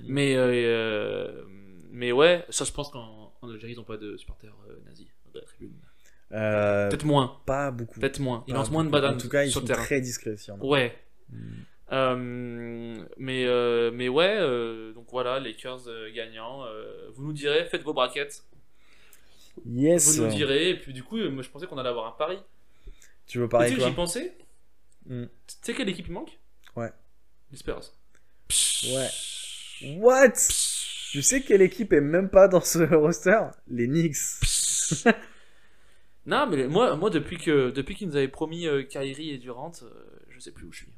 Speaker 4: Mais, euh, et, euh, mais ouais, ça je pense qu'en en Algérie ils n'ont pas de supporters euh, nazis dans la tribune.
Speaker 5: Euh,
Speaker 4: Peut-être moins,
Speaker 5: pas beaucoup.
Speaker 4: peut-être moins. Ils
Speaker 5: Pas
Speaker 4: lancent moins de
Speaker 5: beaucoup.
Speaker 4: bananes
Speaker 5: En tout cas, ils
Speaker 4: sur
Speaker 5: sont
Speaker 4: le terrain.
Speaker 5: très discrets. s'il y en a.
Speaker 4: Ouais.
Speaker 5: Hmm.
Speaker 4: Euh, mais, euh, mais ouais, euh, donc voilà, Lakers euh, gagnants. euh, vous nous direz, faites vos brackets.
Speaker 5: Yes.
Speaker 4: Oh, Vous nous direz, et puis du coup, euh, moi je pensais qu'on allait avoir un pari.
Speaker 5: Tu veux
Speaker 4: Et
Speaker 5: parler
Speaker 4: Tu sais que
Speaker 5: quoi
Speaker 4: j'y pensais
Speaker 5: Hmm.
Speaker 4: Tu sais quelle équipe il manque
Speaker 5: Ouais.
Speaker 4: Les Spurs.
Speaker 5: Ouais. What Tu sais quelle équipe est même pas dans ce roster Les Knicks.
Speaker 4: Non, mais les- moi, moi depuis que depuis qu'ils nous avaient promis euh, Kyrie et Durant, euh, je sais plus où je suis.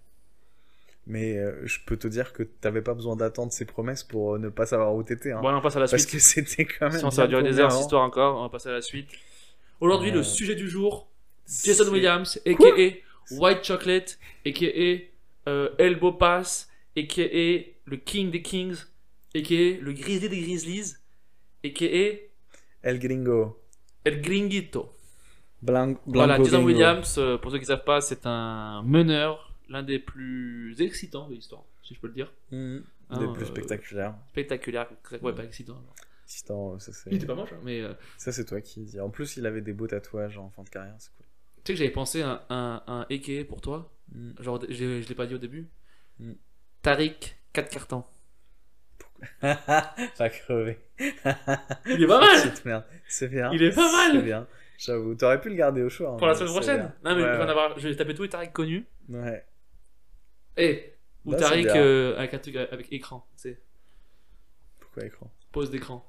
Speaker 5: Mais euh, je peux te dire que t'avais pas besoin d'attendre ces promesses pour euh, ne pas savoir où t'étais. hein.
Speaker 4: Bon, allez, on passe à la
Speaker 5: Parce
Speaker 4: suite.
Speaker 5: que c'était quand même.
Speaker 4: Sinon, ça va
Speaker 5: Ah, bien hein.
Speaker 4: durer des heures
Speaker 5: tourné
Speaker 4: cette histoire encore. On va passer à la suite. Aujourd'hui,
Speaker 5: Euh,
Speaker 4: le sujet du jour
Speaker 5: avant.
Speaker 4: Jason
Speaker 5: C'est-
Speaker 4: Williams,
Speaker 5: Quoi
Speaker 4: a.k.a. White Chocolate, a.k.a. euh, Elbow Pass, a.k.a. le King des Kings, a.k.a. le Grizzly des Grizzlies, a.k.a.
Speaker 5: El Gringo.
Speaker 4: El Gringuito.
Speaker 5: Blan- Blanco
Speaker 4: Voilà, Jason
Speaker 5: Gringo.
Speaker 4: Williams, euh, pour ceux qui ne savent pas, c'est un meneur, l'un des plus excitants de l'histoire, si je peux le dire.
Speaker 5: Mhm.
Speaker 4: Hein,
Speaker 5: Des plus
Speaker 4: euh,
Speaker 5: spectaculaires.
Speaker 4: Spectaculaire, ouais, pas excitant. alors.
Speaker 5: Si t'en- euh, ça, c'est...
Speaker 4: Il était pas moche, hein, mais euh,
Speaker 5: ça, c'est toi qui dis. En plus, il avait des beaux tatouages en fin de carrière, c'est cool.
Speaker 4: tu sais que j'avais pensé à un, un aka pour toi,
Speaker 5: Mhm.
Speaker 4: genre je, je l'ai pas dit au début.
Speaker 5: Mm.
Speaker 4: Tariq, 4 cartons.
Speaker 5: Va crever.
Speaker 4: Il est pas mal
Speaker 5: Petite merde. C'est bien.
Speaker 4: Il est pas mal.
Speaker 5: C'est bien. J'avoue, t'aurais pu le garder au choix. hein,
Speaker 4: pour la
Speaker 5: mais
Speaker 4: semaine
Speaker 5: c'est
Speaker 4: prochaine.
Speaker 5: bien.
Speaker 4: Non, mais
Speaker 5: Ouais,
Speaker 4: je vais en
Speaker 5: ouais.
Speaker 4: avoir- je vais taper tous les Tariq connus.
Speaker 5: Ouais.
Speaker 4: Et Eh, ou
Speaker 5: Là, Bah, c'est
Speaker 4: Tariq
Speaker 5: bien.
Speaker 4: euh, avec un truc avec écran, tu sais,
Speaker 5: Pourquoi écran
Speaker 4: pause d'écran.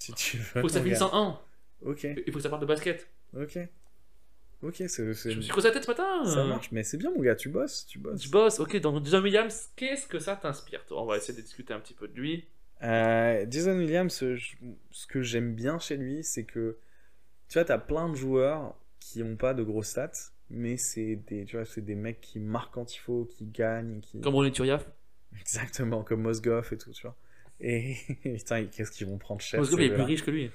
Speaker 5: Si tu veux.
Speaker 4: Faut que ça
Speaker 5: mon
Speaker 4: finisse
Speaker 5: gars.
Speaker 4: en 1.
Speaker 5: Ok,
Speaker 4: Il faut que ça parle de basket.
Speaker 5: ok. Ok, c'est, c'est-
Speaker 4: Je me suis creusé la tête ce matin.
Speaker 5: ça
Speaker 4: euh.
Speaker 5: marche, mais c'est bien mon gars, tu bosses, tu bosses.
Speaker 4: Je bosse, ok, donc John Williams, qu'est-ce que ça t'inspire toi On va essayer de discuter un petit peu de lui.
Speaker 5: Euh, Jason Williams, euh, je- ce que j'aime bien chez lui, c'est que tu vois, t'as plein de joueurs qui n'ont pas de gros stats, mais c'est des, tu vois, c'est des mecs qui marquent quand il faut, qui gagnent, qui
Speaker 4: Comme René Turiaf.
Speaker 5: exactement comme Mosgoff et tout, tu vois. Et putain, qu'est-ce qu'ils vont prendre cher
Speaker 4: Mosgov
Speaker 5: ces
Speaker 4: il est plus
Speaker 5: gars-là.
Speaker 4: riche que lui.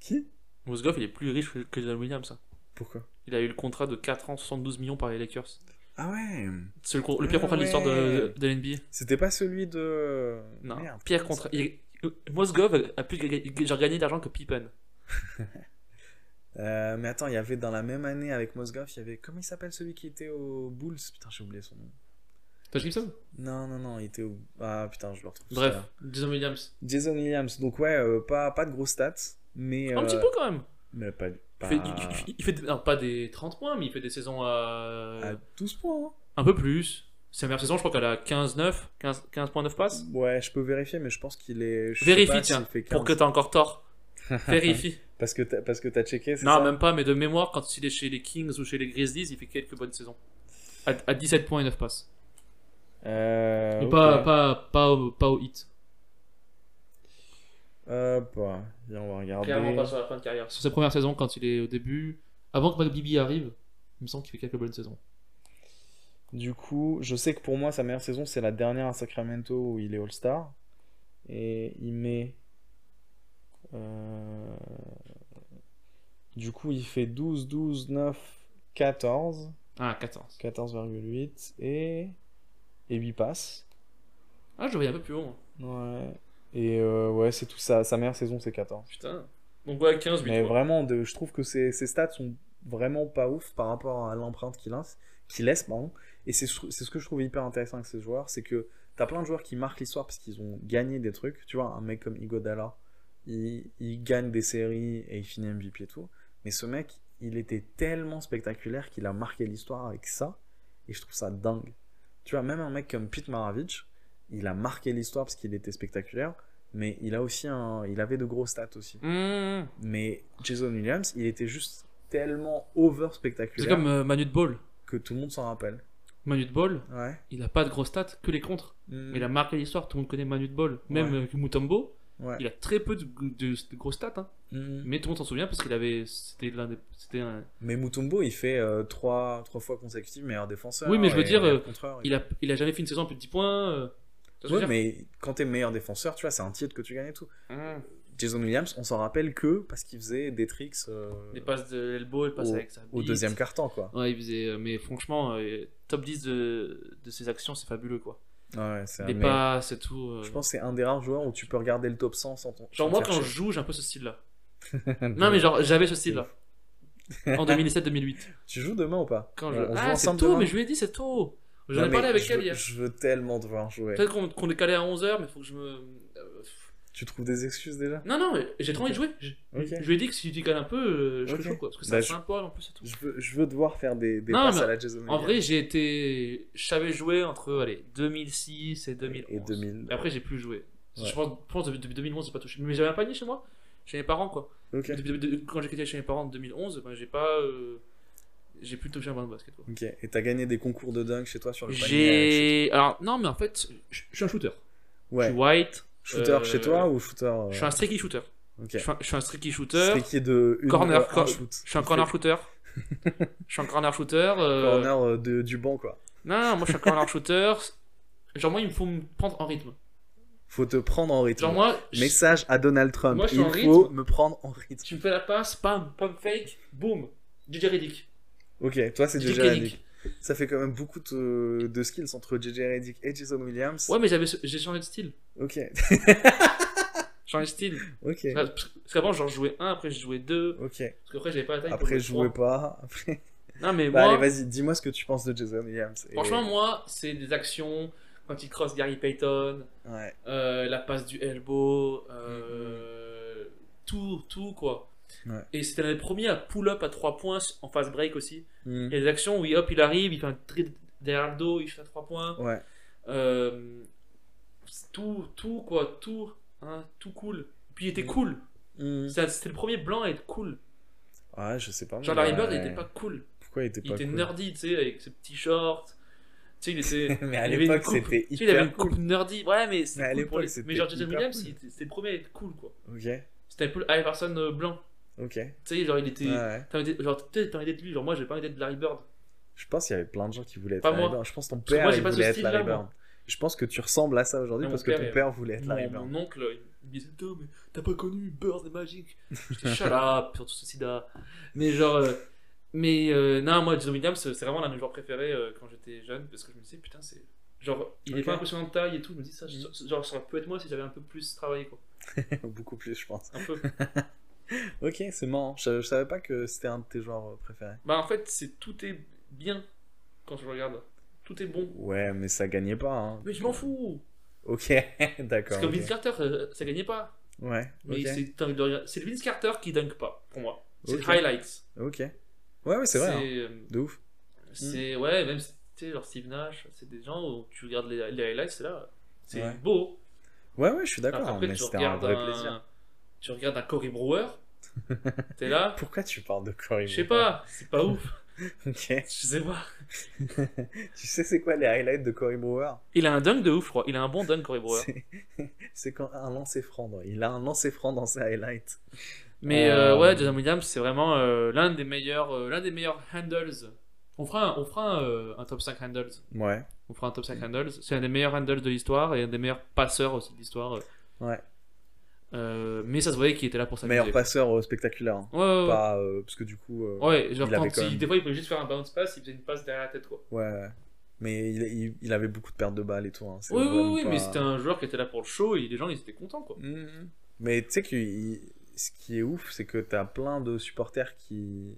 Speaker 5: Qui
Speaker 4: Mosgov il est plus riche que que John Williams. ça.
Speaker 5: Pourquoi
Speaker 4: Il a eu le contrat de 4 ans, 72 millions par les Lakers.
Speaker 5: Ah ouais
Speaker 4: C'est le, con-
Speaker 5: Ah
Speaker 4: le pire contrat de l'histoire de, de l'NBA.
Speaker 5: C'était pas celui de. euh,
Speaker 4: Non,
Speaker 5: Merde.
Speaker 4: pire contrat. il- Mozgov a plus ga- genre gagné d'argent que Pippen.
Speaker 5: Euh, mais attends, il y avait dans la même année avec Mosgoff, il y avait. Comment il s'appelle celui qui était aux Bulls Putain, j'ai oublié son nom.
Speaker 4: Taj Gibson
Speaker 5: Non, non, non, il était au. Ah putain, je le retrouve. tout à
Speaker 4: Bref,
Speaker 5: l'heure.
Speaker 4: Jason Williams.
Speaker 5: Jason Williams. Donc, ouais, euh, pas, pas de grosses stats, mais.
Speaker 4: Un
Speaker 5: euh,
Speaker 4: petit peu quand même.
Speaker 5: Mais pas.
Speaker 4: Il
Speaker 5: pas-
Speaker 4: fait, il- il- il fait des- non, pas des 30 points, mais il fait des saisons à.
Speaker 5: À 12 points. hein.
Speaker 4: Un peu plus. Sa meilleure saison, je crois qu'elle a 15-9, 15 15.9 passes.
Speaker 5: Ouais, je peux vérifier, mais je pense qu'il est. je sais
Speaker 4: Vérifie,
Speaker 5: pas
Speaker 4: tiens,
Speaker 5: s'il fait
Speaker 4: Pour que
Speaker 5: 15.
Speaker 4: t'aies encore tort. Vérifie.
Speaker 5: Parce que t'as, parce que t'as checké, c'est
Speaker 4: non,
Speaker 5: ça
Speaker 4: même pas, mais de mémoire, quand il est chez les Kings ou chez les Grizzlies, il fait quelques bonnes saisons. À, à 17 points et 9 passes.
Speaker 5: Euh,
Speaker 4: Mais
Speaker 5: ok.
Speaker 4: pas, pas, pas, au, pas au hit.
Speaker 5: Hop, ouais. viens, on va regarder.
Speaker 4: Clairement pas sur la fin de carrière. Sur sa première saison, quand il est au début, avant que McBibby arrive, il me semble qu'il fait quelques bonnes saisons.
Speaker 5: Du coup, je sais que pour moi, sa meilleure saison, c'est la dernière à Sacramento où il est All-Star. Et il met. euh, Du coup, il fait 12, 12, 9, 14.
Speaker 4: Ah, 14.
Speaker 5: 14,8 et. Et 8 passes.
Speaker 4: Ah, je voyais un peu plus haut. moi.
Speaker 5: Ouais. Et euh, ouais, c'est tout ça. Sa meilleure saison, c'est hein. 14.
Speaker 4: Putain. Donc, ouais, 15, 8
Speaker 5: Mais
Speaker 4: points.
Speaker 5: vraiment, de, je trouve que ses, ses stats sont vraiment pas ouf par rapport à l'empreinte qu'il laisse. Qu'il laisse pardon. Et c'est ce c'est ce que je trouve hyper intéressant avec ces joueurs, c'est que t'as plein de joueurs qui marquent l'histoire parce qu'ils ont gagné des trucs. Tu vois, un mec comme Igodala, il, il gagne des séries et il finit MVP et tout. Mais ce mec, il était tellement spectaculaire qu'il a marqué l'histoire avec ça. Et je trouve ça dingue. Tu vois, même un mec comme Pete Maravich, il a marqué l'histoire parce qu'il était spectaculaire, mais il a aussi un, il avait de gros stats aussi.
Speaker 4: Mmh.
Speaker 5: Mais Jason Williams, il était juste tellement over
Speaker 4: C'est
Speaker 5: spectaculaire
Speaker 4: comme euh, Manu de Ball.
Speaker 5: que tout le monde s'en rappelle.
Speaker 4: Manu de Ball,
Speaker 5: Ouais.
Speaker 4: il a pas de gros stats, que les contres. Mais il a marqué l'histoire, tout le monde connaît Manu de Ball. Même
Speaker 5: Mm. Ouais.
Speaker 4: euh, Mutombo,
Speaker 5: Ouais.
Speaker 4: il a très peu de, de- de grosses stats. hein.
Speaker 5: Mm.
Speaker 4: Mais tout le monde s'en souvient parce qu'il avait. C'était l'un des. C'était un-
Speaker 5: Mais Mutombo, il fait euh, trois, trois fois consécutive meilleur défenseur.
Speaker 4: Oui, mais je veux
Speaker 5: et
Speaker 4: dire,
Speaker 5: meilleur
Speaker 4: euh,
Speaker 5: contreur,
Speaker 4: Il, a, il a jamais fait une saison à plus de 10 points. euh. Tu vois
Speaker 5: Ouais,
Speaker 4: ce que
Speaker 5: mais quand t'es meilleur défenseur, tu vois, c'est un titre que tu gagnes et tout.
Speaker 4: je veux dire Hein?
Speaker 5: Jason Williams, on s'en rappelle que parce qu'il faisait des tricks euh,
Speaker 4: Des passes de l'elbow, il passe
Speaker 5: au-
Speaker 4: avec sa
Speaker 5: au
Speaker 4: bite.
Speaker 5: deuxième quart-temps, quoi.
Speaker 4: Ouais, il faisait. euh, Mais franchement, euh, top 10 de, de ses actions, c'est fabuleux quoi.
Speaker 5: Ouais, c'est un
Speaker 4: Des
Speaker 5: Ah, mais
Speaker 4: passes et tout. euh.
Speaker 5: Je pense que c'est un des rares joueurs où tu peux regarder le top 100 sans ton.
Speaker 4: Genre, moi quand je joue, j'ai un peu ce style là. non, mais genre, j'avais ce style là. En 2007-2008.
Speaker 5: Tu joues demain ou pas
Speaker 4: Quand
Speaker 5: On-
Speaker 4: je.
Speaker 5: on joue
Speaker 4: ah, c'est
Speaker 5: ensemble
Speaker 4: tôt,
Speaker 5: demain
Speaker 4: mais je lui ai dit, c'est tôt. J'en
Speaker 5: Non,
Speaker 4: ai
Speaker 5: mais
Speaker 4: parlé avec
Speaker 5: je
Speaker 4: elle
Speaker 5: veux-
Speaker 4: hier.
Speaker 5: Je veux tellement te voir jouer.
Speaker 4: Peut-être qu'on qu'on est calé à 11h, mais faut que je me. euh,
Speaker 5: Tu trouves des excuses déjà
Speaker 4: Non, non, mais j'ai trop envie de jouer. Je,
Speaker 5: Ok.
Speaker 4: je lui ai dit que si tu cales un peu, euh, je
Speaker 5: Ok.
Speaker 4: te chaud, quoi. Parce que c'est
Speaker 5: Bah,
Speaker 4: un
Speaker 5: je-
Speaker 4: sympa, en plus, et tout.
Speaker 5: je veux, je veux devoir faire des, des
Speaker 4: Non,
Speaker 5: passes
Speaker 4: mais
Speaker 5: à la Jason
Speaker 4: En
Speaker 5: Williams.
Speaker 4: vrai, j'ai été. Je savais jouer entre allez, 2006 et 2011.
Speaker 5: Et 2000.
Speaker 4: Et après, j'ai plus joué.
Speaker 5: Ouais.
Speaker 4: Je pense, je pense depuis depuis 2011, j'ai pas touché. Mais j'avais un panier chez moi, chez mes parents, quoi.
Speaker 5: Ok.
Speaker 4: Depuis- depuis- depuis- quand j'ai quitté chez mes parents en 2011, ben, j'ai pas. euh, J'ai plus touché un ballon de basket, quoi.
Speaker 5: Ok. Et t'as gagné des concours de dunk chez toi sur Oh, le panier avec-
Speaker 4: J'ai. Alors, non, mais en fait, je je suis un shooter. Je
Speaker 5: Ouais.
Speaker 4: suis white,
Speaker 5: Shooter
Speaker 4: euh,
Speaker 5: chez toi ou shooter euh,
Speaker 4: je suis un streaky shooter.
Speaker 5: Ok.
Speaker 4: Je suis un- je suis un streaky shooter.
Speaker 5: C'est qui est de une
Speaker 4: Corner,
Speaker 5: euh, un
Speaker 4: cor-
Speaker 5: shoot.
Speaker 4: Je suis un
Speaker 5: Il
Speaker 4: corner
Speaker 5: fait
Speaker 4: shooter. je suis un corner shooter. euh,
Speaker 5: corner euh, de, du banc quoi.
Speaker 4: Non, non, moi je suis un corner shooter. Genre, moi, il me faut me prendre en rythme.
Speaker 5: Faut te prendre en rythme.
Speaker 4: Genre, moi, je-
Speaker 5: Message à Donald Trump.
Speaker 4: Moi, je suis
Speaker 5: Il
Speaker 4: en
Speaker 5: faut
Speaker 4: rythme.
Speaker 5: me prendre en rythme.
Speaker 4: tu me fais la passe, pam, pump fake, boum. DJ Reddick.
Speaker 5: Ok. Toi c'est
Speaker 4: DJ
Speaker 5: JJ
Speaker 4: Reddick.
Speaker 5: Redick. Ça fait quand même beaucoup de, de skills entre JJ Redick et Jason Williams.
Speaker 4: Ouais, mais j'avais, ce- j'ai changé de style.
Speaker 5: Ok.
Speaker 4: J'ai Changé de style.
Speaker 5: ok.
Speaker 4: Parce que- parce qu'avant, j'en jouais un, après, je jouais deux.
Speaker 5: Ok.
Speaker 4: Parce qu'après, j'avais pas la taille. pour
Speaker 5: Après
Speaker 4: jouer
Speaker 5: jouez
Speaker 4: trois.
Speaker 5: pas. Après.
Speaker 4: Non, mais
Speaker 5: Bah,
Speaker 4: moi,
Speaker 5: allez vas-y. Dis-moi ce que tu penses de Jason Williams. et-
Speaker 4: franchement, moi, c'est des actions. Quand il cross Gary Payton,
Speaker 5: Ouais.
Speaker 4: euh, la passe du elbow, euh, tout, tout quoi.
Speaker 5: Mm-hmm. Ouais.
Speaker 4: Et c'était l'un des premiers à pull-up à 3 points en fast break aussi.
Speaker 5: Hmm.
Speaker 4: Il y a des actions où il, hop, il arrive, il fait un tri derrière le dos, il fait 3 points.
Speaker 5: Ouais.
Speaker 4: Euh, c'est tout, tout quoi, tout, hein, tout cool. Puis il était
Speaker 5: Mm.
Speaker 4: cool.
Speaker 5: Hmm.
Speaker 4: C'est- C'était le premier blanc à être cool.
Speaker 5: Ouais, je sais pas.
Speaker 4: Genre
Speaker 5: mais
Speaker 4: Larry Bird,
Speaker 5: ouais.
Speaker 4: il était pas cool.
Speaker 5: Pourquoi il était
Speaker 4: Il
Speaker 5: pas
Speaker 4: était
Speaker 5: cool
Speaker 4: nerdy, tu sais, avec ses petits shorts. Tu sais, il était.
Speaker 5: Mais à
Speaker 4: il avait une
Speaker 5: l'époque,
Speaker 4: coupe-
Speaker 5: c'était
Speaker 4: Tu sais, il avait une
Speaker 5: hyper
Speaker 4: coupe
Speaker 5: cool.
Speaker 4: nerdy. Ouais, mais
Speaker 5: Mais à
Speaker 4: c'était cool pour
Speaker 5: l'époque,
Speaker 4: les-
Speaker 5: c'était
Speaker 4: Mais genre Jason
Speaker 5: hyper
Speaker 4: Williams,
Speaker 5: cool.
Speaker 4: il était- c'était le premier à être cool quoi.
Speaker 5: Ok,
Speaker 4: C'était un peu le Iverson euh, blanc.
Speaker 5: ok. Ouais,
Speaker 4: Tu sais, genre il était.
Speaker 5: ouais.
Speaker 4: T'as envie d'être- genre, peut-être t'as envie d'être lui, genre moi j'ai pas envie d'être Larry Bird.
Speaker 5: Je pense qu'il y avait plein de gens qui voulaient être
Speaker 4: Pas
Speaker 5: Larry
Speaker 4: moi.
Speaker 5: Bird. Je pense que ton
Speaker 4: que
Speaker 5: père
Speaker 4: moi, j'ai
Speaker 5: il
Speaker 4: pas ce
Speaker 5: voulait être
Speaker 4: style-là,
Speaker 5: Larry
Speaker 4: moi.
Speaker 5: Bird. Je pense que tu ressembles à ça aujourd'hui
Speaker 4: Non,
Speaker 5: parce
Speaker 4: mon
Speaker 5: que
Speaker 4: père
Speaker 5: ton
Speaker 4: est-
Speaker 5: père voulait être Larry
Speaker 4: Mon,
Speaker 5: Bird.
Speaker 4: mon oncle, euh, il me disait Putain, mais t'as pas connu Bird est magique. J'étais shut up, surtout ce sida. Mais genre, euh, Mais euh, non, moi, Jason Williams, c'est vraiment l'un de mes joueurs préférés euh, quand j'étais jeune, parce que je me disais, putain, c'est. Genre, il est
Speaker 5: Ok. Mm.
Speaker 4: pas impressionnant de taille et tout, je me dis ça, je- genre, ça peut être moi si j'avais un peu plus travaillé, quoi.
Speaker 5: Beaucoup plus, je pense.
Speaker 4: Un peu.
Speaker 5: Ok, c'est marrant. Je, je savais pas que c'était un de tes joueurs euh, préférés.
Speaker 4: bah, en fait, c'est tout est bien quand je le regarde. Tout est bon.
Speaker 5: Ouais, mais ça gagnait pas. hein.
Speaker 4: Mais je m'en fous
Speaker 5: Ok,
Speaker 4: Parce
Speaker 5: d'accord.
Speaker 4: que
Speaker 5: ok.
Speaker 4: Vince Carter, euh, ça gagnait pas.
Speaker 5: Ouais,
Speaker 4: Mais
Speaker 5: ok.
Speaker 4: c'est dingue de regarder. C'est le Vince Carter qui dunk pas, pour moi. C'est
Speaker 5: Ok.
Speaker 4: le highlights.
Speaker 5: Ok. Ouais, ouais, c'est vrai. hein. Hmm.
Speaker 4: euh,
Speaker 5: De ouf.
Speaker 4: C'est ouais, même tu sais, genre Steve Nash, c'est des gens où tu regardes les, les highlights, c'est là, c'est
Speaker 5: Ouais.
Speaker 4: beau.
Speaker 5: Ouais, ouais, je suis d'accord. hein,
Speaker 4: Après,
Speaker 5: mais
Speaker 4: tu
Speaker 5: c'était un
Speaker 4: regardes euh,
Speaker 5: vrai
Speaker 4: un,
Speaker 5: plaisir.
Speaker 4: tu regardes un Corey Brewer, t'es là,
Speaker 5: Pourquoi tu parles de Corey
Speaker 4: je sais
Speaker 5: Brewer
Speaker 4: pas, c'est pas ouf,
Speaker 5: Ok.
Speaker 4: je sais pas.
Speaker 5: tu sais, c'est quoi les highlights de Corey Brewer
Speaker 4: Il a un dunk de ouf, je crois. Il a un bon dunk Corey Brewer.
Speaker 5: C'est- C'est quand un lancer franc. dans- Il a un lancer franc dans ses highlights.
Speaker 4: Mais
Speaker 5: Euh,
Speaker 4: euh, ouais, Jason Williams, c'est vraiment euh, l'un des meilleurs, euh, l'un des meilleurs handles. On fera, un, on fera un, euh, un top 5 handles.
Speaker 5: Ouais.
Speaker 4: On fera un top
Speaker 5: Mm.
Speaker 4: 5 handles. C'est un des meilleurs handles de l'histoire et un des meilleurs passeurs aussi de l'histoire.
Speaker 5: Ouais.
Speaker 4: Euh, mais ça se voyait qu'il était là pour s'amuser.
Speaker 5: Meilleur passeur euh, spectaculaire. hein.
Speaker 4: Ouais, ouais, ouais.
Speaker 5: Pas, euh, parce que du coup. euh,
Speaker 4: Ouais, genre
Speaker 5: Il avait
Speaker 4: quand
Speaker 5: quand
Speaker 4: il-
Speaker 5: même-
Speaker 4: des fois il pouvait juste faire un bounce pass, il faisait une passe derrière la tête quoi.
Speaker 5: Ouais, ouais. Mais il, il- il avait beaucoup de pertes de balles et tout. hein. C'est
Speaker 4: Oui, oui,
Speaker 5: vraiment
Speaker 4: oui,
Speaker 5: pas-
Speaker 4: mais c'était un joueur qui était là pour le show et les gens ils étaient contents quoi.
Speaker 5: Mhm. Mais tu sais que il- ce qui est ouf, c'est que t'as plein de supporters qui.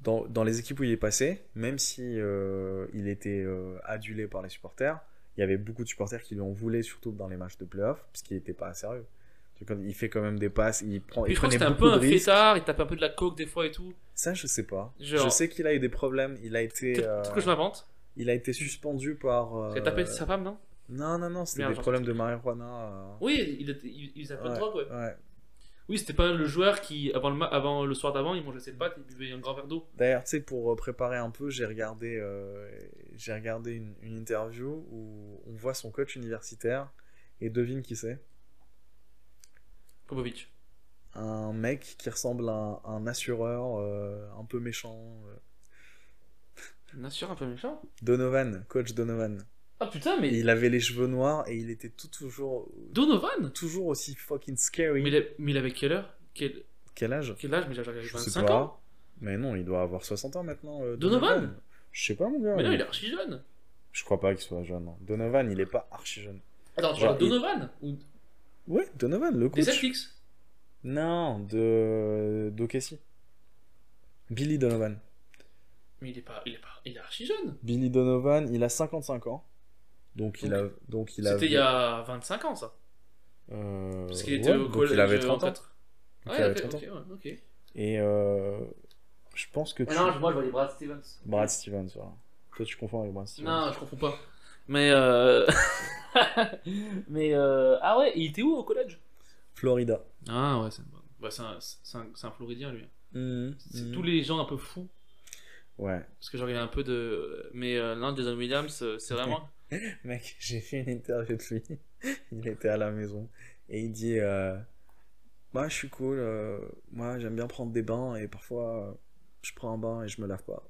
Speaker 5: Dans, dans les équipes où il est passé, même si euh, il était euh, adulé par les supporters, il y avait beaucoup de supporters qui lui en voulaient, surtout dans les matchs de playoff, parce qu'il n'était pas sérieux. Parce que quand il fait quand même des passes, il prend.
Speaker 4: Puis
Speaker 5: Il
Speaker 4: je crois que c'était
Speaker 5: prenait
Speaker 4: un
Speaker 5: beaucoup
Speaker 4: peu un
Speaker 5: de risques.
Speaker 4: fêtard, il tapait un peu de la coke des fois et tout.
Speaker 5: Ça, je sais pas.
Speaker 4: Genre-
Speaker 5: Je sais qu'il a eu des problèmes. Il a été,
Speaker 4: Peut-être
Speaker 5: euh,
Speaker 4: peut-être que je m'invente.
Speaker 5: il a été suspendu par. euh,
Speaker 4: Il a tapé sa femme non
Speaker 5: Non, non, non, c'était
Speaker 4: Merde,
Speaker 5: des
Speaker 4: j'en
Speaker 5: problèmes de marijuana. euh,
Speaker 4: Oui, il, était- il- il faisait un peu de drogue ouais.
Speaker 5: ouais.
Speaker 4: Oui, c'était pas le joueur qui avant le, ma- avant, le soir d'avant il mangeait ses pâtes, il buvait un grand verre d'eau.
Speaker 5: D'ailleurs, tu sais, pour euh, préparer un peu, j'ai regardé, euh, j'ai regardé une, une interview où on voit son coach universitaire et devine qui c'est
Speaker 4: Popovic.
Speaker 5: Un mec qui ressemble à un, un assureur euh, un peu méchant. euh.
Speaker 4: Bien sûr, un peu méchant.
Speaker 5: Donovan, coach Donovan.
Speaker 4: Ah putain,
Speaker 5: Et
Speaker 4: mais
Speaker 5: il avait les cheveux noirs et il était tout toujours,
Speaker 4: Donovan
Speaker 5: toujours aussi fucking
Speaker 4: mais
Speaker 5: scary.
Speaker 4: il, a- mais il avait quelle heure quel,
Speaker 5: Quel âge
Speaker 4: quel âge Mais il a genre
Speaker 5: Je
Speaker 4: 25 ans
Speaker 5: Mais non, il doit avoir 60 ans maintenant. euh,
Speaker 4: Donovan
Speaker 5: Je sais pas, mon gars.
Speaker 4: Mais non, il est archi jeune
Speaker 5: Je crois pas qu'il soit jeune. hein. Donovan, il est pas archi jeune.
Speaker 4: Attends, tu
Speaker 5: Genre,
Speaker 4: parles
Speaker 5: il-
Speaker 4: Donovan Ou
Speaker 5: Ouais, Donovan, le coach.
Speaker 4: des Celtics
Speaker 5: Non, de d'Okessi. Billy Donovan.
Speaker 4: Mais il est pas, il est pas, il est archi jeune.
Speaker 5: Billy Donovan, il a 55 ans. Donc il
Speaker 4: Donc,
Speaker 5: a donc il a
Speaker 4: C'était il y a 25 ans ça.
Speaker 5: euh,
Speaker 4: Parce qu'il était
Speaker 5: ouais,
Speaker 4: au
Speaker 5: donc
Speaker 4: collège.
Speaker 5: il avait
Speaker 4: euh,
Speaker 5: 30 ans.
Speaker 4: peut-être.
Speaker 5: Donc,
Speaker 4: Ouais,
Speaker 5: il avait
Speaker 4: ok,
Speaker 5: 30 ans.
Speaker 4: ok, ouais, ok.
Speaker 5: Et euh, je pense que tu...
Speaker 4: moi je vois les Brad Stevens.
Speaker 5: Brad Stevens voilà. Toi tu confonds avec Brad Stevens.
Speaker 4: Non, je comprends pas. Mais euh... mais euh... ah ouais, il était où au collège
Speaker 5: Florida.
Speaker 4: Ah ouais, c'est bah, c'est un, c'est un, c'est un Floridien lui.
Speaker 5: Mmh,
Speaker 4: C'est
Speaker 5: Mm.
Speaker 4: tous les gens un peu fous.
Speaker 5: Ouais.
Speaker 4: Parce que genre il a un peu de. Mais euh, l'un des Williams, euh, c'est vraiment.
Speaker 5: Mec, j'ai fait une interview de lui. Il était à la maison et il dit euh, Bah, je suis cool. euh, moi, j'aime bien prendre des bains et parfois euh, je prends un bain et je me lave pas.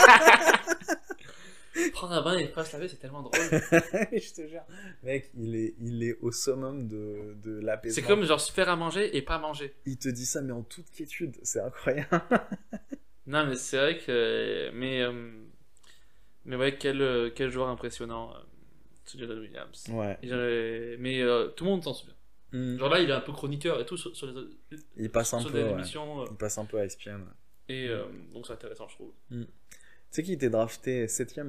Speaker 4: Prendre un bain et pas se laver, c'est tellement drôle.
Speaker 5: je te jure. Mec, il est, il est au summum de, de l'apaisement.
Speaker 4: c'est comme genre se faire à manger et pas manger.
Speaker 5: Il te dit ça, mais en toute quiétude. C'est incroyable.
Speaker 4: Non, mais c'est vrai que. Mais. euh, Mais ouais, quel, euh, quel joueur impressionnant, euh, ce Jalen Williams.
Speaker 5: Ouais.
Speaker 4: Et j'avais- Mais euh, tout le monde s'en souvient. Genre là, il est un peu chroniqueur et tout sur, sur les, autres-
Speaker 5: Mm. Il passe un
Speaker 4: sur
Speaker 5: peu.
Speaker 4: des
Speaker 5: ouais.
Speaker 4: émissions. euh,
Speaker 5: Il passe un peu à ESPN. ouais.
Speaker 4: Et euh, donc c'est intéressant, je trouve.
Speaker 5: Tu sais qu'il était drafté 7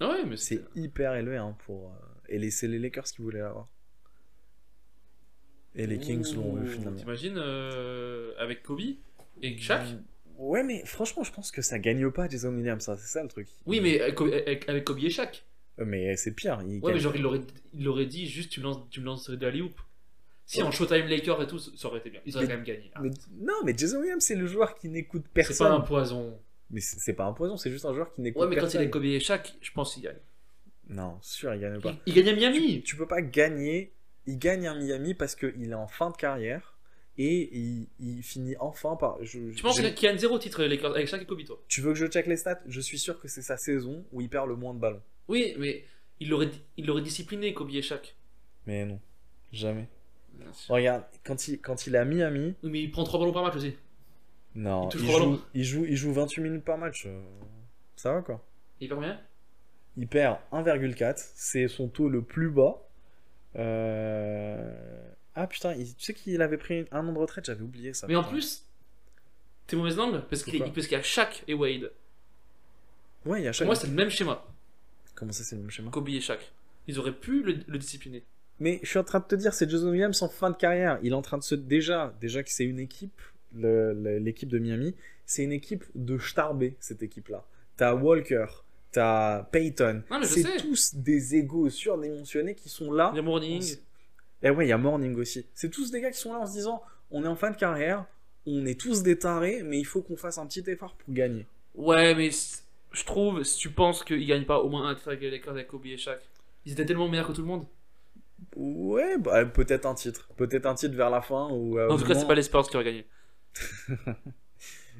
Speaker 4: Ah ouais, mais c'est.
Speaker 5: C'est hyper élevé hein, pour. euh, Et les- c'est les Lakers qui voulaient l'avoir. Et les Kings l'ont eu
Speaker 4: Ouh,
Speaker 5: finalement.
Speaker 4: T'imagines euh, avec Kobe et Shaq
Speaker 5: Ouais, mais franchement, je pense que ça gagne pas Jason Williams, ça, c'est ça le truc.
Speaker 4: Oui, mais avec Kobe- avec avec Kobe et Shaq.
Speaker 5: Euh, Mais c'est pire. Il
Speaker 4: Ouais,
Speaker 5: gagne-
Speaker 4: mais genre, il aurait, il aurait dit juste tu me lances, tu me lances de la hoop. Si en Showtime Lakers et tout, ça aurait été bien. Ils auraient
Speaker 5: Mais-
Speaker 4: quand même gagné. hein.
Speaker 5: Mais- Non, mais Jason Williams, c'est le joueur qui n'écoute
Speaker 4: C'est pas un
Speaker 5: personne.
Speaker 4: poison.
Speaker 5: Mais c'est c'est pas un poison, c'est juste un joueur qui n'écoute
Speaker 4: Ouais, mais quand il
Speaker 5: personne.
Speaker 4: est Kobe et Shaq, je pense qu'il gagne.
Speaker 5: Non, sûr, il gagne pas.
Speaker 4: Il, il gagne à Miami.
Speaker 5: Tu peux pas gagner. Il gagne à Miami parce qu'il est en fin de carrière et il, il finit enfin par. je-
Speaker 4: Tu penses
Speaker 5: j'ai-
Speaker 4: qu'il gagne zéro titre les Lakers avec Shaq et Kobe, toi
Speaker 5: Tu veux que je check les stats Je suis sûr que c'est sa saison où il perd le moins de ballons.
Speaker 4: Oui, mais il l'aurait il l'aurait discipliné, Kobe et Shaq.
Speaker 5: Mais non, jamais. Regarde, quand il, quand il est à Miami,
Speaker 4: Oui, mais il prend 3 ballons par match aussi.
Speaker 5: Non,
Speaker 4: Il touche
Speaker 5: il
Speaker 4: le ballon.
Speaker 5: joue, il, joue, il joue 28 minutes par match. euh, Ça va quoi.
Speaker 4: Il perd combien
Speaker 5: Il perd 1,4. C'est son taux le plus bas. Euh, Ah putain, il- tu sais qu'il avait pris un an de retraite, j'avais oublié ça.
Speaker 4: Mais en
Speaker 5: putain.
Speaker 4: plus, t'es mauvaise langue parce qu'il
Speaker 5: Pourquoi
Speaker 4: parce qu'il y a Shaq et Wade.
Speaker 5: Ouais, il y a
Speaker 4: Pour
Speaker 5: chaque...
Speaker 4: moi, c'est le même schéma.
Speaker 5: Comment ça, c'est le même schéma
Speaker 4: Kobe et Shaq. Ils auraient pu le, le discipliner.
Speaker 5: Mais je suis en train de te dire, c'est Jason Williams en fin de carrière. Il est en train de se. Déjà, déjà que c'est une équipe, le- le- l'équipe de Miami, c'est une équipe de starbés, cette équipe-là. T'as Walker, t'as Payton.
Speaker 4: Non, mais je sais.
Speaker 5: C'est tous des égaux surdimensionnés qui sont là.
Speaker 4: Il y a Morning.
Speaker 5: Et ouais, il y a Morning aussi. C'est tous des gars qui sont là en se disant on est en fin de carrière, on est tous des tarés, mais il faut qu'on fasse un petit effort pour gagner.
Speaker 4: Ouais, mais c- je trouve, si tu penses qu'ils gagnent pas au moins un titre avec les Lakers avec Kobe et Shaq, ils étaient tellement meilleurs que tout le monde.
Speaker 5: Ouais, bah, peut-être un titre. Peut-être un titre vers la fin. Ou, euh,
Speaker 4: en
Speaker 5: au
Speaker 4: tout cas, c'est
Speaker 5: moment-
Speaker 4: pas les Spurs qui auraient gagné.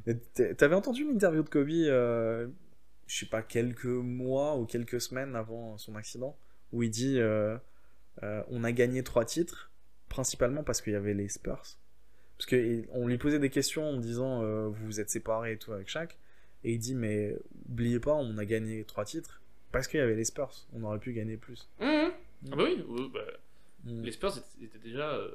Speaker 5: Mais t'a- T'avais entendu l'interview de Kobe, euh, je sais pas, quelques mois ou quelques semaines avant son accident, où il dit euh, euh, on a gagné trois titres, principalement parce qu'il y avait les Spurs. Parce qu'on lui posait des questions en disant euh, vous vous êtes séparés et tout avec Shaq, et il dit mais oubliez pas, on a gagné trois titres parce qu'il y avait les Spurs, on aurait pu gagner plus.
Speaker 4: Hum, hum. Ah bah oui, oui, bah,
Speaker 5: Mm.
Speaker 4: les Spurs étaient, étaient déjà. euh,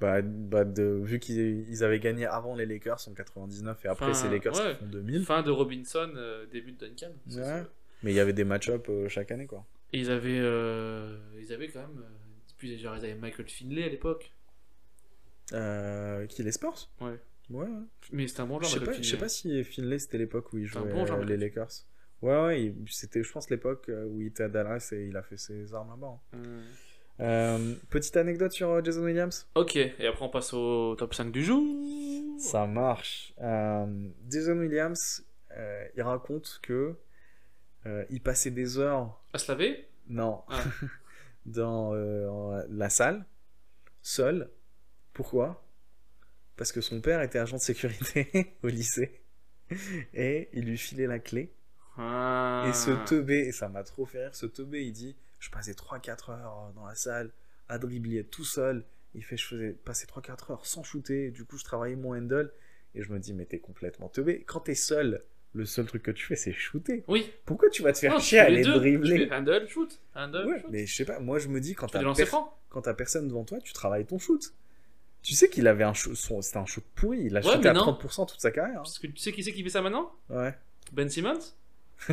Speaker 5: Bah, bah, de- vu qu'ils ils avaient gagné avant les Lakers en 99 et après
Speaker 4: Enfin,
Speaker 5: c'est les Lakers
Speaker 4: ouais.
Speaker 5: qui font 2000,
Speaker 4: fin de Robinson, euh, début de Duncan. Ça,
Speaker 5: Ouais.
Speaker 4: c'est-
Speaker 5: mais il y avait des match-up euh, chaque année quoi.
Speaker 4: Et ils avaient, euh, ils avaient quand même. euh, Puis genre, ils avaient Michael Finley à l'époque.
Speaker 5: Euh, qui les Spurs
Speaker 4: Ouais.
Speaker 5: Ouais. ouais.
Speaker 4: Mais c'était un bon
Speaker 5: Je
Speaker 4: joueur,
Speaker 5: sais
Speaker 4: Michael
Speaker 5: pas, je sais
Speaker 4: Finley.
Speaker 5: pas si Finlay c'était l'époque où il
Speaker 4: C'est un
Speaker 5: jouait
Speaker 4: bon joueur,
Speaker 5: euh, les
Speaker 4: Michael.
Speaker 5: Lakers. Ouais, ouais, il- c'était, je pense, l'époque euh, où il était à Dallas et il a fait ses armes là-bas. hein.
Speaker 4: Hum.
Speaker 5: Euh, petite anecdote sur euh, Jason Williams
Speaker 4: Ok, et après on passe au top 5 du jour.
Speaker 5: Ça marche. Euh, Jason Williams, euh, il raconte que euh, il passait des heures,
Speaker 4: À se laver
Speaker 5: non,
Speaker 4: Ah.
Speaker 5: dans euh, en- la salle, seul. Pourquoi Parce que son père était agent de sécurité au lycée et il lui filait la clé.
Speaker 4: Ah.
Speaker 5: Et ce teubé, et ça m'a trop fait rire, ce teubé, il dit Je passais 3-4 heures dans la salle à dribbler tout seul. Il fait Je faisais passer 3-4 heures sans shooter. Du coup, je travaillais mon handle. Et je me dis Mais t'es complètement teubé. Quand t'es seul, le seul truc que tu fais, c'est shooter.
Speaker 4: Oui,
Speaker 5: Pourquoi tu vas te faire
Speaker 4: Non, tu
Speaker 5: chier à
Speaker 4: fais les
Speaker 5: aller
Speaker 4: deux. Tu
Speaker 5: dribbler
Speaker 4: fais handle, shoot, handle,
Speaker 5: Ouais,
Speaker 4: shoot.
Speaker 5: mais je sais pas, moi je me dis quand
Speaker 4: Tu fais
Speaker 5: t'as
Speaker 4: des lancers
Speaker 5: per-
Speaker 4: francs.
Speaker 5: quand t'as personne devant toi, tu travailles ton shoot. Tu sais qu'il avait un shoot, son- c'était un shoot pourri, il a
Speaker 4: Ouais,
Speaker 5: shooté
Speaker 4: mais
Speaker 5: à
Speaker 4: non.
Speaker 5: 30% toute sa carrière.
Speaker 4: Parce que tu sais qui c'est qui fait ça maintenant
Speaker 5: hein. Ouais.
Speaker 4: Ben Simmons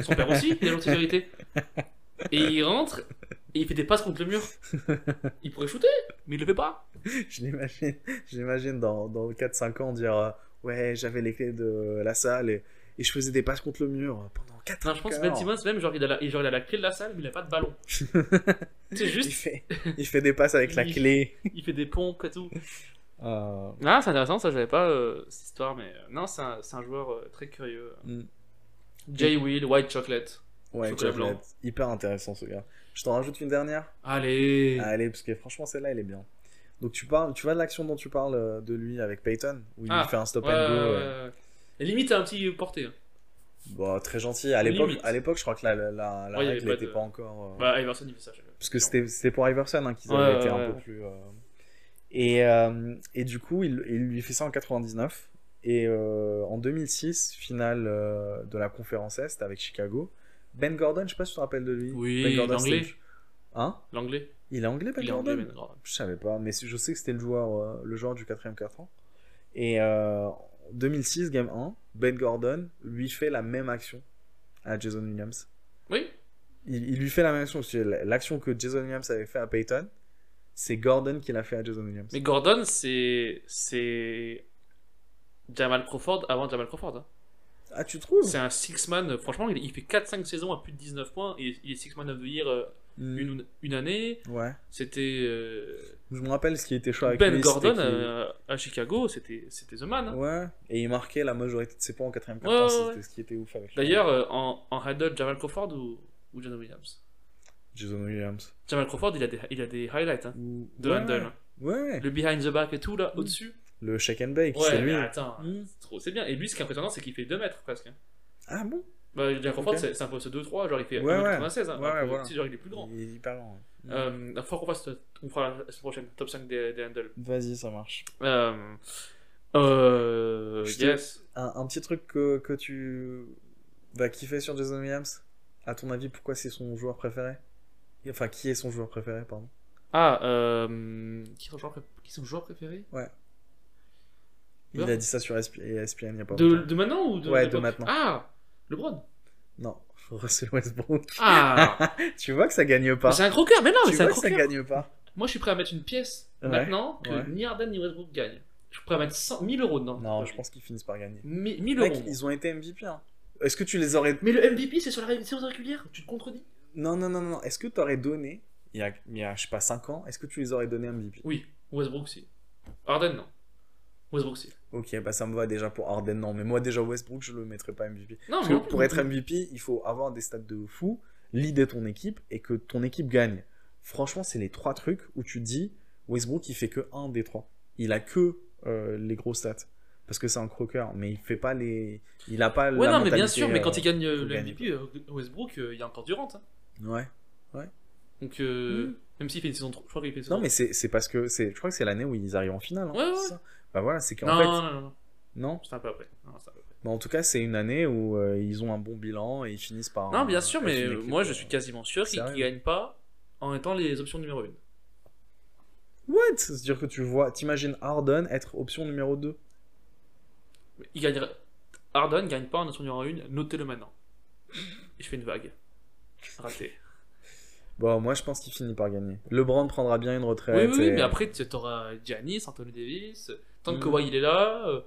Speaker 4: Son père aussi, il est en sécurité. Et il rentre et il fait des passes contre le mur. Il pourrait shooter, mais il le fait pas.
Speaker 5: Je l'imagine, je l'imagine dans, dans 4-5 ans dire euh, Ouais, j'avais les clés de la salle et, et je faisais des passes contre le mur pendant 4
Speaker 4: Non, je pense que Ben Simmons, même, genre, il a la, genre, il a la clé de la salle, mais il a pas de ballon. C'est
Speaker 5: il
Speaker 4: juste,
Speaker 5: fait, il fait des passes avec la
Speaker 4: Il-
Speaker 5: clé.
Speaker 4: il fait des pompes et tout.
Speaker 5: Euh,
Speaker 4: Ah, c'est intéressant, ça, j'avais pas euh, cette histoire, mais euh, non, c'est un, c'est un joueur euh, très curieux.
Speaker 5: Mm.
Speaker 4: Jay Will, White Chocolate.
Speaker 5: ouais,
Speaker 4: Chocolat
Speaker 5: Chocolat.
Speaker 4: blanc.
Speaker 5: Hyper intéressant ce gars. Je t'en rajoute une dernière
Speaker 4: Allez
Speaker 5: Allez, parce que franchement, celle-là, elle est bien. Donc tu parles, tu vois de l'action dont tu parles euh, de lui avec Peyton, où il
Speaker 4: Ah,
Speaker 5: lui fait un stop
Speaker 4: Ouais,
Speaker 5: and go.
Speaker 4: ouais,
Speaker 5: ouais.
Speaker 4: ouais, ouais. Et limite, t'as un petit porté. hein.
Speaker 5: Bon, très gentil. À l'époque,
Speaker 4: Limite.
Speaker 5: à l'époque, je crois que la, la, la, la
Speaker 4: Ouais, il y avait
Speaker 5: règle
Speaker 4: pas
Speaker 5: n'était
Speaker 4: de-
Speaker 5: pas encore. euh,
Speaker 4: Bah, Iverson, il fait ça. je-
Speaker 5: Parce que c'était c'était pour Iverson hein, qu'ils
Speaker 4: Ouais,
Speaker 5: avaient
Speaker 4: ouais,
Speaker 5: été un
Speaker 4: ouais.
Speaker 5: peu plus. euh, Et, euh, et du coup, il, il lui fait ça en 99. Et euh, en 2006, finale euh, de la conférence Est avec Chicago, Ben Gordon, je sais pas si tu te rappelles de lui.
Speaker 4: Oui,
Speaker 5: ben
Speaker 4: il est anglais.
Speaker 5: c'était- Hein
Speaker 4: L'anglais.
Speaker 5: Il est anglais, Ben
Speaker 4: Il est
Speaker 5: Gordon
Speaker 4: anglais, Ben Gordon.
Speaker 5: Je savais pas, mais c'est- je sais que c'était le joueur, euh, le joueur du 4ème quart-temps. Et euh, en 2006, game 1, Ben Gordon lui fait la même action à Jason Williams
Speaker 4: Oui,
Speaker 5: il, il lui fait la même action. parce que L'action que Jason Williams avait fait à Peyton, c'est Gordon qui l'a fait à Jason Williams.
Speaker 4: mais Gordon, c'est. C'est. Jamal Crawford avant Jamal Crawford. hein.
Speaker 5: Ah, tu trouves
Speaker 4: C'est un six-man. Franchement, il, il fait 4-5 saisons à plus de 19 points. Il, est- il est six-man à devenir
Speaker 5: Mm.
Speaker 4: euh, une, ou- une année.
Speaker 5: Ouais.
Speaker 4: C'était. euh,
Speaker 5: Je me rappelle ce qui était chaud avec
Speaker 4: ben
Speaker 5: lui. c'était
Speaker 4: Gordon
Speaker 5: qu'il-
Speaker 4: euh, à Chicago, c'était c'était The Man. hein.
Speaker 5: Ouais. Et il marquait la majorité de ses points en 4ème
Speaker 4: Ouais, ouais,
Speaker 5: quart C'était
Speaker 4: ouais.
Speaker 5: ce qui était ouf avec lui.
Speaker 4: D'ailleurs, euh, en, en handle, Jamal Crawford ou, ou John Williams
Speaker 5: Jason Williams.
Speaker 4: Jamal Crawford, il a des, il a des highlights hein,
Speaker 5: Ou-
Speaker 4: de
Speaker 5: ouais.
Speaker 4: handle.
Speaker 5: Ouais.
Speaker 4: Le behind the back et tout, là,
Speaker 5: Mm.
Speaker 4: au-dessus.
Speaker 5: Le shake and bake,
Speaker 4: Ouais,
Speaker 5: c'est
Speaker 4: mais
Speaker 5: lui.
Speaker 4: attends,
Speaker 5: Mm.
Speaker 4: c'est trop- c'est bien. Et lui, ce qui est impressionnant, c'est qu'il fait 2 mètres presque. hein.
Speaker 5: Ah bon
Speaker 4: Bah, Jamal Crawford,
Speaker 5: Ok.
Speaker 4: c'est- c'est un poste 2-3, genre il fait
Speaker 5: Ouais, ouais.
Speaker 4: 1m96. hein, alors que
Speaker 5: Ouais, ouais, Mm. voilà.
Speaker 4: petit, genre, il est plus grand.
Speaker 5: Il est hyper grand. ouais.
Speaker 4: Euh, la fois qu'on fasse, on fera la semaine prochaine top 5 des, des handles.
Speaker 5: Vas-y, ça marche.
Speaker 4: Euh, Euh.
Speaker 5: Je te-
Speaker 4: Yes.
Speaker 5: Un, un petit truc que, que tu vas kiffer sur Jason Williams À ton avis, pourquoi c'est son joueur préféré Enfin, qui est son joueur préféré, pardon
Speaker 4: Ah, euh. Qui sont joueurs, qui sont joueurs préférés
Speaker 5: Il a dit ça sur ESP- ESPN il n'y a pas
Speaker 4: de,
Speaker 5: longtemps.
Speaker 4: de maintenant ou de.
Speaker 5: bah. Ouais, de
Speaker 4: l'époque
Speaker 5: maintenant.
Speaker 4: Ah Lebron
Speaker 5: Non, Russell Westbrook.
Speaker 4: Ah
Speaker 5: tu vois que ça gagne pas.
Speaker 4: C'est un croqueur, mais non, mais
Speaker 5: tu
Speaker 4: c'est un
Speaker 5: vois que ça
Speaker 4: croqueur.
Speaker 5: gagne pas.
Speaker 4: Moi, je suis prêt à mettre une pièce
Speaker 5: Ouais,
Speaker 4: maintenant que
Speaker 5: ouais.
Speaker 4: ni Harden ni Westbrook gagnent. Je suis prêt à mettre 100 1000 euros dedans.
Speaker 5: Non, je pense qu'ils finissent par gagner.
Speaker 4: 1000 euros.
Speaker 5: Mec, ils ont été MVP. Hein. Est-ce que tu les aurais.
Speaker 4: Mais le MVP, c'est sur la ré- saison régulière Tu te contredis
Speaker 5: Non, non, non, non. non. Est-ce que tu aurais donné, il y, a, il y a, je sais pas, 5 ans, est-ce que tu les aurais donné MVP
Speaker 4: Oui, Westbrook, si. Harden, non. Westbrook, si.
Speaker 5: Ok, bah ça me va déjà pour Harden. Non, mais moi déjà Westbrook, je le mettrais pas MVP.
Speaker 4: Non,
Speaker 5: Parce
Speaker 4: mais
Speaker 5: que
Speaker 4: non plus,
Speaker 5: pour
Speaker 4: non
Speaker 5: être
Speaker 4: plus.
Speaker 5: MVP, il faut avoir des stats de fou, leader ton équipe et que ton équipe gagne. Franchement, c'est les trois trucs où tu te dis Westbrook, il fait que un des trois. Il a que euh, les gros stats parce que c'est un croqueur, mais il fait pas les, il a pas.
Speaker 4: Ouais,
Speaker 5: la
Speaker 4: non, mais bien
Speaker 5: mentalité,
Speaker 4: sûr, mais quand
Speaker 5: euh,
Speaker 4: il gagne euh,
Speaker 5: faut
Speaker 4: le
Speaker 5: gagner,
Speaker 4: MVP, euh, Westbrook, euh, il y a encore Durant. hein.
Speaker 5: Ouais.
Speaker 4: Donc, euh, même s'il fait une saison trop. Je crois qu'il fait une saison
Speaker 5: Hmm. Non, mais c'est c'est parce que c'est, je crois que c'est l'année où ils arrivent en finale. hein,
Speaker 4: Ouais, ouais.
Speaker 5: c'est ça Bah voilà, c'est qu'en
Speaker 4: Non,
Speaker 5: fait,
Speaker 4: non, non, non, non,
Speaker 5: non.
Speaker 4: c'est un peu après. Non, c'est un peu après.
Speaker 5: Mais en tout cas, c'est une année où euh, ils ont un bon bilan et ils finissent par.
Speaker 4: Non, bien sûr,
Speaker 5: être
Speaker 4: mais
Speaker 5: une
Speaker 4: euh,
Speaker 5: équipe,
Speaker 4: moi,
Speaker 5: euh,
Speaker 4: je suis quasiment sûr qu'il
Speaker 5: sérieux.
Speaker 4: ne gagne pas en étant les options numéro 1.
Speaker 5: What C'est-à-dire que tu vois, t'imagines Harden être option numéro 2
Speaker 4: Il gagnera. Harden gagne pas en option numéro 1, notez-le maintenant. Et je fais une vague. Raté.
Speaker 5: Bon, Bah, moi je pense qu'il finit par gagner. LeBron prendra bien une
Speaker 4: oui,
Speaker 5: retraite.
Speaker 4: oui, oui,
Speaker 5: et-
Speaker 4: mais après, tu auras Giannis, Anthony Davis, tant que
Speaker 5: Mm.
Speaker 4: Kawhi il est là, euh,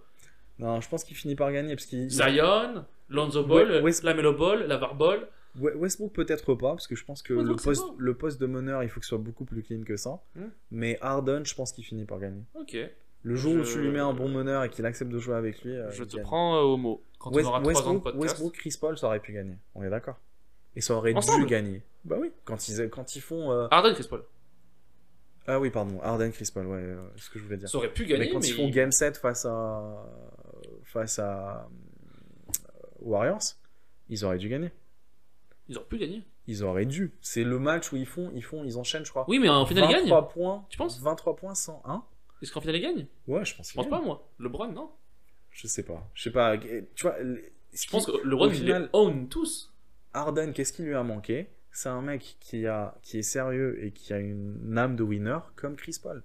Speaker 5: Non, je pense qu'il finit par gagner parce
Speaker 4: Mm.
Speaker 5: qu'il.
Speaker 4: Zion, Lonzo Ball,
Speaker 5: Ouais, West-
Speaker 4: Lamelo Ball, Lavar Ball.
Speaker 5: Ouais, Westbrook peut-être pas parce que je pense que le
Speaker 4: Westbrook, c'est
Speaker 5: poste,
Speaker 4: bon.
Speaker 5: le poste de meneur il faut que ce soit beaucoup plus clean que ça.
Speaker 4: Hmm.
Speaker 5: Mais Harden, je pense qu'il finit par gagner.
Speaker 4: Ok,
Speaker 5: Le jour où
Speaker 4: Je-
Speaker 5: tu lui mets un bon meneur et qu'il accepte de jouer avec lui. euh,
Speaker 4: je
Speaker 5: il
Speaker 4: te
Speaker 5: gagne.
Speaker 4: prends euh, au mot. Quand
Speaker 5: West-
Speaker 4: on aura 3 ans de
Speaker 5: Westbrook,
Speaker 4: podcast.
Speaker 5: Westbrook, Chris Paul, ça aurait pu gagner. On est d'accord. Et ça aurait
Speaker 4: Ensemble
Speaker 5: dû gagner. Bah oui. Quand ils, quand ils font. euh,
Speaker 4: Harden, Chris Paul.
Speaker 5: Ah oui, pardon. Harden, Chris Paul, ouais, euh, c'est ce que je voulais dire.
Speaker 4: Ça aurait pu gagner,
Speaker 5: mais
Speaker 4: mais.
Speaker 5: quand ils font game 7 face à face à euh, Warriors, ils auraient dû gagner.
Speaker 4: Ils auraient pu gagner.
Speaker 5: Ils auraient dû. C'est le match où ils font, ils font, ils enchaînent, je crois.
Speaker 4: Oui, mais en finale, ils gagnent.
Speaker 5: 23 points.
Speaker 4: Tu penses
Speaker 5: 23 points 101.
Speaker 4: Est-ce qu'en finale, ils gagnent
Speaker 5: Ouais, je pense.
Speaker 4: Je
Speaker 5: qu'ils
Speaker 4: pense pas,
Speaker 5: gagnent.
Speaker 4: moi. LeBron, non.
Speaker 5: Je sais pas. Je sais pas. Tu vois, les-
Speaker 4: Je pense que LeBron,
Speaker 5: au
Speaker 4: ils
Speaker 5: final-
Speaker 4: les own tous.
Speaker 5: Harden, qu'est-ce qui lui a manqué C'est un mec qui, a, qui est sérieux et qui a une âme de winner comme Chris Paul.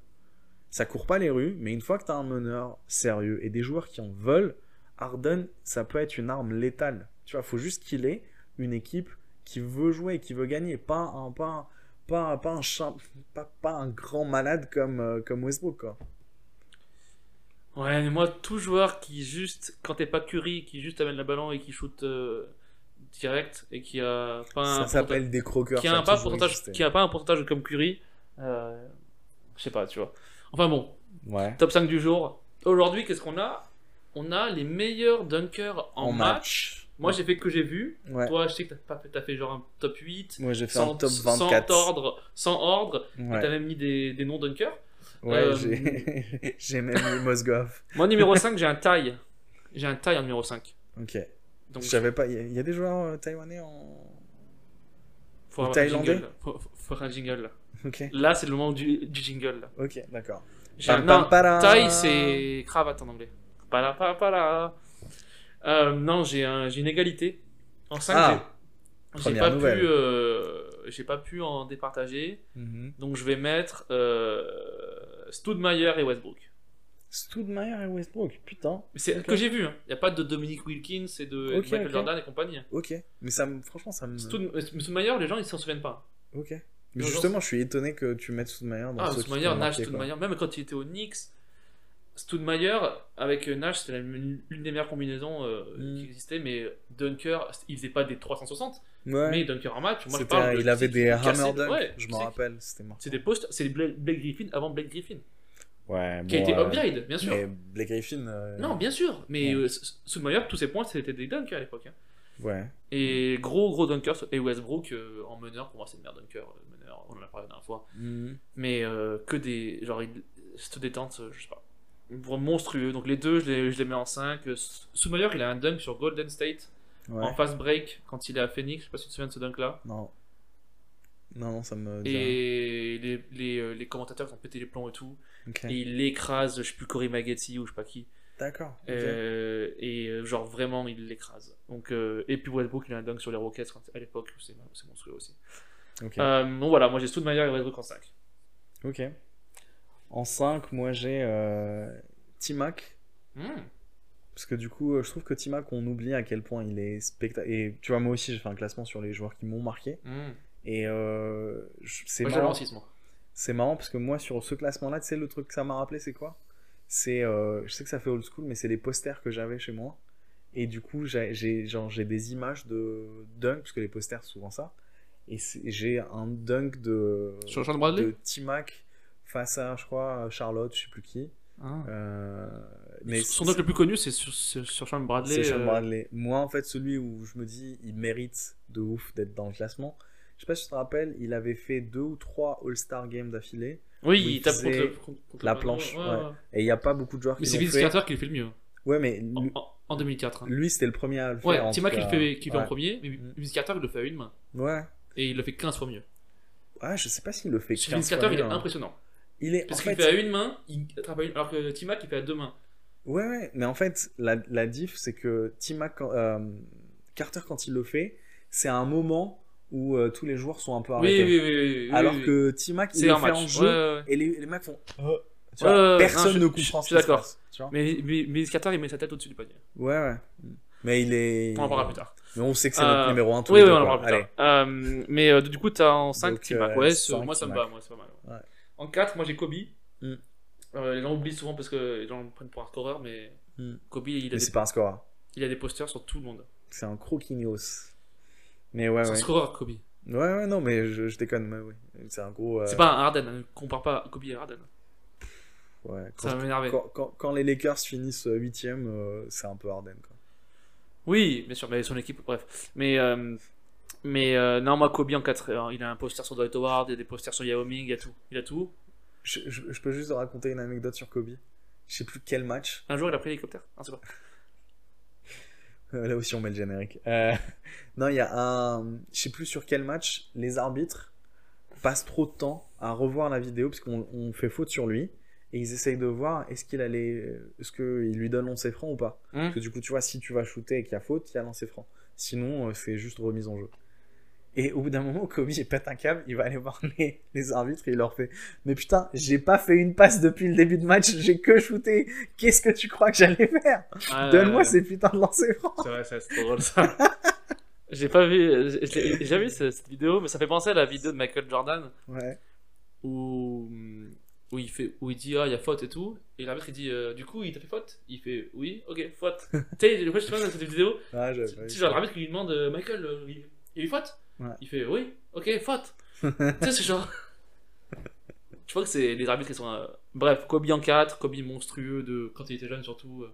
Speaker 5: Ça court pas les rues, mais une fois que tu as un meneur sérieux et des joueurs qui en veulent, Harden, ça peut être une arme létale. Tu vois, faut juste qu'il ait une équipe qui veut jouer, qui veut gagner, pas un, pas un- pas, un- pas un, chim- pas, pas un grand malade comme, euh, comme Westbrook. Quoi.
Speaker 4: Ouais, mais moi, tout joueur qui juste, quand t'es pas Curry, qui juste amène le ballon et qui shoot euh, direct et qui a pas un
Speaker 5: ça s'appelle des croqueurs.
Speaker 4: qui
Speaker 5: ça
Speaker 4: a un
Speaker 5: a
Speaker 4: pas
Speaker 5: toujours
Speaker 4: pourcentage,
Speaker 5: existé.
Speaker 4: qui a pas un pourcentage comme Curry, euh, je sais pas, tu vois. Enfin bon,
Speaker 5: Ouais.
Speaker 4: top 5 du jour. Aujourd'hui, qu'est-ce qu'on a On a les meilleurs dunkers en,
Speaker 5: En
Speaker 4: match.
Speaker 5: match.
Speaker 4: Moi, j'ai fait que j'ai vu.
Speaker 5: Ouais.
Speaker 4: Toi, je sais que t'as pas fait- t'as fait genre un top 8.
Speaker 5: Moi j'ai fait
Speaker 4: Sans,
Speaker 5: un top
Speaker 4: sans
Speaker 5: 24.
Speaker 4: ordre, sans ordre,
Speaker 5: Ouais.
Speaker 4: t'as même mis des, des non-dunkers.
Speaker 5: Ouais,
Speaker 4: Euh,
Speaker 5: j'ai j'ai même eu Mosgov.
Speaker 4: Moi, numéro 5, j'ai un taille. J'ai un taille en numéro 5.
Speaker 5: Ok.
Speaker 4: Donc,
Speaker 5: Je savais pas. Il y, a- il y a des joueurs euh, taïwanais en.
Speaker 4: Faut
Speaker 5: Ou
Speaker 4: avoir un
Speaker 5: thaïlandais
Speaker 4: jingle, là. Faut, faut- faut faire un jingle. Là,
Speaker 5: Ok.
Speaker 4: Là, c'est le moment du, du jingle. Là.
Speaker 5: Ok, d'accord.
Speaker 4: J'ai un-
Speaker 5: Pam, pam,
Speaker 4: Ah, non,
Speaker 5: para.
Speaker 4: Thaï, c'est cravate en anglais. Para, para, para. Euh, non, j'ai un- j'ai une égalité. En 5,
Speaker 5: Ah.
Speaker 4: j'ai
Speaker 5: Première
Speaker 4: pas,
Speaker 5: nouvelle.
Speaker 4: pu, euh, j'ai pas pu en départager.
Speaker 5: Mhm.
Speaker 4: Donc, je vais mettre euh, Stoudemire et Westbrook.
Speaker 5: Stoudemire et Westbrook, putain.
Speaker 4: Mais C'est
Speaker 5: Ok.
Speaker 4: que j'ai vu. Il n'y a pas de Dominique Wilkins et de
Speaker 5: Ok,
Speaker 4: Michael
Speaker 5: ok.
Speaker 4: Jordan et compagnie. hein.
Speaker 5: Ok. Mais ça me. Franchement, ça me.
Speaker 4: Stoud- euh, Stoudemire, les gens, ils s'en souviennent pas.
Speaker 5: Ok. Mais
Speaker 4: Non,
Speaker 5: justement, je suis étonné que tu mettes Stoudemire dans
Speaker 4: Ah,
Speaker 5: ceux qui
Speaker 4: Stoudemire,
Speaker 5: t'ont
Speaker 4: Nash,
Speaker 5: marqué, quoi.
Speaker 4: Stoudemire, même quand il était au Knicks, Stoudemire, avec euh, Nash, c'était la- l'une des meilleures combinaisons euh,
Speaker 5: Mm.
Speaker 4: qui existait, mais Dunker, il faisait pas des 360,
Speaker 5: Ouais.
Speaker 4: mais Dunker en match, moi je
Speaker 5: C'était-
Speaker 4: parle de-
Speaker 5: il avait
Speaker 4: c'est-
Speaker 5: des
Speaker 4: c'est-
Speaker 5: hammer dunks,
Speaker 4: ouais,
Speaker 5: je
Speaker 4: c'est-
Speaker 5: m'en rappelle, c'était marrant.
Speaker 4: C'est des postes, c'est Blake Blake Griffin avant Blake Griffin,
Speaker 5: Ouais,
Speaker 4: qui a
Speaker 5: bon,
Speaker 4: été
Speaker 5: euh,
Speaker 4: upgrade, bien sûr.
Speaker 5: Mais Blake Griffin. euh,
Speaker 4: Non, bien sûr, mais
Speaker 5: Ouais.
Speaker 4: euh, S- Stoudemire, tous ses points, c'était des Dunker à l'époque. hein.
Speaker 5: Ouais.
Speaker 4: Et gros, gros Dunker, et Westbrook euh, en meneur, pour moi c'est le meilleur Dunker, euh, meneur, on en a parlé la dernière fois.
Speaker 5: Mhm.
Speaker 4: mais euh, que des genre il- cette détente euh, je sais pas vraiment monstrueux donc les deux je les, je les mets en 5 Soumayer il a un dunk sur Golden State
Speaker 5: Ouais.
Speaker 4: en fast break quand il est à Phoenix je sais pas si tu te souviens de ce dunk là
Speaker 5: Non. Non, non, ça me. dit rien.
Speaker 4: et les, les, euh, les commentateurs qui ont pété les plombs et tout
Speaker 5: Ok.
Speaker 4: et il écrase je sais plus Cory Maggetti ou je sais pas qui
Speaker 5: D'accord. ok.
Speaker 4: Euh, et euh, genre vraiment il l'écrase. Donc euh, et puis Westbrook il a un dunk sur les Rockets quand- à l'époque, c'est c'est monstrueux aussi.
Speaker 5: Ok.
Speaker 4: Euh, donc voilà, moi j'ai Stoudemire et Westbrook en 5.
Speaker 5: Ok. En 5, moi j'ai euh, T-Mac.
Speaker 4: Hmm.
Speaker 5: Parce que du coup, euh, je trouve que T-Mac, on oublie à quel point il est spectaculaire. Et tu vois, moi aussi, j'ai fait un classement sur les joueurs qui m'ont marqué. Et euh, je- c'est
Speaker 4: Moi j'avais
Speaker 5: marrant.
Speaker 4: en 6 moi.
Speaker 5: C'est marrant parce que moi, sur ce classement-là, tu sais, le truc que ça m'a rappelé, c'est quoi C'est, euh, je sais que ça fait old school, mais c'est les posters que j'avais chez moi. Et du coup, j'ai- j'ai genre, j'ai des images de dunk, parce que les posters, c'est souvent ça. Et c'est- j'ai un dunk de,
Speaker 4: Sur Sean Bradley
Speaker 5: de T-Mac face à, je crois, Charlotte, je sais plus qui.
Speaker 4: Ah.
Speaker 5: Euh, mais
Speaker 4: Son dunk le plus connu c'est sur, sur, sur Sean Bradley.
Speaker 5: c'est Sean
Speaker 4: euh,
Speaker 5: Bradley. Moi, en fait, celui où je me dis, il mérite de ouf d'être dans le classement. Je sais pas si tu te rappelles, il avait fait deux ou trois All-Star Games d'affilée.
Speaker 4: Oui,
Speaker 5: où il
Speaker 4: il tape contre,
Speaker 5: faisait
Speaker 4: le- contre- contre
Speaker 5: la
Speaker 4: le-
Speaker 5: planche,
Speaker 4: ouais,
Speaker 5: ouais.
Speaker 4: ouais.
Speaker 5: Et il n'y a pas beaucoup de joueurs
Speaker 4: Mais
Speaker 5: qui
Speaker 4: c'est
Speaker 5: l'ont
Speaker 4: Vince
Speaker 5: fait.
Speaker 4: Carter qui le fait le mieux
Speaker 5: Ouais, mais
Speaker 4: en,
Speaker 5: lui,
Speaker 4: en- en 2004. hein.
Speaker 5: lui, c'était le premier à le faire.
Speaker 4: Ouais,
Speaker 5: en
Speaker 4: Tima
Speaker 5: tout
Speaker 4: qui le
Speaker 5: cas.
Speaker 4: fait, qui le fait en
Speaker 5: Ouais.
Speaker 4: premier, mais
Speaker 5: Mm.
Speaker 4: Vince Carter il le fait à une main.
Speaker 5: Ouais.
Speaker 4: Et il le fait 15 fois mieux.
Speaker 5: Ouais, Ah, je sais pas s'il le fait.
Speaker 4: Sur
Speaker 5: 15
Speaker 4: Vince
Speaker 5: fois
Speaker 4: Carter, il est
Speaker 5: mieux, hein.
Speaker 4: impressionnant.
Speaker 5: Il est.
Speaker 4: Parce
Speaker 5: en
Speaker 4: qu'il
Speaker 5: fait-
Speaker 4: fait à une main, il attrape à une. Alors que Tima qui fait à deux mains.
Speaker 5: Ouais, ouais. Mais en fait, la, la diff, c'est que Tima quand- euh, Carter, quand il le fait, c'est à un moment où euh, tous les joueurs sont un peu
Speaker 4: Oui,
Speaker 5: arrêtés.
Speaker 4: oui, oui, oui, oui,
Speaker 5: Alors
Speaker 4: oui, oui.
Speaker 5: que Tima, il
Speaker 4: c'est
Speaker 5: le
Speaker 4: un
Speaker 5: fait
Speaker 4: match.
Speaker 5: en jeu.
Speaker 4: Ouais, ouais.
Speaker 5: Et les, les mecs font. Tu
Speaker 4: Ouais,
Speaker 5: vois,
Speaker 4: ouais, ouais.
Speaker 5: personne
Speaker 4: Non,
Speaker 5: ne
Speaker 4: je- je-
Speaker 5: comprend
Speaker 4: je
Speaker 5: ce
Speaker 4: suis
Speaker 5: qui se
Speaker 4: d'accord.
Speaker 5: passe, tu vois.
Speaker 4: Mais, mais, mais Skatar, il met sa tête au-dessus du panier.
Speaker 5: Ouais, ouais. Mais il est.
Speaker 4: On en parlera plus tard.
Speaker 5: Mais on sait que c'est notre
Speaker 4: Euh,
Speaker 5: numéro 1 tous
Speaker 4: oui,
Speaker 5: les
Speaker 4: oui,
Speaker 5: deux,
Speaker 4: on en
Speaker 5: quoi.
Speaker 4: parlera plus
Speaker 5: Allez.
Speaker 4: tard. Euh, mais euh, du coup, t'as en 5
Speaker 5: Donc,
Speaker 4: Tima.
Speaker 5: euh,
Speaker 4: Ouais, ce-
Speaker 5: cinq,
Speaker 4: moi ça me
Speaker 5: T-Mac.
Speaker 4: va, moi c'est pas mal. ouais.
Speaker 5: Ouais.
Speaker 4: En 4, moi j'ai Kobe.
Speaker 5: Mm.
Speaker 4: Euh, les gens oublient souvent parce que les gens le prennent pour un scoreur, mais
Speaker 5: Mm.
Speaker 4: Kobe, il a,
Speaker 5: Mais
Speaker 4: des,
Speaker 5: c'est pas un score. hein.
Speaker 4: il a des posters sur tout le monde.
Speaker 5: C'est un croquignos. Mais ouais,
Speaker 4: c'est
Speaker 5: ouais.
Speaker 4: un scoreur, Kobe.
Speaker 5: Ouais, ouais, non, mais je, je déconne, mais oui. C'est un gros. euh,
Speaker 4: C'est pas un Harden, hein, ne compare pas Kobe et Harden.
Speaker 5: ouais,
Speaker 4: Ça
Speaker 5: quand,
Speaker 4: va m'énerver.
Speaker 5: quand, quand- quand les Lakers finissent 8 e c'est un peu Harden. Quoi.
Speaker 4: Oui, bien sûr, mais son équipe, bref. Mais, euh, mais euh, non, moi, Kobe en 4, il a un poster sur Dwight Howard, il y a des posters sur Yao Ming, il y a tout. Il a tout.
Speaker 5: Je, je- je peux juste raconter une anecdote sur Kobe. Je sais plus quel match.
Speaker 4: Un jour, il a pris l'hélicoptère. Ah, c'est pas.
Speaker 5: Euh, Là aussi, on met le générique. Euh, non, il y a un. Je sais plus sur quel match les arbitres passent trop de temps à revoir la vidéo parce qu'on on fait faute sur lui et ils essayent de voir est-ce qu'il allait, est-ce qu'il lui donne lancer franc ou pas. Parce que du coup, tu vois, si tu vas shooter et qu'il y a faute, il y a lancer franc. Sinon, euh, c'est juste remise en jeu. Et au bout d'un moment, Kobe, il pète un câble, il va aller voir les, les arbitres et il leur fait Mais putain, j'ai pas fait une passe depuis le début de match, j'ai que shooté. Qu'est-ce que tu crois que j'allais faire
Speaker 4: Ah,
Speaker 5: Donne-moi
Speaker 4: euh,
Speaker 5: ces putains de lancers francs.
Speaker 4: C'est vrai, ça, c'est trop drôle ça. J'ai pas vu, euh, j'ai- j'ai j'ai jamais vu ce- cette vidéo, mais ça fait penser à la vidéo de Michael Jordan
Speaker 5: Ouais.
Speaker 4: où, où, il, fait, où il dit Ah, il y a faute et tout. Et l'arbitre il dit euh, Du coup, il t'a fait faute Il fait Oui, ok, faute. tu sais, je me souviens de cette vidéo,
Speaker 5: Ah, j'avais
Speaker 4: tu
Speaker 5: pas
Speaker 4: tu sais,
Speaker 5: vu.
Speaker 4: genre l'arbitre qui lui demande euh, Michael, euh, il il y a eu faute
Speaker 5: Ouais.
Speaker 4: Il fait oui, ok, faute. tu sais, c'est genre. Je crois que c'est les arbitres qui sont. euh, Bref, Kobe en 4, Kobe monstrueux de quand il était jeune surtout. euh,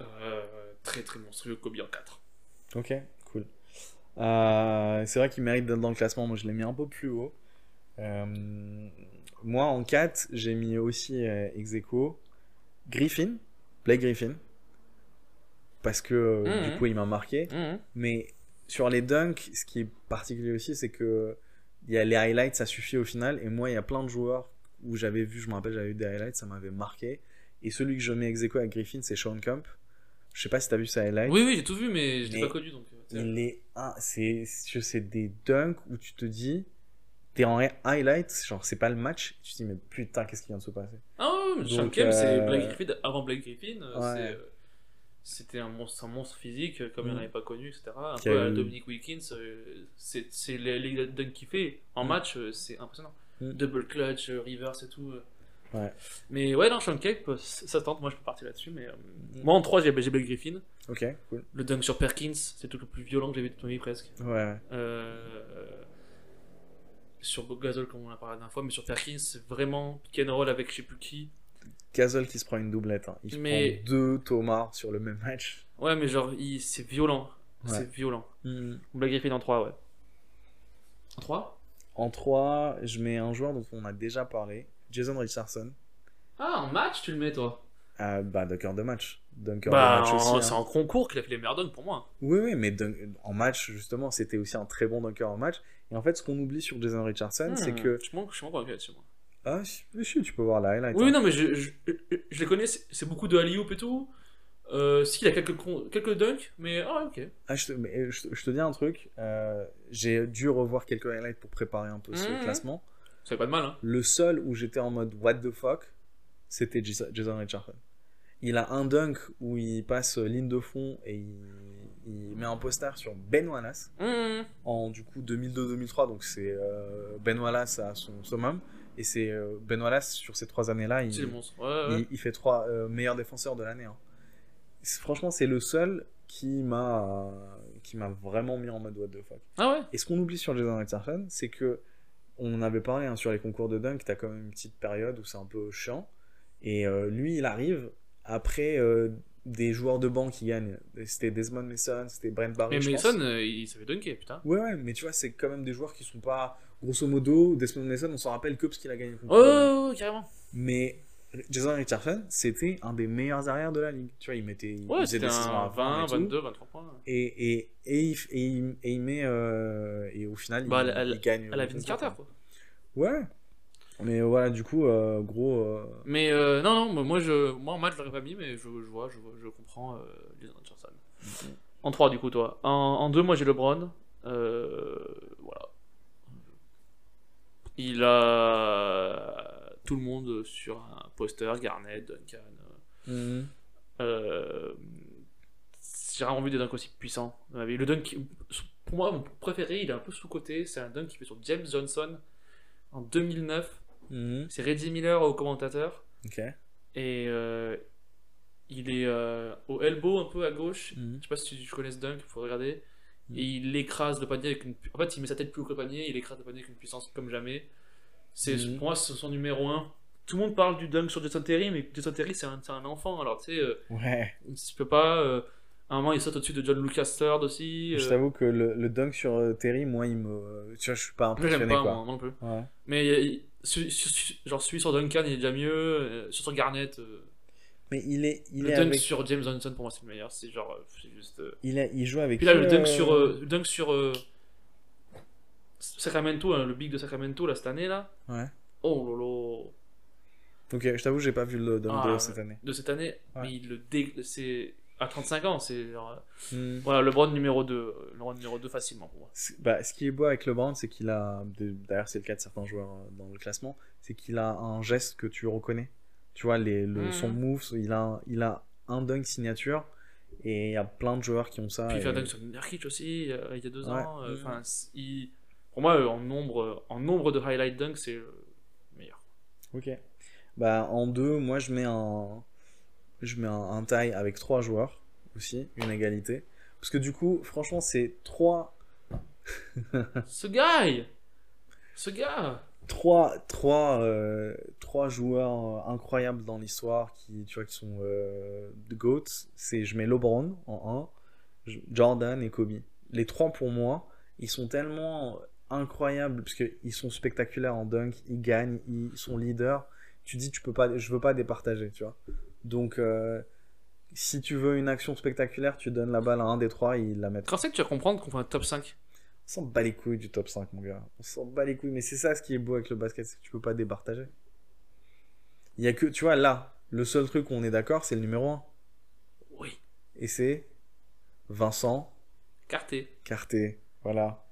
Speaker 4: euh, très très monstrueux Kobe en 4.
Speaker 5: Ok, cool. Euh, c'est vrai qu'il mérite d'être dans le classement. Moi, je l'ai mis un peu plus haut. Euh, moi, en 4, j'ai mis aussi euh, ex aequo Griffin, Blake Griffin, parce que euh,
Speaker 4: Mhm.
Speaker 5: du coup, il m'a marqué. Mais sur les dunks, ce qui est particulier aussi, c'est que il y a les highlights, ça suffit au final. Et moi, il y a plein de joueurs où j'avais vu, je me rappelle, j'avais eu des highlights, ça m'avait marqué. Et celui que je mets ex aequo avec Griffin, c'est Sean Camp. Je sais pas si t'as vu ça highlight.
Speaker 4: Oui, oui, j'ai tout vu, mais je l'ai
Speaker 5: Mais-
Speaker 4: pas connu donc. euh, c'est-
Speaker 5: Il est un- c'est je sais des dunks où tu te dis t'es en highlight, genre c'est pas le match, tu te dis mais putain qu'est-ce qui vient de se passer.
Speaker 4: Ah ouais, mais Sean
Speaker 5: Donc,
Speaker 4: Kemp, c'est
Speaker 5: euh,
Speaker 4: Blake Griffin avant Blake Griffin. euh,
Speaker 5: ouais.
Speaker 4: c'est, euh, C'était un monstre, un monstre physique, euh, comme il
Speaker 5: Mm.
Speaker 4: n'y en avait pas connu, etc. Un
Speaker 5: Qui
Speaker 4: peu
Speaker 5: a
Speaker 4: à
Speaker 5: eu-
Speaker 4: Dominique Wilkins, euh, c'est c'est les, les dunks qu'il fait en
Speaker 5: Mm.
Speaker 4: match, euh, c'est impressionnant.
Speaker 5: Mm.
Speaker 4: Double clutch, euh, reverse et tout. euh.
Speaker 5: Ouais.
Speaker 4: Mais ouais, non, Sean Kemp, euh, c- ça tente, moi je peux partir là-dessus. Mais euh, moi en 3, j'ai j'ai Blake Griffin.
Speaker 5: Mm. Ok, cool.
Speaker 4: Le dunk sur Perkins, c'est le truc le plus violent que j'ai vu de ma vie presque.
Speaker 5: Ouais.
Speaker 4: Euh, sur Bob Gasol, comme on en a parlé la dernière fois, mais sur Perkins, c'est vraiment pick and roll avec je sais plus qui.
Speaker 5: Gasol qui se prend une doublette, hein. il se
Speaker 4: Mais-
Speaker 5: prend deux Thomas sur le même match.
Speaker 4: Ouais, mais genre, il- c'est violent.
Speaker 5: Ouais.
Speaker 4: C'est violent. Black Griffin en 3, ouais. Hmm. En 3
Speaker 5: En 3, je mets un joueur dont on a déjà parlé, Jason Richardson.
Speaker 4: Ah, en match, tu le mets, toi
Speaker 5: Ah, bah dunker de match, dunker
Speaker 4: Bah,
Speaker 5: de match
Speaker 4: en-
Speaker 5: aussi. hein.
Speaker 4: c'est en concours qu'il a fait les meilleurs dunks pour moi.
Speaker 5: Oui, oui, mais dun- en match, justement, c'était aussi un très bon dunker en match. Et en fait, ce qu'on oublie sur Jason Richardson, c'est
Speaker 4: Hmm,
Speaker 5: que
Speaker 4: Je suis moins je suis moins convaincu là-dessus, moi.
Speaker 5: Ah, si, si, tu peux voir la highlight.
Speaker 4: Oui,
Speaker 5: hein.
Speaker 4: non, mais je, je, je les connais, c'est c'est beaucoup de alley-oop et tout. Euh, si, il a quelques, con- quelques dunks, mais ah, ok.
Speaker 5: Ah, je, te, mais, euh, je te- je te dis un truc. euh, j'ai dû revoir quelques highlights pour préparer un peu ce
Speaker 4: Mhm.
Speaker 5: classement.
Speaker 4: Ça fait pas de mal, hein.
Speaker 5: Le seul où j'étais en mode what the fuck, c'était Jason Jason Richardson. Il a un dunk où il passe euh, ligne de fond et il, il met un poster sur Ben Wallace
Speaker 4: Mmh.
Speaker 5: en du coup 2002-2003. Donc c'est euh, Ben Wallace à son summum. Et c'est euh, Ben Wallace sur ces trois années-là.
Speaker 4: C'est
Speaker 5: il-
Speaker 4: des monstres. Ouais, ouais.
Speaker 5: il, il fait trois euh, meilleurs défenseurs de l'année. hein. C'est- Franchement, c'est le seul qui m'a euh, qui m'a vraiment mis en mode what the fuck.
Speaker 4: Ah ouais
Speaker 5: Et ce qu'on oublie sur Jason Richardson, c'est que on en avait parlé hein, sur les concours de dunk, t'as quand même une petite période où c'est un peu chiant. Et euh, lui, il arrive après euh, des joueurs de banc qui gagnent. C'était Desmond Mason, c'était Brent Barry.
Speaker 4: Mais
Speaker 5: Ah, je pense.
Speaker 4: Mason, euh, il savait dunker, putain.
Speaker 5: Ouais, ouais, mais tu vois, c'est quand même des joueurs qui sont pas grosso modo. Desmond Mason, on s'en rappelle que parce qu'il a gagné. le
Speaker 4: Oh,
Speaker 5: concours de dunk.
Speaker 4: ouais, ouais, carrément.
Speaker 5: Mais Jason Richardson, c'était un des meilleurs arrières de la ligue. Tu vois, il mettait il
Speaker 4: Ouais,
Speaker 5: faisait
Speaker 4: c'était
Speaker 5: des saisons
Speaker 4: un
Speaker 5: à 20,
Speaker 4: 20,
Speaker 5: et tout.
Speaker 4: 22, 23 points.
Speaker 5: Et, et, et, il, f- et, il, et il met. euh, et au final,
Speaker 4: Bah,
Speaker 5: il,
Speaker 4: à la-
Speaker 5: il gagne.
Speaker 4: À la
Speaker 5: le
Speaker 4: Vince
Speaker 5: concours.
Speaker 4: Carter, quoi.
Speaker 5: Ouais. Mais voilà, du coup, euh, gros. euh,
Speaker 4: Mais euh, non, non, moi, moi, je, moi en match, je l'aurais pas mis, mais je, je vois, je, vois- je comprends euh, Jason Richardson. En 3, du coup, toi. En, en 2, moi, j'ai LeBron. Euh, voilà. Il a tout le monde sur un poster, Garnett, Duncan. Mhm, euh, j'ai rarement vu des dunks aussi puissants dans ma vie. Le dunk, pour moi, mon préféré, il est un peu sous-côté. C'est un dunk qui fait sur James Johnson en 2009.
Speaker 5: Mhm.
Speaker 4: C'est Reggie Miller au commentateur.
Speaker 5: Ok.
Speaker 4: Et euh, il est euh, au elbow un peu à gauche.
Speaker 5: Mhm.
Speaker 4: Je sais pas si tu connais ce dunk, faut regarder.
Speaker 5: Mhm.
Speaker 4: Et il écrase le panier avec une. pu- En fait, il met sa tête plus haut que le panier, il écrase le panier avec une puissance comme jamais. C'est
Speaker 5: Mhm.
Speaker 4: pour moi c'est son numéro 1. Tout le monde parle du dunk sur Jason Terry, mais Jason Terry c'est un, c'est un enfant. Alors tu sais, euh,
Speaker 5: Ouais.
Speaker 4: tu peux pas. euh, à un moment, il saute au-dessus de John Lucas Third aussi.
Speaker 5: Je
Speaker 4: euh,
Speaker 5: t'avoue que le, le dunk sur euh, Terry, moi, il me. euh, Tu vois, je suis pas
Speaker 4: moi, j'aime
Speaker 5: impressionné,
Speaker 4: pas
Speaker 5: quoi.
Speaker 4: moi non plus.
Speaker 5: Ouais.
Speaker 4: Mais euh, il- su- su- su- genre celui sur Duncan il est déjà mieux, euh, sur sur Garnett. euh,
Speaker 5: Mais il est. Il,
Speaker 4: le
Speaker 5: est
Speaker 4: dunk
Speaker 5: avec...
Speaker 4: sur James Johnson pour moi c'est le meilleur. C'est genre, euh, c'est juste. euh,
Speaker 5: il, a- il joue avec.
Speaker 4: Puis là,
Speaker 5: qui,
Speaker 4: le dunk
Speaker 5: euh,
Speaker 4: sur, euh, le dunk sur euh, Sacramento, hein, le big de Sacramento là, cette année là.
Speaker 5: Ouais.
Speaker 4: Oh lolo.
Speaker 5: euh, Ok, je t'avoue, j'ai pas vu le dunk
Speaker 4: Ah,
Speaker 5: de
Speaker 4: ouais.
Speaker 5: cette année.
Speaker 4: De cette année,
Speaker 5: Ouais.
Speaker 4: mais il le dé... c'est à 35 ans, c'est genre. euh,
Speaker 5: Mhm.
Speaker 4: Voilà, LeBron numéro 2. euh, LeBron numéro 2 facilement pour moi.
Speaker 5: C'est- bah, ce qui est beau avec LeBron, c'est qu'il a, de- d'ailleurs c'est le cas de certains joueurs euh, dans le classement, c'est qu'il a un geste que tu reconnais. Tu vois, les, le,
Speaker 4: Mhm.
Speaker 5: son
Speaker 1: Mm.
Speaker 5: move, il a, un- il a un dunk signature, et il y a plein de joueurs qui ont ça.
Speaker 4: Puis il fait un
Speaker 5: et-
Speaker 4: dunk sur Nurkic aussi, euh, il y a deux
Speaker 5: Ouais.
Speaker 4: ans. euh,
Speaker 5: Mhm.
Speaker 4: enfin, c- il- Pour moi, euh, en, nombre, euh, en nombre de highlight dunks, c'est le meilleur.
Speaker 5: Ok. Bah, en deux, moi je mets un, je mets un, un tie avec trois joueurs aussi, une égalité. Parce que du coup, franchement, c'est trois,
Speaker 4: Ce guy Ce gars
Speaker 5: trois, trois, euh, trois joueurs euh, incroyables dans l'histoire qui, tu vois, qui sont euh, de GOATs. C'est, je mets LeBron en 1, Jordan et Kobe. Les trois, pour moi, ils sont tellement incroyables parce qu'ils sont spectaculaires en dunk, ils gagnent, ils sont leaders. Tu dis, tu peux pas, je veux pas départager, tu vois. Donc, euh, si tu veux une action spectaculaire, tu donnes la balle à un des trois, ils la mettent.
Speaker 4: Quand c'est que tu vas comprendre qu'on fait un top 5
Speaker 5: On s'en bat les couilles du top 5, mon gars. On s'en bat les couilles. Mais c'est ça ce qui est beau avec le basket, c'est que tu peux pas départager. Il y a que, tu vois, là, le seul truc où on est d'accord, c'est le numéro 1.
Speaker 4: Oui.
Speaker 5: Et c'est Vincent
Speaker 4: Carté.
Speaker 5: Carté. Voilà.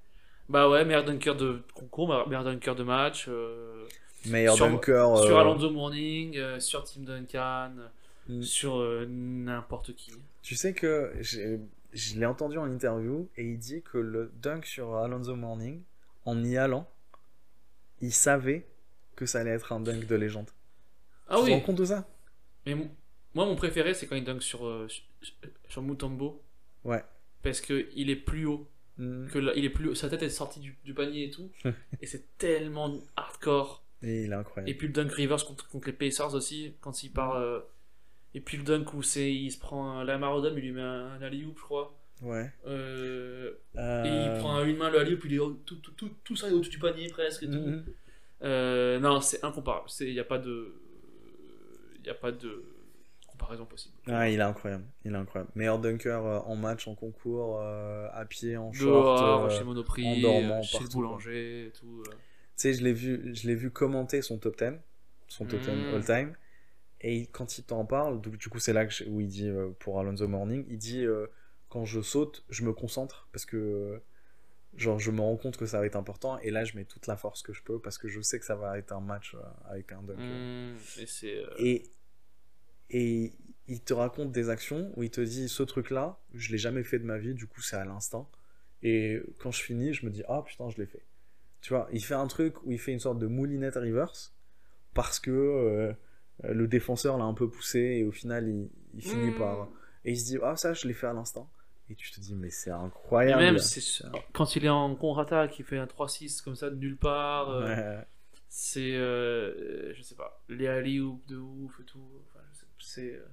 Speaker 4: Bah ouais, meilleur dunker de concours, meilleur dunker de match, euh,
Speaker 5: Meilleur
Speaker 4: Sur-
Speaker 5: dunker. euh,
Speaker 4: sur Alonso Morning, euh, sur Tim Duncan,
Speaker 5: Mm.
Speaker 4: sur euh, n'importe qui.
Speaker 5: Tu sais que j'ai- je l'ai entendu en interview et il dit que le dunk sur Alonso Morning, en y allant, il savait que ça allait être un dunk de légende.
Speaker 4: Ah
Speaker 5: tu te
Speaker 4: oui,
Speaker 5: rends compte de ça
Speaker 4: mais mon- moi mon préféré c'est quand il dunk sur, euh, sur, sur Mutombo.
Speaker 5: Ouais.
Speaker 4: Parce que il est plus haut,
Speaker 5: Mm.
Speaker 4: que la- il est plus haut, sa tête est sortie du, du panier et tout, et c'est tellement hardcore.
Speaker 5: Et il est incroyable.
Speaker 4: Et puis le dunk Rivers contre, contre les Pacers aussi, quand il part. euh, et puis le dunk où c'est, il se prend un Lamar Odom, il lui met un, un alley-oop, je crois.
Speaker 5: Ouais.
Speaker 4: Euh,
Speaker 5: Euh,
Speaker 4: Et il prend à une main le alley puis il est au- tout, tout, tout, tout ça est au-dessus du panier presque. et tout.
Speaker 5: Mhm.
Speaker 4: Euh, non, c'est incomparable. Il n'y a pas de. Il a pas de comparaison possible.
Speaker 5: Ah, il est incroyable. Il est incroyable. Meilleur dunker euh, en match, en concours, euh, à pied, en short.
Speaker 4: Dehors,
Speaker 5: euh,
Speaker 4: chez Monoprix,
Speaker 5: en dormant,
Speaker 4: euh, chez le
Speaker 5: partout, quoi.
Speaker 4: boulanger, et tout. euh.
Speaker 5: tu sais, sais, je l'ai vu, je l'ai vu commenter son top 10, son top 10
Speaker 4: Mm.
Speaker 5: all time. Et il- quand il t'en parle, donc, du coup, c'est là que je- où il dit euh, pour Alonso Morning, il dit euh, quand je saute, je me concentre parce que euh, genre je me rends compte que ça va être important et là je mets toute la force que je peux parce que je sais que ça va être un match euh, avec un dunk.
Speaker 4: Mmh, et c'est. euh,
Speaker 5: Et et il te raconte des actions où il te dit ce truc là, je l'ai jamais fait de ma vie, du coup c'est à l'instinct. Et quand je finis, je me dis ah putain, je l'ai fait. Tu vois, il fait un truc où il fait une sorte de moulinette reverse parce que euh, euh, le défenseur l'a un peu poussé et au final il, il finit
Speaker 4: Mm.
Speaker 5: par et il se dit ah ça je l'ai fait à l'instinct. Et tu te dis mais c'est
Speaker 4: Et
Speaker 5: incroyable.
Speaker 4: même c'est- quand il est en contre-attaque, il fait un 3-6 comme ça de nulle part. euh,
Speaker 5: Ouais.
Speaker 4: C'est, euh, je sais pas, les alley-oop de ouf et tout. Enfin, je sais- c'est, euh,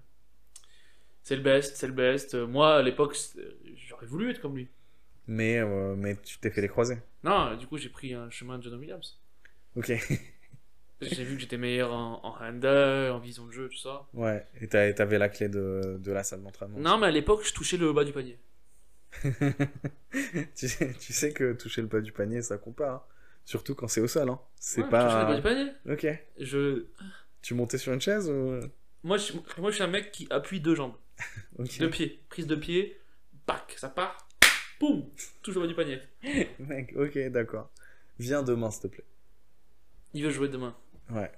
Speaker 4: c'est le best, c'est le best. Euh, Moi, à l'époque, c'est- euh, j'aurais voulu être comme lui.
Speaker 5: Mais, euh, mais tu t'es fait les croiser.
Speaker 4: Non, euh, du coup, j'ai pris un chemin de John Williams.
Speaker 5: Ok.
Speaker 4: J'ai vu que j'étais meilleur en, en handle, en vision de jeu, tout ça.
Speaker 5: Ouais. Et t'as- t'avais la clé de, de la salle d'entraînement.
Speaker 4: Non, mais à l'époque, je touchais le bas du panier.
Speaker 5: tu, sais, tu sais que toucher le pas du panier, ça compte pas. hein. Surtout quand c'est au sol. Hein. C'est
Speaker 4: Ouais, je touchais le bas
Speaker 5: pas.
Speaker 4: du panier.
Speaker 5: Ok.
Speaker 4: Je...
Speaker 5: Tu montais sur une chaise ou.
Speaker 4: Moi, je... Moi, je suis un mec qui appuie deux jambes.
Speaker 5: Ok.
Speaker 4: Deux pieds, prise de pied, bac, ça part, boum, touche le bas du panier.
Speaker 5: Mec, ok, d'accord. Viens demain, s'il te plaît.
Speaker 4: Il veut jouer demain.
Speaker 5: Ouais.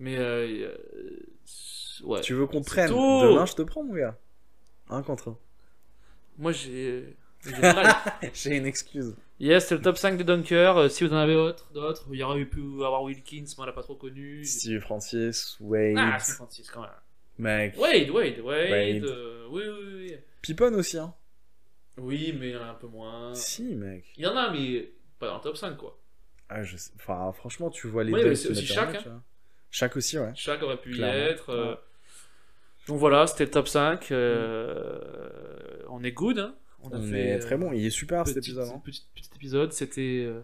Speaker 4: Mais euh, euh, ouais.
Speaker 5: Tu veux qu'on te prenne
Speaker 4: tôt.
Speaker 5: Demain, je te prends, mon gars. Un contre un.
Speaker 4: Moi j'ai. euh, j'ai le drive.
Speaker 5: J'ai une excuse.
Speaker 4: yes, c'est le top 5 des dunkers. Euh, Si vous en avez autre- d'autres, il y aurait eu pu avoir Wilkins, mais on l'a pas trop connu.
Speaker 5: Steve Francis, Wade.
Speaker 4: Ah, c'est Francis quand même.
Speaker 5: Mec.
Speaker 4: Wade, Wade, Wade.
Speaker 5: Wade.
Speaker 4: euh, oui, oui, oui.
Speaker 5: Pippon aussi, hein.
Speaker 4: Oui, mais un peu moins.
Speaker 5: Si, mec.
Speaker 4: Il y en a, mais pas dans le top 5 quoi.
Speaker 5: Ah, je sais- Enfin, franchement, tu vois les
Speaker 4: Ouais,
Speaker 5: deux
Speaker 4: mais c'est
Speaker 5: qui
Speaker 4: aussi
Speaker 5: mettent un
Speaker 4: Shaq,
Speaker 5: match, hein. Shaq aussi, ouais.
Speaker 4: Chaque aurait pu
Speaker 5: Clairement,
Speaker 4: y être. euh,
Speaker 5: clairement.
Speaker 4: Donc voilà, c'était le top 5. euh, On est good. hein. On a
Speaker 5: Mm. On
Speaker 4: fait,
Speaker 5: est très
Speaker 4: euh,
Speaker 5: bon. Il est super cet
Speaker 4: Petite-
Speaker 5: épisode. hein.
Speaker 4: Petit, petit épisode, c'était euh,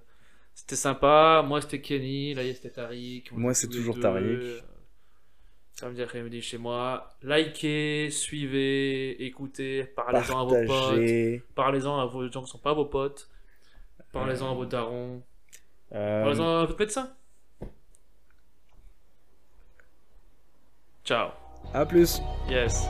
Speaker 4: c'était sympa. Moi c'était Kenny, là c'était Tariq. On
Speaker 5: Moi,
Speaker 4: était
Speaker 5: c'est
Speaker 4: tous les
Speaker 5: toujours
Speaker 4: deux.
Speaker 5: Tariq.
Speaker 4: Samedi après-midi chez moi. Likez, suivez, écoutez, parlez-en Ah, à vos potes,
Speaker 5: Partagez.
Speaker 4: parlez-en à vos gens qui sont pas vos potes, parlez-en à vos darons,
Speaker 5: Euh,
Speaker 4: parlez-en à votre médecin. Ciao.
Speaker 5: à plus.
Speaker 4: Yes.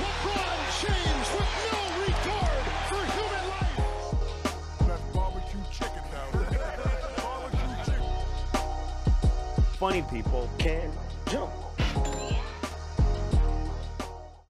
Speaker 2: LeBron James with no regard for human life. That barbecue chicken down there. barbecue chicken.
Speaker 3: Funny people can jump.